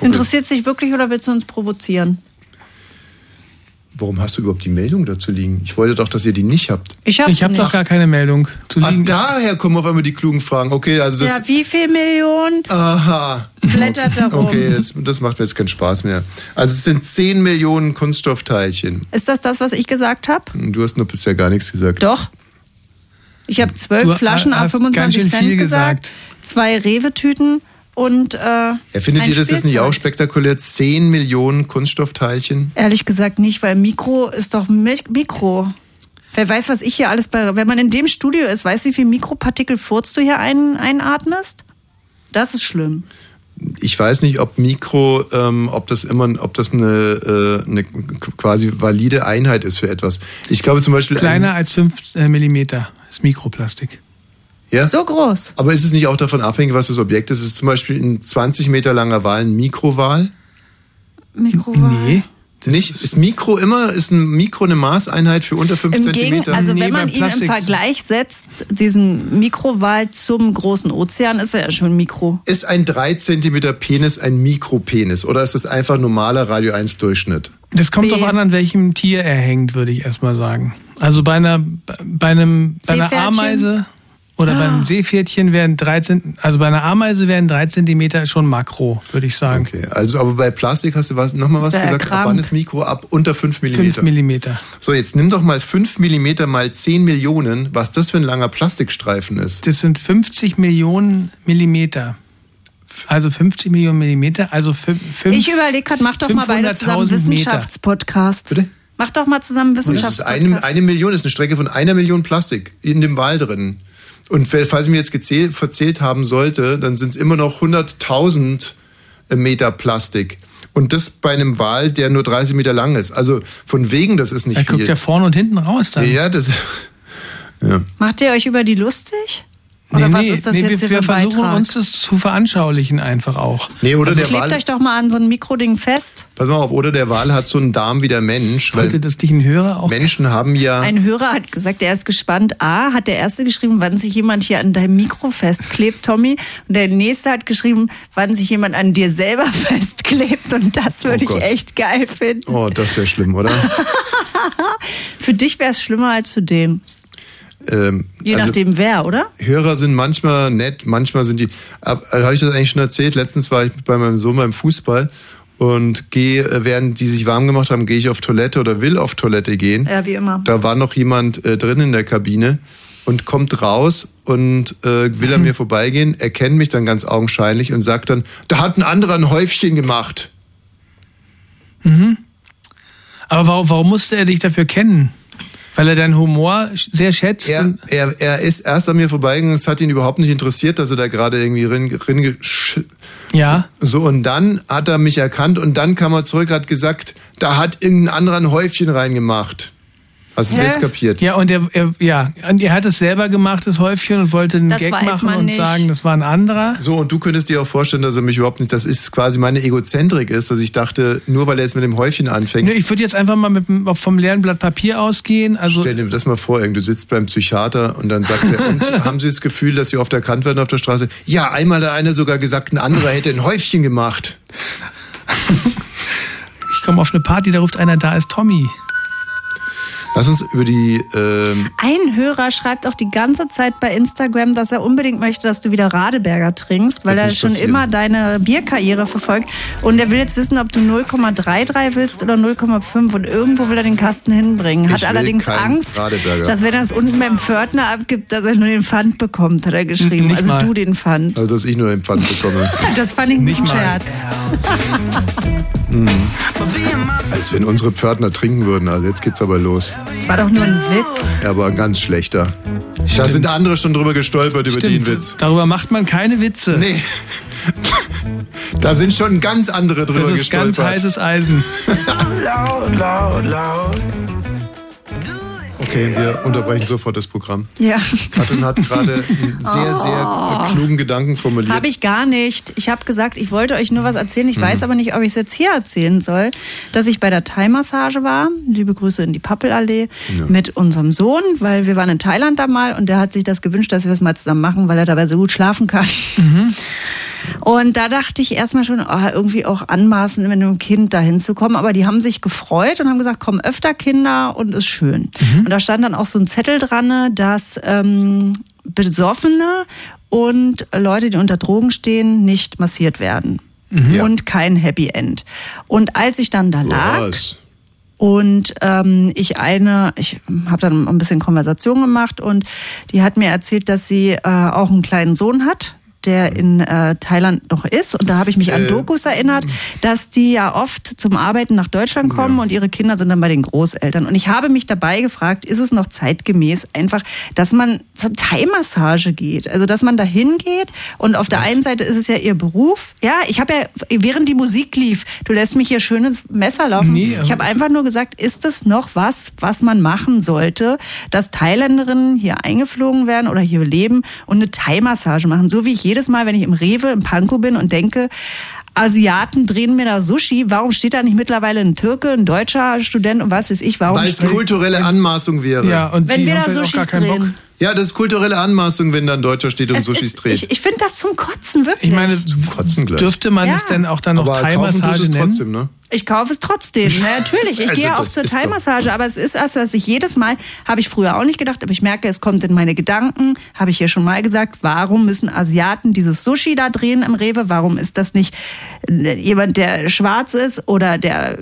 [SPEAKER 9] Interessiert sich wirklich oder willst du uns provozieren?
[SPEAKER 7] Warum hast du überhaupt die Meldung dazu liegen? Ich wollte doch, dass ihr die nicht habt.
[SPEAKER 9] Ich hab's
[SPEAKER 10] Ich habe
[SPEAKER 9] nicht.
[SPEAKER 10] doch gar keine Meldung zu
[SPEAKER 7] Ah,
[SPEAKER 10] liegen.
[SPEAKER 7] daher kommen auf einmal die klugen Fragen. Okay, also das.
[SPEAKER 9] ja, wie viel Millionen
[SPEAKER 7] Aha.
[SPEAKER 9] blättert da rum?
[SPEAKER 7] Okay, das, das macht mir jetzt keinen Spaß mehr. Also es sind 10 Millionen Kunststoffteilchen.
[SPEAKER 9] Ist das das, was ich gesagt habe?
[SPEAKER 7] Du hast noch bisher gar nichts gesagt.
[SPEAKER 9] Doch. Ich habe zwölf
[SPEAKER 7] Du äh,
[SPEAKER 9] Flaschen
[SPEAKER 7] hast ganz
[SPEAKER 9] A25
[SPEAKER 7] schön
[SPEAKER 9] Cent
[SPEAKER 7] viel
[SPEAKER 9] gesagt, zwei Rewe-Tüten und äh, Er
[SPEAKER 7] Ja, findet
[SPEAKER 9] ein
[SPEAKER 7] ihr das jetzt nicht
[SPEAKER 9] Spielzeug.
[SPEAKER 7] auch spektakulär? 10 Millionen Kunststoffteilchen?
[SPEAKER 9] Ehrlich gesagt nicht, weil Mikro ist doch Mil- Mikro. Wer weiß, was ich hier alles bei. Wenn man in dem Studio ist, weiß, wie viel Mikropartikel Furz du hier ein, einatmest? Das ist schlimm.
[SPEAKER 7] ich weiß nicht, ob Mikro, ähm, ob das immer, ob das eine, äh, eine quasi valide Einheit ist für etwas. Ich glaube zum Beispiel
[SPEAKER 10] Kleiner als 5 Millimeter ist Mikroplastik.
[SPEAKER 7] ja?
[SPEAKER 9] so groß.
[SPEAKER 7] Aber ist es nicht auch davon abhängig, was das Objekt ist? Ist zum Beispiel ein 20 Meter langer Wal ein Mikrowal?
[SPEAKER 9] Mikrowahl.
[SPEAKER 10] Nee.
[SPEAKER 7] nicht? Ist, Mikro immer, ist ein Mikro eine Maßeinheit für unter 5
[SPEAKER 9] Im Gegen,
[SPEAKER 7] Zentimeter?
[SPEAKER 9] also wenn man ihn im Vergleich setzt, diesen Mikrowal zum großen Ozean, ist er ja schon Mikro.
[SPEAKER 7] Ist ein 3 Zentimeter Penis ein Mikropenis oder ist das einfach normaler Radio 1 Durchschnitt?
[SPEAKER 10] Das kommt darauf an, an welchem Tier er hängt, würde ich erstmal sagen. Also bei einer, bei einem, bei einer
[SPEAKER 11] Seepferdchen?
[SPEAKER 10] Ameise oder bei
[SPEAKER 9] Ah.
[SPEAKER 10] einem Seepferdchen wären 13, also bei einer Ameise wären 3 Zentimeter schon Makro, würde ich sagen.
[SPEAKER 7] Okay, also aber bei Plastik hast du was, nochmal was
[SPEAKER 10] Das wär
[SPEAKER 7] gesagt, ab
[SPEAKER 10] erkrankt.
[SPEAKER 7] wann ist Mikro ab unter 5 Millimeter?
[SPEAKER 10] 5 Millimeter.
[SPEAKER 7] So, jetzt nimm doch mal 5 mm mal 10 Millionen, was das für ein langer Plastikstreifen ist.
[SPEAKER 10] Das sind 50 Millionen Millimeter. Also 50 Millionen Millimeter, also 5.
[SPEAKER 9] ich überlege gerade, mach doch mal beide zusammen Wissenschaftspodcast.
[SPEAKER 7] Bitte?
[SPEAKER 9] Mach doch mal zusammen
[SPEAKER 7] Das ist
[SPEAKER 9] Wissenschaftspodcast.
[SPEAKER 7] eine, eine Million, das ist eine Strecke von einer Million Plastik in dem Wal drin. Und fe- falls ich mir jetzt gezählt, verzählt haben sollte, dann sind es immer noch 100.000 Meter Plastik. Und das bei einem Wal, der nur 30 Meter lang ist. Also von wegen, das ist nicht
[SPEAKER 10] Da
[SPEAKER 7] viel.
[SPEAKER 10] guckt ja vorne und hinten raus dann.
[SPEAKER 7] ja, das. Ja.
[SPEAKER 9] Macht ihr euch über die lustig? Oder was ist das
[SPEAKER 10] nee,
[SPEAKER 9] jetzt
[SPEAKER 10] wir,
[SPEAKER 9] hier
[SPEAKER 10] wir
[SPEAKER 9] für ein
[SPEAKER 10] versuchen
[SPEAKER 9] Beitrag?
[SPEAKER 10] uns das zu veranschaulichen einfach auch.
[SPEAKER 7] Nee, oder
[SPEAKER 9] Also
[SPEAKER 7] der
[SPEAKER 9] klebt
[SPEAKER 7] Wal.
[SPEAKER 9] euch doch mal an so ein Mikroding fest.
[SPEAKER 7] Pass mal auf, oder der Wal hat so einen Darm wie der Mensch. Weil
[SPEAKER 10] das dich ein Hörer auch.
[SPEAKER 7] Menschen haben ja.
[SPEAKER 9] Ein Hörer hat gesagt, er ist gespannt. A, hat der Erste geschrieben, wann sich jemand hier an deinem Mikro festklebt, Tommy. Und der Nächste hat geschrieben, wann sich jemand an dir selber festklebt. Und das würde
[SPEAKER 7] Gott.
[SPEAKER 9] ich echt geil finden.
[SPEAKER 7] Oh, das wäre schlimm, oder?
[SPEAKER 9] Für dich wäre es schlimmer als für den.
[SPEAKER 7] ähm,
[SPEAKER 9] Je
[SPEAKER 7] also,
[SPEAKER 9] nachdem wer, oder?
[SPEAKER 7] Hörer sind manchmal nett, manchmal sind die. Habe ich das eigentlich schon erzählt? Letztens war ich bei meinem Sohn beim Fußball und gehe, äh, während die sich warm gemacht haben, gehe ich auf Toilette oder will auf Toilette gehen.
[SPEAKER 9] Ja, wie immer.
[SPEAKER 7] Da war noch jemand äh, drin in der Kabine und kommt raus und äh, will an mir vorbeigehen, erkennt mich dann ganz augenscheinlich und sagt dann: Da hat ein anderer ein Häufchen gemacht.
[SPEAKER 10] Mhm. Aber warum, warum musste er dich dafür kennen? Weil er deinen Humor sch- sehr schätzt.
[SPEAKER 7] Er, er, er ist erst an mir vorbeigegangen, es hat ihn überhaupt nicht interessiert, dass er da gerade irgendwie rin, rin gesch-
[SPEAKER 10] Ja.
[SPEAKER 7] So, und dann hat er mich erkannt und dann kam er zurück, hat gesagt, da hat irgendein anderer ein Häufchen reingemacht. Hast du es
[SPEAKER 10] Hä?
[SPEAKER 7] jetzt kapiert?
[SPEAKER 10] Ja, und er, er, ja, und er hat es selber gemacht, das Häufchen, und wollte einen
[SPEAKER 9] Das
[SPEAKER 10] Gag
[SPEAKER 9] weiß
[SPEAKER 10] machen
[SPEAKER 9] man
[SPEAKER 10] und
[SPEAKER 9] nicht.
[SPEAKER 10] sagen, das war ein anderer.
[SPEAKER 7] So, und du könntest dir auch vorstellen, dass er mich überhaupt nicht, das ist quasi meine Egozentrik ist, dass ich dachte, nur weil er jetzt mit dem Häufchen anfängt,
[SPEAKER 10] Nö, ich würde jetzt einfach mal mit, dem- vom leeren Blatt Papier ausgehen. Also,
[SPEAKER 7] Stell dir das mal vor, irgendwie, du sitzt beim Psychiater und dann sagt er, und haben Sie das Gefühl, dass Sie oft erkannt werden auf der Straße? Ja, einmal hat einer sogar gesagt, ein anderer hätte ein Häufchen gemacht.
[SPEAKER 10] ich komme auf eine Party, da ruft einer, da ist Tommy.
[SPEAKER 7] Lass uns über die, ähm,
[SPEAKER 9] Ein Hörer schreibt auch die ganze Zeit bei Instagram, dass er unbedingt möchte, dass du wieder Radeberger trinkst, weil
[SPEAKER 7] wird
[SPEAKER 9] er
[SPEAKER 7] nicht
[SPEAKER 9] schon
[SPEAKER 7] passieren.
[SPEAKER 9] immer deine Bierkarriere verfolgt. Und er will jetzt wissen, ob du 0,33 willst oder 0,5. Und irgendwo will er den Kasten hinbringen. Hat
[SPEAKER 7] Ich will
[SPEAKER 9] allerdings
[SPEAKER 7] keinen
[SPEAKER 9] Angst,
[SPEAKER 7] Radeberger.
[SPEAKER 9] dass wenn er es unten beim Pförtner abgibt, dass er nur den Pfand bekommt, hat er geschrieben.
[SPEAKER 7] Nicht
[SPEAKER 9] also
[SPEAKER 7] mal.
[SPEAKER 9] du den Pfand.
[SPEAKER 7] also dass ich nur den Pfand bekomme.
[SPEAKER 9] Das fand ich einen
[SPEAKER 7] Nicht
[SPEAKER 9] guten
[SPEAKER 7] mal.
[SPEAKER 9] Scherz.
[SPEAKER 7] Hm. Als wenn unsere Pförtner trinken würden, also jetzt geht's aber los.
[SPEAKER 9] Das war doch nur ein Witz.
[SPEAKER 7] Ja, aber ein ganz schlechter. Da sind andere schon drüber gestolpert über den Witz.
[SPEAKER 10] Darüber macht man keine Witze.
[SPEAKER 7] Nee. Da sind schon ganz andere drüber
[SPEAKER 10] Das ist
[SPEAKER 7] gestolpert.
[SPEAKER 10] ganz heißes Eisen.
[SPEAKER 7] laut, laut, laut. Okay, wir unterbrechen sofort das Programm.
[SPEAKER 9] Ja.
[SPEAKER 7] Katrin hat gerade einen sehr, sehr
[SPEAKER 9] Oh.
[SPEAKER 7] klugen Gedanken formuliert.
[SPEAKER 9] Habe ich gar nicht. Ich habe gesagt, ich wollte euch nur was erzählen. Ich weiß aber nicht, ob ich es jetzt hier erzählen soll, dass ich bei der Thai-Massage war. Liebe Grüße in die Pappelallee
[SPEAKER 2] Ja.
[SPEAKER 9] mit unserem Sohn, weil wir waren in Thailand da mal und der hat sich das gewünscht, dass wir es mal zusammen machen, weil er dabei so gut schlafen kann. Und da dachte ich erstmal schon, ah, irgendwie auch anmaßen, mit einem Kind dahin zu kommen. Aber die haben sich gefreut und haben gesagt, kommen öfter Kinder und ist schön. Und da stand dann auch so ein Zettel dran, dass ähm, Besoffene und Leute, die unter Drogen stehen, nicht massiert werden. Und kein Happy End. Und als ich dann da lag, und ähm, ich eine, ich habe dann ein bisschen Konversation gemacht und die hat mir erzählt, dass sie äh, auch einen kleinen Sohn hat, der in äh, Thailand noch ist. Und da habe ich mich an
[SPEAKER 2] Äh.
[SPEAKER 9] Dokus erinnert, dass die ja oft zum Arbeiten nach Deutschland kommen und ihre Kinder sind dann bei den Großeltern. Und ich habe mich dabei gefragt, ist es noch zeitgemäß einfach, dass man zur Thai-Massage geht? Also, dass man da hingeht und auf der einen Seite ist es ja ihr Beruf. Ja, ich habe ja, während die Musik lief, du lässt mich hier schön ins Messer laufen.
[SPEAKER 10] Nee,
[SPEAKER 9] ich habe einfach nur gesagt, ist es noch was, was man machen sollte, dass Thailänderinnen hier eingeflogen werden oder hier leben und eine Thai-Massage machen? So wie ich jedes Mal, wenn ich im Rewe, im Panko bin und denke, Asiaten drehen mir da Sushi, warum steht da nicht mittlerweile ein Türke, ein deutscher Student und was weiß ich, warum
[SPEAKER 7] Weil es
[SPEAKER 9] steht-
[SPEAKER 7] kulturelle Anmaßung wäre.
[SPEAKER 9] Ja, und Wenn die wir haben da vielleicht auch Sushis gar keinen Bock. drehen.
[SPEAKER 7] Ja, das ist kulturelle Anmaßung, wenn da ein Deutscher steht und
[SPEAKER 9] Es
[SPEAKER 7] Sushis
[SPEAKER 9] ist-
[SPEAKER 7] dreht.
[SPEAKER 9] Ich, ich finde das zum Kotzen, wirklich.
[SPEAKER 10] Ich meine,
[SPEAKER 7] Kotzen gleich.
[SPEAKER 10] dürfte man es denn auch dann noch
[SPEAKER 7] Aber kaufen tust du
[SPEAKER 10] Thai-Massage
[SPEAKER 7] es
[SPEAKER 10] nennen?
[SPEAKER 7] trotzdem, ne?
[SPEAKER 9] Ich kaufe es trotzdem, ne? natürlich. Ich
[SPEAKER 10] Also
[SPEAKER 9] gehe auch
[SPEAKER 10] das
[SPEAKER 9] zur
[SPEAKER 10] ist doch-
[SPEAKER 9] Thai-Massage, aber es ist erst, dass ich jedes Mal, habe ich früher auch nicht gedacht, aber ich merke, es kommt in meine Gedanken, habe ich hier schon mal gesagt, warum müssen Asiaten dieses Sushi da drehen im Rewe? Warum ist das nicht äh, jemand, der schwarz ist oder der,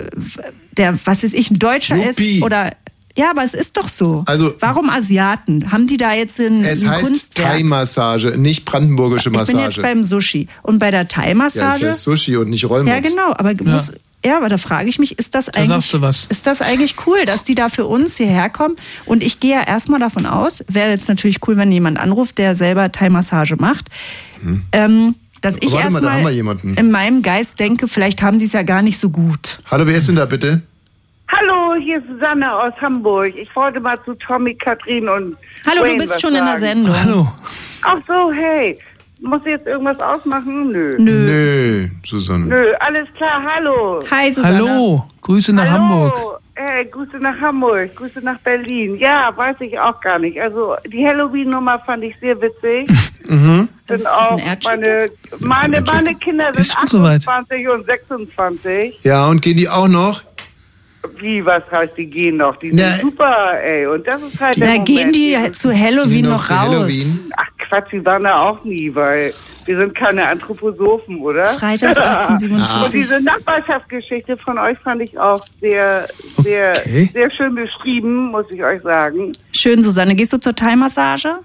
[SPEAKER 9] der was weiß ich, ein Deutscher ist? Oder, ja, aber es ist doch so.
[SPEAKER 7] Also-
[SPEAKER 9] warum Asiaten? Haben die da jetzt in,
[SPEAKER 7] Es
[SPEAKER 9] ein
[SPEAKER 7] heißt
[SPEAKER 9] Kunstwerk?
[SPEAKER 7] Thai-Massage, nicht brandenburgische
[SPEAKER 9] ich bin jetzt
[SPEAKER 7] Massage.
[SPEAKER 9] beim Sushi. Und bei der
[SPEAKER 7] ja, das
[SPEAKER 9] Thai-Massage.
[SPEAKER 7] heißt Sushi und nicht Rollmops.
[SPEAKER 9] Ja, genau, aber muss. Ja, aber da frage ich mich, ist das eigentlich,
[SPEAKER 7] sagst du was.
[SPEAKER 9] ist das eigentlich cool, dass die da für uns hierher kommen? Und ich gehe ja erstmal davon aus, wäre jetzt natürlich cool, wenn jemand anruft, der selber Thai-Massage macht, ähm, dass
[SPEAKER 7] Hm.
[SPEAKER 9] ich
[SPEAKER 7] Warte mal, da haben wir
[SPEAKER 9] erstmal
[SPEAKER 7] jemanden.
[SPEAKER 9] in meinem Geist denke, vielleicht haben die es ja gar nicht so gut.
[SPEAKER 7] Hallo, wer ist denn da bitte?
[SPEAKER 14] Hallo, hier ist Susanne aus Hamburg. Ich wollte mal zu Tommy, Katrin und.
[SPEAKER 9] Hallo, du
[SPEAKER 14] Wayne
[SPEAKER 9] bist
[SPEAKER 14] was
[SPEAKER 9] schon in der
[SPEAKER 14] sagen.
[SPEAKER 9] Sendung. Hallo.
[SPEAKER 14] Ach so, hey. Muss ich jetzt irgendwas ausmachen? Nö.
[SPEAKER 7] Nö. Susanne.
[SPEAKER 14] Nö, alles klar, hallo.
[SPEAKER 10] Hallo, Grüße nach Hamburg.
[SPEAKER 14] Hallo. Hey, Grüße nach Hamburg, Grüße nach Berlin. Ja, weiß ich auch gar nicht. Also, die Halloween-Nummer fand ich sehr witzig.
[SPEAKER 10] Mhm.
[SPEAKER 14] Sind auch meine, meine, meine Kinder sind
[SPEAKER 7] schon soweit.
[SPEAKER 14] 28 und 26.
[SPEAKER 7] Ja, und gehen die auch noch?
[SPEAKER 14] Wie, was heißt, die gehen noch? Die sind super, ey. Und das ist halt
[SPEAKER 9] Na,
[SPEAKER 14] der
[SPEAKER 9] gehen
[SPEAKER 14] Moment.
[SPEAKER 9] die zu Halloween
[SPEAKER 14] Gehen die noch
[SPEAKER 9] noch,
[SPEAKER 14] zu
[SPEAKER 9] raus?
[SPEAKER 14] Halloween? Ach Quatsch, die waren da auch nie, weil wir sind keine Anthroposophen, oder?
[SPEAKER 9] Freitags 18:47.
[SPEAKER 14] Und diese Nachbarschaftsgeschichte von euch fand ich auch sehr, sehr, sehr schön beschrieben, muss ich euch sagen.
[SPEAKER 9] Schön, Susanne, gehst du zur Thai-Massage?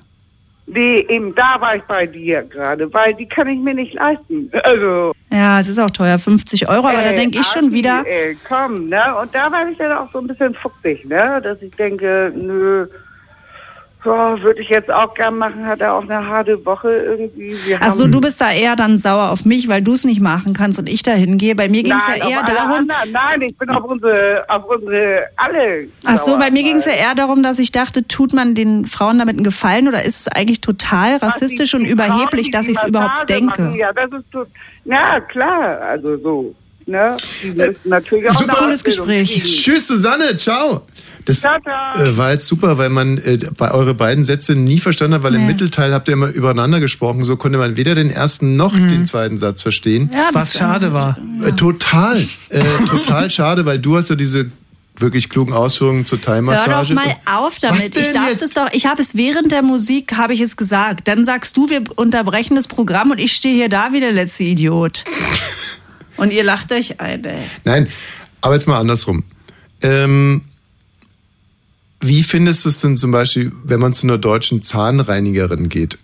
[SPEAKER 14] Nee, eben da war ich bei dir gerade, weil die kann ich mir nicht leisten. Also.
[SPEAKER 9] Ja, es ist auch teuer, 50 Euro, aber da
[SPEAKER 15] Äh,
[SPEAKER 14] Ey,
[SPEAKER 9] denke ich schon
[SPEAKER 14] Arti,
[SPEAKER 9] wieder,
[SPEAKER 14] Ey, komm, ne? Und da war ich dann auch so ein bisschen fuchsig, ne? Dass ich denke, nö,
[SPEAKER 15] Ja, würde ich jetzt auch gern machen, hat er auch eine harte Woche irgendwie. Wir
[SPEAKER 9] Ach so,
[SPEAKER 15] haben-
[SPEAKER 9] du bist da eher dann sauer auf mich, weil du es nicht machen kannst und ich da hingehe. Bei mir ging es
[SPEAKER 15] Nein,
[SPEAKER 9] ja
[SPEAKER 15] auf
[SPEAKER 9] eher
[SPEAKER 15] alle
[SPEAKER 9] darum.
[SPEAKER 15] Anderen. Nein, ich bin auf unsere, auf unsere alle.
[SPEAKER 9] Ach so,
[SPEAKER 15] sauer.
[SPEAKER 9] bei mir ging es ja eher darum, dass ich dachte, tut man den Frauen damit einen Gefallen oder ist es eigentlich total rassistisch und überheblich,
[SPEAKER 15] Frauen, die
[SPEAKER 9] dass
[SPEAKER 15] die
[SPEAKER 9] ich es
[SPEAKER 15] Massage
[SPEAKER 9] überhaupt denke?
[SPEAKER 15] Machen, ja, das ist tot. Na klar, also so. Ne? Die müssen natürlich auch eine Ausbildung kriegen.
[SPEAKER 7] Tschüss, Susanne. Ciao. Das äh, war jetzt super, weil man äh, bei eure beiden Sätze nie verstanden hat, weil im Mittelteil habt ihr immer übereinander gesprochen. So konnte man weder den ersten noch
[SPEAKER 9] Mhm.
[SPEAKER 7] den zweiten Satz verstehen.
[SPEAKER 10] Ja, das Was ist- schade war.
[SPEAKER 7] Äh, total. Äh, total schade, weil du hast ja diese wirklich klugen Ausführungen zur
[SPEAKER 9] Hör doch
[SPEAKER 7] Thai-Massage.
[SPEAKER 9] mal auf
[SPEAKER 7] Was
[SPEAKER 9] damit.
[SPEAKER 7] denn
[SPEAKER 9] Ich darf
[SPEAKER 7] jetzt?
[SPEAKER 9] das doch, ich habe es während der Musik, habe ich es gesagt. Dann sagst du, wir unterbrechen das Programm und ich stehe hier da wie der letzte Idiot. Und ihr lacht euch ein, ey.
[SPEAKER 7] Nein, aber jetzt mal andersrum. Ähm, wie findest du es denn zum Beispiel, wenn man zu einer deutschen Zahnreinigerin geht?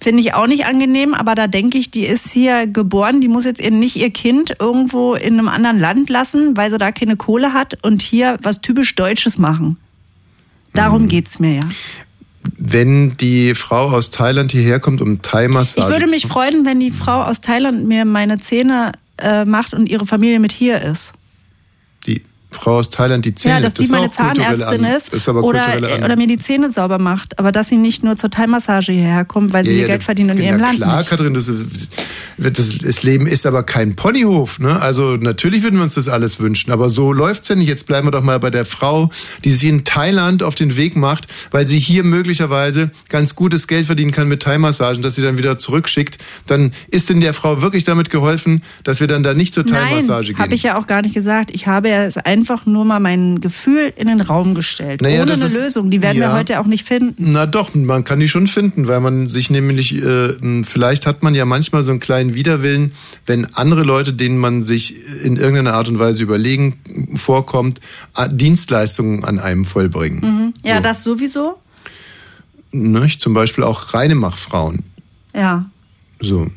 [SPEAKER 9] Finde ich auch nicht angenehm, aber da denke ich, die ist hier geboren, die muss jetzt eben nicht ihr Kind irgendwo in einem anderen Land lassen, weil sie da keine Kohle hat und hier was typisch Deutsches machen. Darum
[SPEAKER 7] Mhm.
[SPEAKER 9] geht's mir ja.
[SPEAKER 7] Also Wenn die Frau aus Thailand hierher kommt, um
[SPEAKER 9] Ich
[SPEAKER 7] Thai-Massage
[SPEAKER 9] würde mich freuen, wenn die Frau aus Thailand mir meine Zähne äh, macht und ihre Familie mit hier ist.
[SPEAKER 7] die Frau aus Thailand die Zähne
[SPEAKER 9] ja, dass
[SPEAKER 7] das
[SPEAKER 9] die
[SPEAKER 7] ist
[SPEAKER 9] meine
[SPEAKER 7] auch kulturelle
[SPEAKER 9] Zahnärztin
[SPEAKER 7] An-
[SPEAKER 9] ist,
[SPEAKER 7] ist aber
[SPEAKER 9] oder, äh,
[SPEAKER 7] kulturelle An-
[SPEAKER 9] oder mir die Zähne sauber macht, aber dass sie nicht nur zur Thai-Massage hierher kommt, weil sie
[SPEAKER 7] Ja,
[SPEAKER 9] ihr
[SPEAKER 7] ja,
[SPEAKER 9] Geld
[SPEAKER 7] da-
[SPEAKER 9] verdient in
[SPEAKER 7] na
[SPEAKER 9] ihrem Land.
[SPEAKER 7] Klar,
[SPEAKER 9] nicht.
[SPEAKER 7] Katrin, das, ist- das, das Leben ist aber kein Ponyhof. Ne? Also natürlich würden wir uns das alles wünschen, aber so läuft's ja nicht. Jetzt bleiben wir doch mal bei der Frau, die sich in Thailand auf den Weg macht, weil sie hier möglicherweise ganz gutes Geld verdienen kann mit Thai-Massagen, dass sie dann wieder zurückschickt. Dann ist denn der Frau wirklich damit geholfen, dass wir dann da nicht zur Thai-Massage
[SPEAKER 9] Nein,
[SPEAKER 7] gehen?
[SPEAKER 9] habe ich ja auch gar nicht gesagt. Ich habe ja es einfach nur mal mein Gefühl in den Raum gestellt.
[SPEAKER 7] Naja,
[SPEAKER 9] Ohne
[SPEAKER 7] das
[SPEAKER 9] eine
[SPEAKER 7] ist-
[SPEAKER 9] Lösung. Die werden
[SPEAKER 7] ja.
[SPEAKER 9] wir heute auch nicht finden.
[SPEAKER 7] Na doch, man kann die schon finden, weil man sich nämlich, äh, m, vielleicht hat man ja manchmal so einen kleinen Widerwillen, wenn andere Leute, denen man sich in irgendeiner Art und Weise überlegen m, vorkommt, a- Dienstleistungen an einem vollbringen.
[SPEAKER 9] Mhm. Ja, das sowieso.
[SPEAKER 7] Nicht? Zum Beispiel auch Reinemachfrauen.
[SPEAKER 9] Ja.
[SPEAKER 7] So.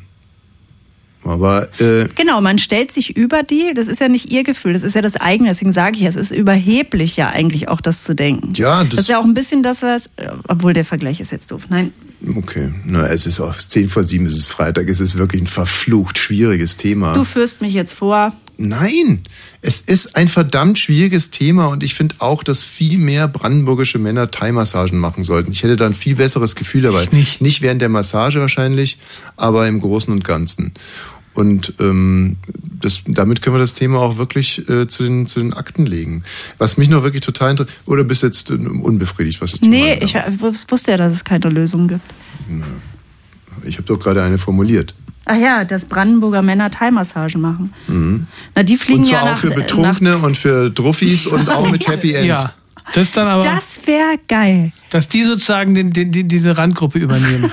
[SPEAKER 7] Aber äh,
[SPEAKER 9] Genau, man stellt sich über die, das ist ja nicht ihr Gefühl, das ist ja das eigene, deswegen sage ich ja, es ist überheblich ja eigentlich auch das zu denken.
[SPEAKER 7] Ja, das-
[SPEAKER 9] das ist ja auch ein bisschen das, was, äh, obwohl der Vergleich ist jetzt doof. Nein,
[SPEAKER 7] okay, na, es ist auch 10 vor 7, es ist Freitag, es ist wirklich ein verflucht schwieriges Thema.
[SPEAKER 9] du führst mich jetzt vor.
[SPEAKER 7] Nein, es ist ein verdammt schwieriges Thema und ich finde auch, dass viel mehr brandenburgische Männer Thai-Massagen machen sollten. Ich hätte da ein viel besseres Gefühl dabei. Nicht. nicht während der Massage wahrscheinlich, aber im Großen und Ganzen. Und ähm, das, damit können wir das Thema auch wirklich äh, zu, den, zu den Akten legen. Was mich noch wirklich total interessiert, oder bist jetzt äh, unbefriedigt, was das Thema
[SPEAKER 9] Nee, ich w- wusste ja, dass es keine Lösung gibt.
[SPEAKER 7] Ich habe doch gerade eine formuliert.
[SPEAKER 9] Ach ja, dass Brandenburger Männer Thai-Massagen machen.
[SPEAKER 7] Mhm.
[SPEAKER 9] Na, die fliegen
[SPEAKER 7] und zwar
[SPEAKER 9] ja
[SPEAKER 7] auch
[SPEAKER 9] nach,
[SPEAKER 7] für Betrunkene und für Druffis und auch mit Happy End.
[SPEAKER 10] Ja, das dann aber.
[SPEAKER 9] Das wäre geil.
[SPEAKER 10] Dass die sozusagen den, den, die- diese Randgruppe übernehmen.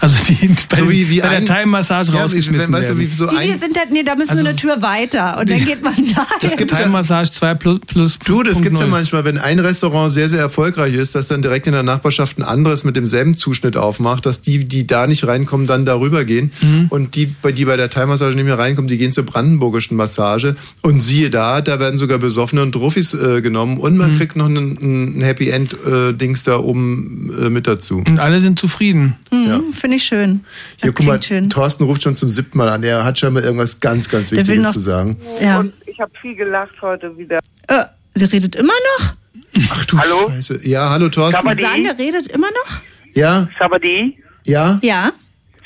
[SPEAKER 10] also die bei,
[SPEAKER 7] So wie- wie
[SPEAKER 10] bei der
[SPEAKER 7] ein-
[SPEAKER 10] Thai-Massage
[SPEAKER 7] Ja, wie-
[SPEAKER 10] rausgeschmissen
[SPEAKER 7] wenn- weißt du,
[SPEAKER 10] werden.
[SPEAKER 7] wie so
[SPEAKER 9] die, die sind da, nee, da müssen
[SPEAKER 10] Also-
[SPEAKER 9] wir eine Tür weiter und dann geht man da.
[SPEAKER 10] das
[SPEAKER 9] hin.
[SPEAKER 10] gibt Thai-Massage 2 plus, plus
[SPEAKER 7] Du, das gibt es ja
[SPEAKER 10] 0.
[SPEAKER 7] manchmal, wenn ein Restaurant sehr, sehr erfolgreich ist, dass dann direkt in der Nachbarschaft ein anderes mit demselben Zuschnitt aufmacht, dass die, die da nicht reinkommen, dann darüber gehen. Und die, bei- die bei der Thai-Massage nicht mehr reinkommen, die gehen zur brandenburgischen Massage. Und siehe da, da werden sogar Besoffene und Trophys äh, genommen. Und man kriegt noch ein, ein Happy End-Dings da oben äh, mit dazu.
[SPEAKER 10] Und alle sind zufrieden.
[SPEAKER 9] Mhm, Finde ich schön.
[SPEAKER 7] Hier, guck mal, Thorsten ruft schon zum siebten Mal an. Er hat scheinbar irgendwas ganz, ganz
[SPEAKER 9] Der will
[SPEAKER 7] Wichtiges
[SPEAKER 9] noch-
[SPEAKER 7] zu sagen.
[SPEAKER 9] Ja.
[SPEAKER 15] Und ich habe viel gelacht heute wieder.
[SPEAKER 9] Äh, sie redet immer noch?
[SPEAKER 7] Ach du hallo? Scheiße. Ja, hallo Thorsten.
[SPEAKER 9] Susanne redet immer noch?
[SPEAKER 7] Ja?
[SPEAKER 14] Sabadi?
[SPEAKER 7] Ja?
[SPEAKER 9] Ja.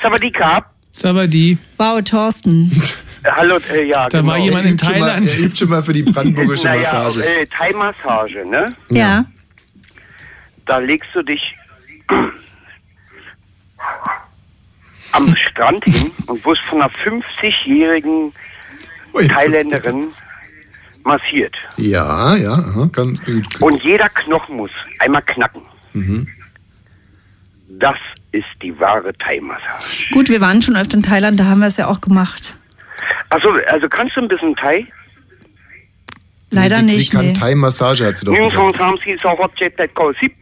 [SPEAKER 14] Sabadi Kap?
[SPEAKER 10] Sabadi.
[SPEAKER 9] Wow, Thorsten.
[SPEAKER 14] Hallo, äh, ja.
[SPEAKER 10] Da war jemand in Thailand.
[SPEAKER 7] Schon mal, er übt schon mal für die brandenburgische
[SPEAKER 14] Naja,
[SPEAKER 7] genau. Massage.
[SPEAKER 14] äh, Thai-Massage, ne?
[SPEAKER 9] Ja.
[SPEAKER 14] Da legst du dich am Strand hin und wirst von einer 50-jährigen
[SPEAKER 7] Oh,
[SPEAKER 14] Thailänderin massiert.
[SPEAKER 7] Ja, ja, aha, ganz gut.
[SPEAKER 14] Und jeder Knochen muss einmal knacken.
[SPEAKER 7] Mhm.
[SPEAKER 14] Das ist die wahre Thai-Massage.
[SPEAKER 9] Gut, wir waren schon öfter in Thailand, da haben wir es ja auch gemacht.
[SPEAKER 14] Also, also kannst du ein bisschen Thai?
[SPEAKER 9] Leider
[SPEAKER 7] sie,
[SPEAKER 9] nicht.
[SPEAKER 7] Sie kann
[SPEAKER 9] nee.
[SPEAKER 7] Thai-Massage, hat sie doch gesagt.
[SPEAKER 14] Nirgendwo haben sie so Hotjet Pet Call Sieb.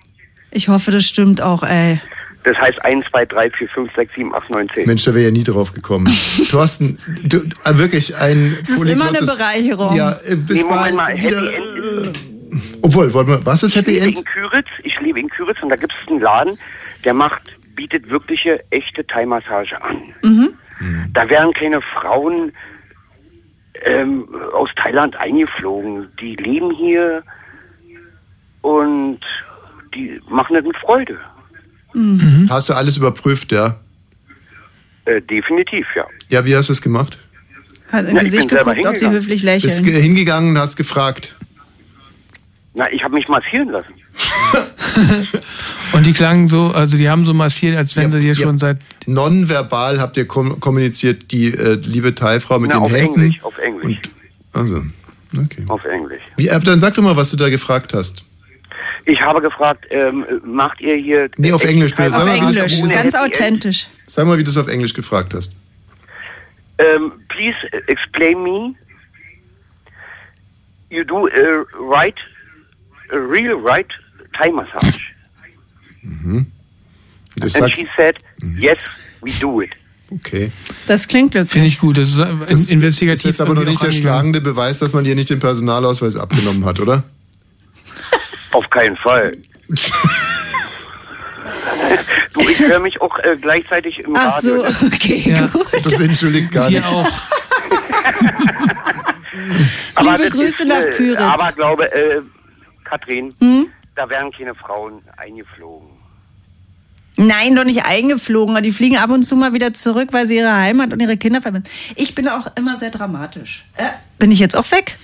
[SPEAKER 9] Ich hoffe, das stimmt auch, ey.
[SPEAKER 14] Das heißt 1, 2, 3, 4, 5, 6, 7, 8, 9, 10.
[SPEAKER 7] Mensch, da wäre ja nie drauf gekommen. Thorsten, du, ah, wirklich ein
[SPEAKER 9] Das ist immer eine
[SPEAKER 7] polyglottis-
[SPEAKER 9] Bereicherung.
[SPEAKER 7] Ja, äh, bis
[SPEAKER 14] Nee, Moment
[SPEAKER 7] bald.
[SPEAKER 14] mal, Happy
[SPEAKER 7] wieder, äh, obwohl, wollen wir, was ist Happy
[SPEAKER 14] ich lebe
[SPEAKER 7] End?
[SPEAKER 14] in Küritz, ich lebe in Küritz Müritz und da gibt es einen Laden, der macht, bietet wirkliche, echte Thai-Massage an.
[SPEAKER 9] Mhm.
[SPEAKER 14] Da werden keine Frauen ähm, aus Thailand eingeflogen. Die leben hier und die machen das mit Freude.
[SPEAKER 7] Hast du alles überprüft, ja?
[SPEAKER 14] Äh, definitiv, ja.
[SPEAKER 7] Ja, wie hast du es gemacht?
[SPEAKER 9] Hat
[SPEAKER 14] im Na, ich Gesicht bin selber geguckt, ob sie hingegangen. höflich lächeln.
[SPEAKER 7] Bist ge- hingegangen und hast gefragt.
[SPEAKER 14] Na, ich habe mich massieren lassen.
[SPEAKER 10] Und die klangen so, also die haben so massiert, als wenn sie dir schon seit.
[SPEAKER 7] Nonverbal habt ihr kom kommuniziert, die äh, liebe Teilfrau mit
[SPEAKER 14] Na,
[SPEAKER 7] den
[SPEAKER 14] auf
[SPEAKER 7] Händen.
[SPEAKER 14] Englisch, auf Englisch.
[SPEAKER 7] Also,
[SPEAKER 14] Auf Englisch.
[SPEAKER 7] wie, aber dann sag doch mal, was du da gefragt hast.
[SPEAKER 14] Ich habe gefragt, ähm, macht ihr hier.
[SPEAKER 7] Nee, auf Englisch, bitte. Sag
[SPEAKER 9] Auf
[SPEAKER 7] mal, wie das
[SPEAKER 9] Englisch,
[SPEAKER 7] ohne
[SPEAKER 9] ganz
[SPEAKER 7] Happy End.
[SPEAKER 9] authentisch.
[SPEAKER 7] Sag mal, wie du es auf Englisch gefragt hast.
[SPEAKER 14] Um, please explain me. You do a right, a real right Thai massage.
[SPEAKER 7] Das
[SPEAKER 14] and
[SPEAKER 7] sagt, Mhm.
[SPEAKER 14] she said, yes, we do it.
[SPEAKER 7] okay.
[SPEAKER 9] Das klingt glücklich.
[SPEAKER 10] Finde ich gut. Das ist äh, in- investigativ.
[SPEAKER 7] Ist jetzt aber noch
[SPEAKER 10] irgendwie
[SPEAKER 7] nicht
[SPEAKER 10] auch
[SPEAKER 7] der
[SPEAKER 10] angegangen.
[SPEAKER 7] schlagende Beweis, dass man dir nicht den Personalausweis abgenommen hat, oder?
[SPEAKER 14] Auf keinen Fall. du, ich höre mich auch äh, gleichzeitig im
[SPEAKER 9] Ach so,
[SPEAKER 14] Radio.
[SPEAKER 9] okay, gut.
[SPEAKER 7] Das entschuldigt gar nichts.
[SPEAKER 9] Liebe Grüße nach Küritz.
[SPEAKER 14] Äh, aber glaube, äh, Katrin,
[SPEAKER 9] Hm?
[SPEAKER 14] da werden keine Frauen eingeflogen.
[SPEAKER 9] Nein, doch nicht eingeflogen. aber Die fliegen ab und zu mal wieder zurück, weil sie ihre Heimat und ihre Kinder vermissen. Ich bin auch immer sehr dramatisch. Äh, bin ich jetzt auch weg?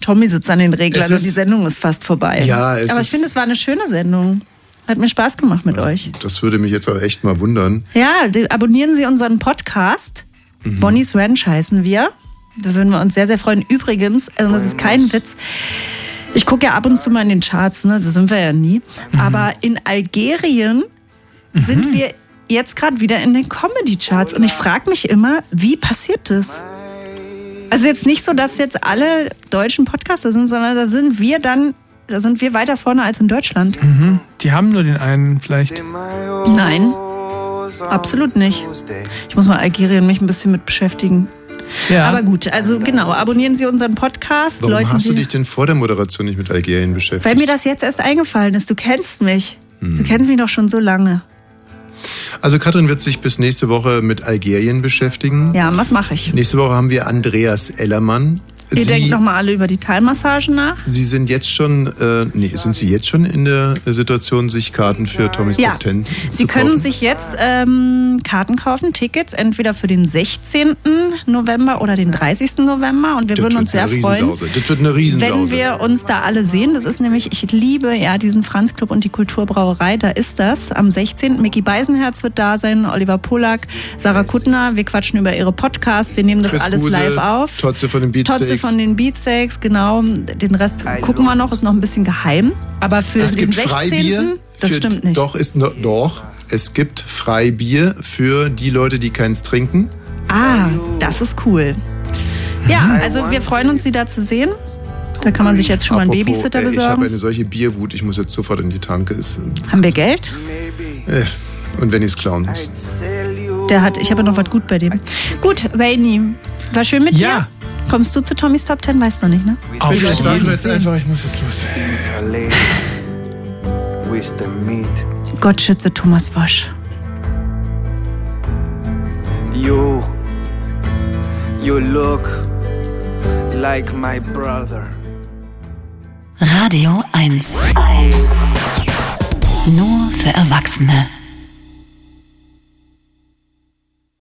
[SPEAKER 9] Tommy sitzt an den Reglern
[SPEAKER 7] Es
[SPEAKER 9] und
[SPEAKER 7] ist-
[SPEAKER 9] die Sendung ist fast vorbei.
[SPEAKER 7] Ja, es
[SPEAKER 9] Aber
[SPEAKER 7] ist- Also-
[SPEAKER 9] ich finde, es war eine schöne Sendung. Hat mir Spaß gemacht mit euch.
[SPEAKER 7] Das würde mich jetzt auch echt mal wundern.
[SPEAKER 9] Ja, de- abonnieren Sie unseren Podcast. Bonnie's Ranch heißen wir. Da würden wir uns sehr, sehr freuen. Übrigens, äh, das ist kein Witz. Ich gucke ja ab und zu mal in den Charts, ne? Da sind wir ja nie. Aber in Algerien sind wir jetzt gerade wieder in den Comedy-Charts. Und ich frage mich immer, wie passiert das? Also jetzt nicht so, dass jetzt alle deutschen Podcaster sind, sondern da sind wir dann, da sind wir weiter vorne als in Deutschland.
[SPEAKER 10] Mhm. Die haben nur den einen vielleicht.
[SPEAKER 9] Nein, absolut nicht. Ich muss mal Algerien mich ein bisschen mit beschäftigen.
[SPEAKER 10] Ja.
[SPEAKER 9] Aber gut, also genau, abonnieren Sie unseren Podcast.
[SPEAKER 7] Warum
[SPEAKER 9] läuten
[SPEAKER 7] hast du
[SPEAKER 9] Sie-
[SPEAKER 7] dich denn vor der Moderation nicht mit Algerien beschäftigt?
[SPEAKER 9] Weil mir das jetzt erst eingefallen ist. Du kennst mich. Du
[SPEAKER 7] Hm.
[SPEAKER 9] kennst mich doch schon so lange.
[SPEAKER 7] Also Katrin wird sich bis nächste Woche mit Algerien beschäftigen.
[SPEAKER 9] Ja, was mache ich?
[SPEAKER 7] Nächste Woche haben wir Andreas Ellermann.
[SPEAKER 9] Ihr denkt nochmal alle über die Teilmassagen nach.
[SPEAKER 7] Sie sind jetzt schon, äh, nee, sind Sie jetzt schon in der Situation, sich Karten für Tommy's
[SPEAKER 9] Ja,
[SPEAKER 7] Top Ten zu
[SPEAKER 9] Sie können
[SPEAKER 7] kaufen?
[SPEAKER 9] sich jetzt ähm, Karten kaufen, Tickets, entweder für den 16. November oder den 30. November. Und wir
[SPEAKER 7] das
[SPEAKER 9] würden
[SPEAKER 7] wird
[SPEAKER 9] uns sehr
[SPEAKER 7] eine
[SPEAKER 9] freuen,
[SPEAKER 7] Riesensause. Das wird eine Riesensause.
[SPEAKER 9] Wenn wir uns da alle sehen, das ist nämlich, ich liebe ja diesen Franz Club und die Kulturbrauerei, da ist das am 16. Micky Beisenherz wird da sein, Oliver Polak, Sarah Kuttner, wir quatschen über ihre Podcasts, wir nehmen das
[SPEAKER 7] Chris
[SPEAKER 9] alles
[SPEAKER 7] Guse,
[SPEAKER 9] live auf.
[SPEAKER 7] Totze von den Beatsteaks.
[SPEAKER 9] Totze von den Beatsteaks, genau. Den Rest gucken wir noch, ist noch ein bisschen geheim. Aber für
[SPEAKER 7] es
[SPEAKER 9] den
[SPEAKER 7] gibt
[SPEAKER 9] 16.
[SPEAKER 7] Freibier.
[SPEAKER 9] das
[SPEAKER 7] für,
[SPEAKER 9] stimmt nicht.
[SPEAKER 7] Doch, ist, no- doch, es gibt Freibier für die Leute, die keins trinken.
[SPEAKER 9] Ah, das ist cool. Ja, also wir freuen uns, Sie da zu sehen. Da kann man sich jetzt schon mal einen
[SPEAKER 7] Apropos,
[SPEAKER 9] Babysitter
[SPEAKER 7] äh, Ich habe
[SPEAKER 9] besorgen.
[SPEAKER 7] eine solche Bierwut, ich muss jetzt sofort in die Tanke. Ist,
[SPEAKER 9] Haben wir Geld?
[SPEAKER 7] äh, und wenn ich es klauen muss.
[SPEAKER 9] Der hat, ich habe noch was gut bei dem. Gut, Wayne, war schön mit
[SPEAKER 10] Ja.
[SPEAKER 9] dir. Kommst du zu Tommys Top 10? Weißt du noch nicht, ne?
[SPEAKER 10] Auf
[SPEAKER 7] Vielleicht
[SPEAKER 10] jeden
[SPEAKER 7] sagen wir jetzt
[SPEAKER 10] Fall.
[SPEAKER 7] einfach, ich muss jetzt los.
[SPEAKER 9] Gott schütze Thomas Wasch.
[SPEAKER 16] You, you look like my brother.
[SPEAKER 4] Radio 1. Nur für Erwachsene.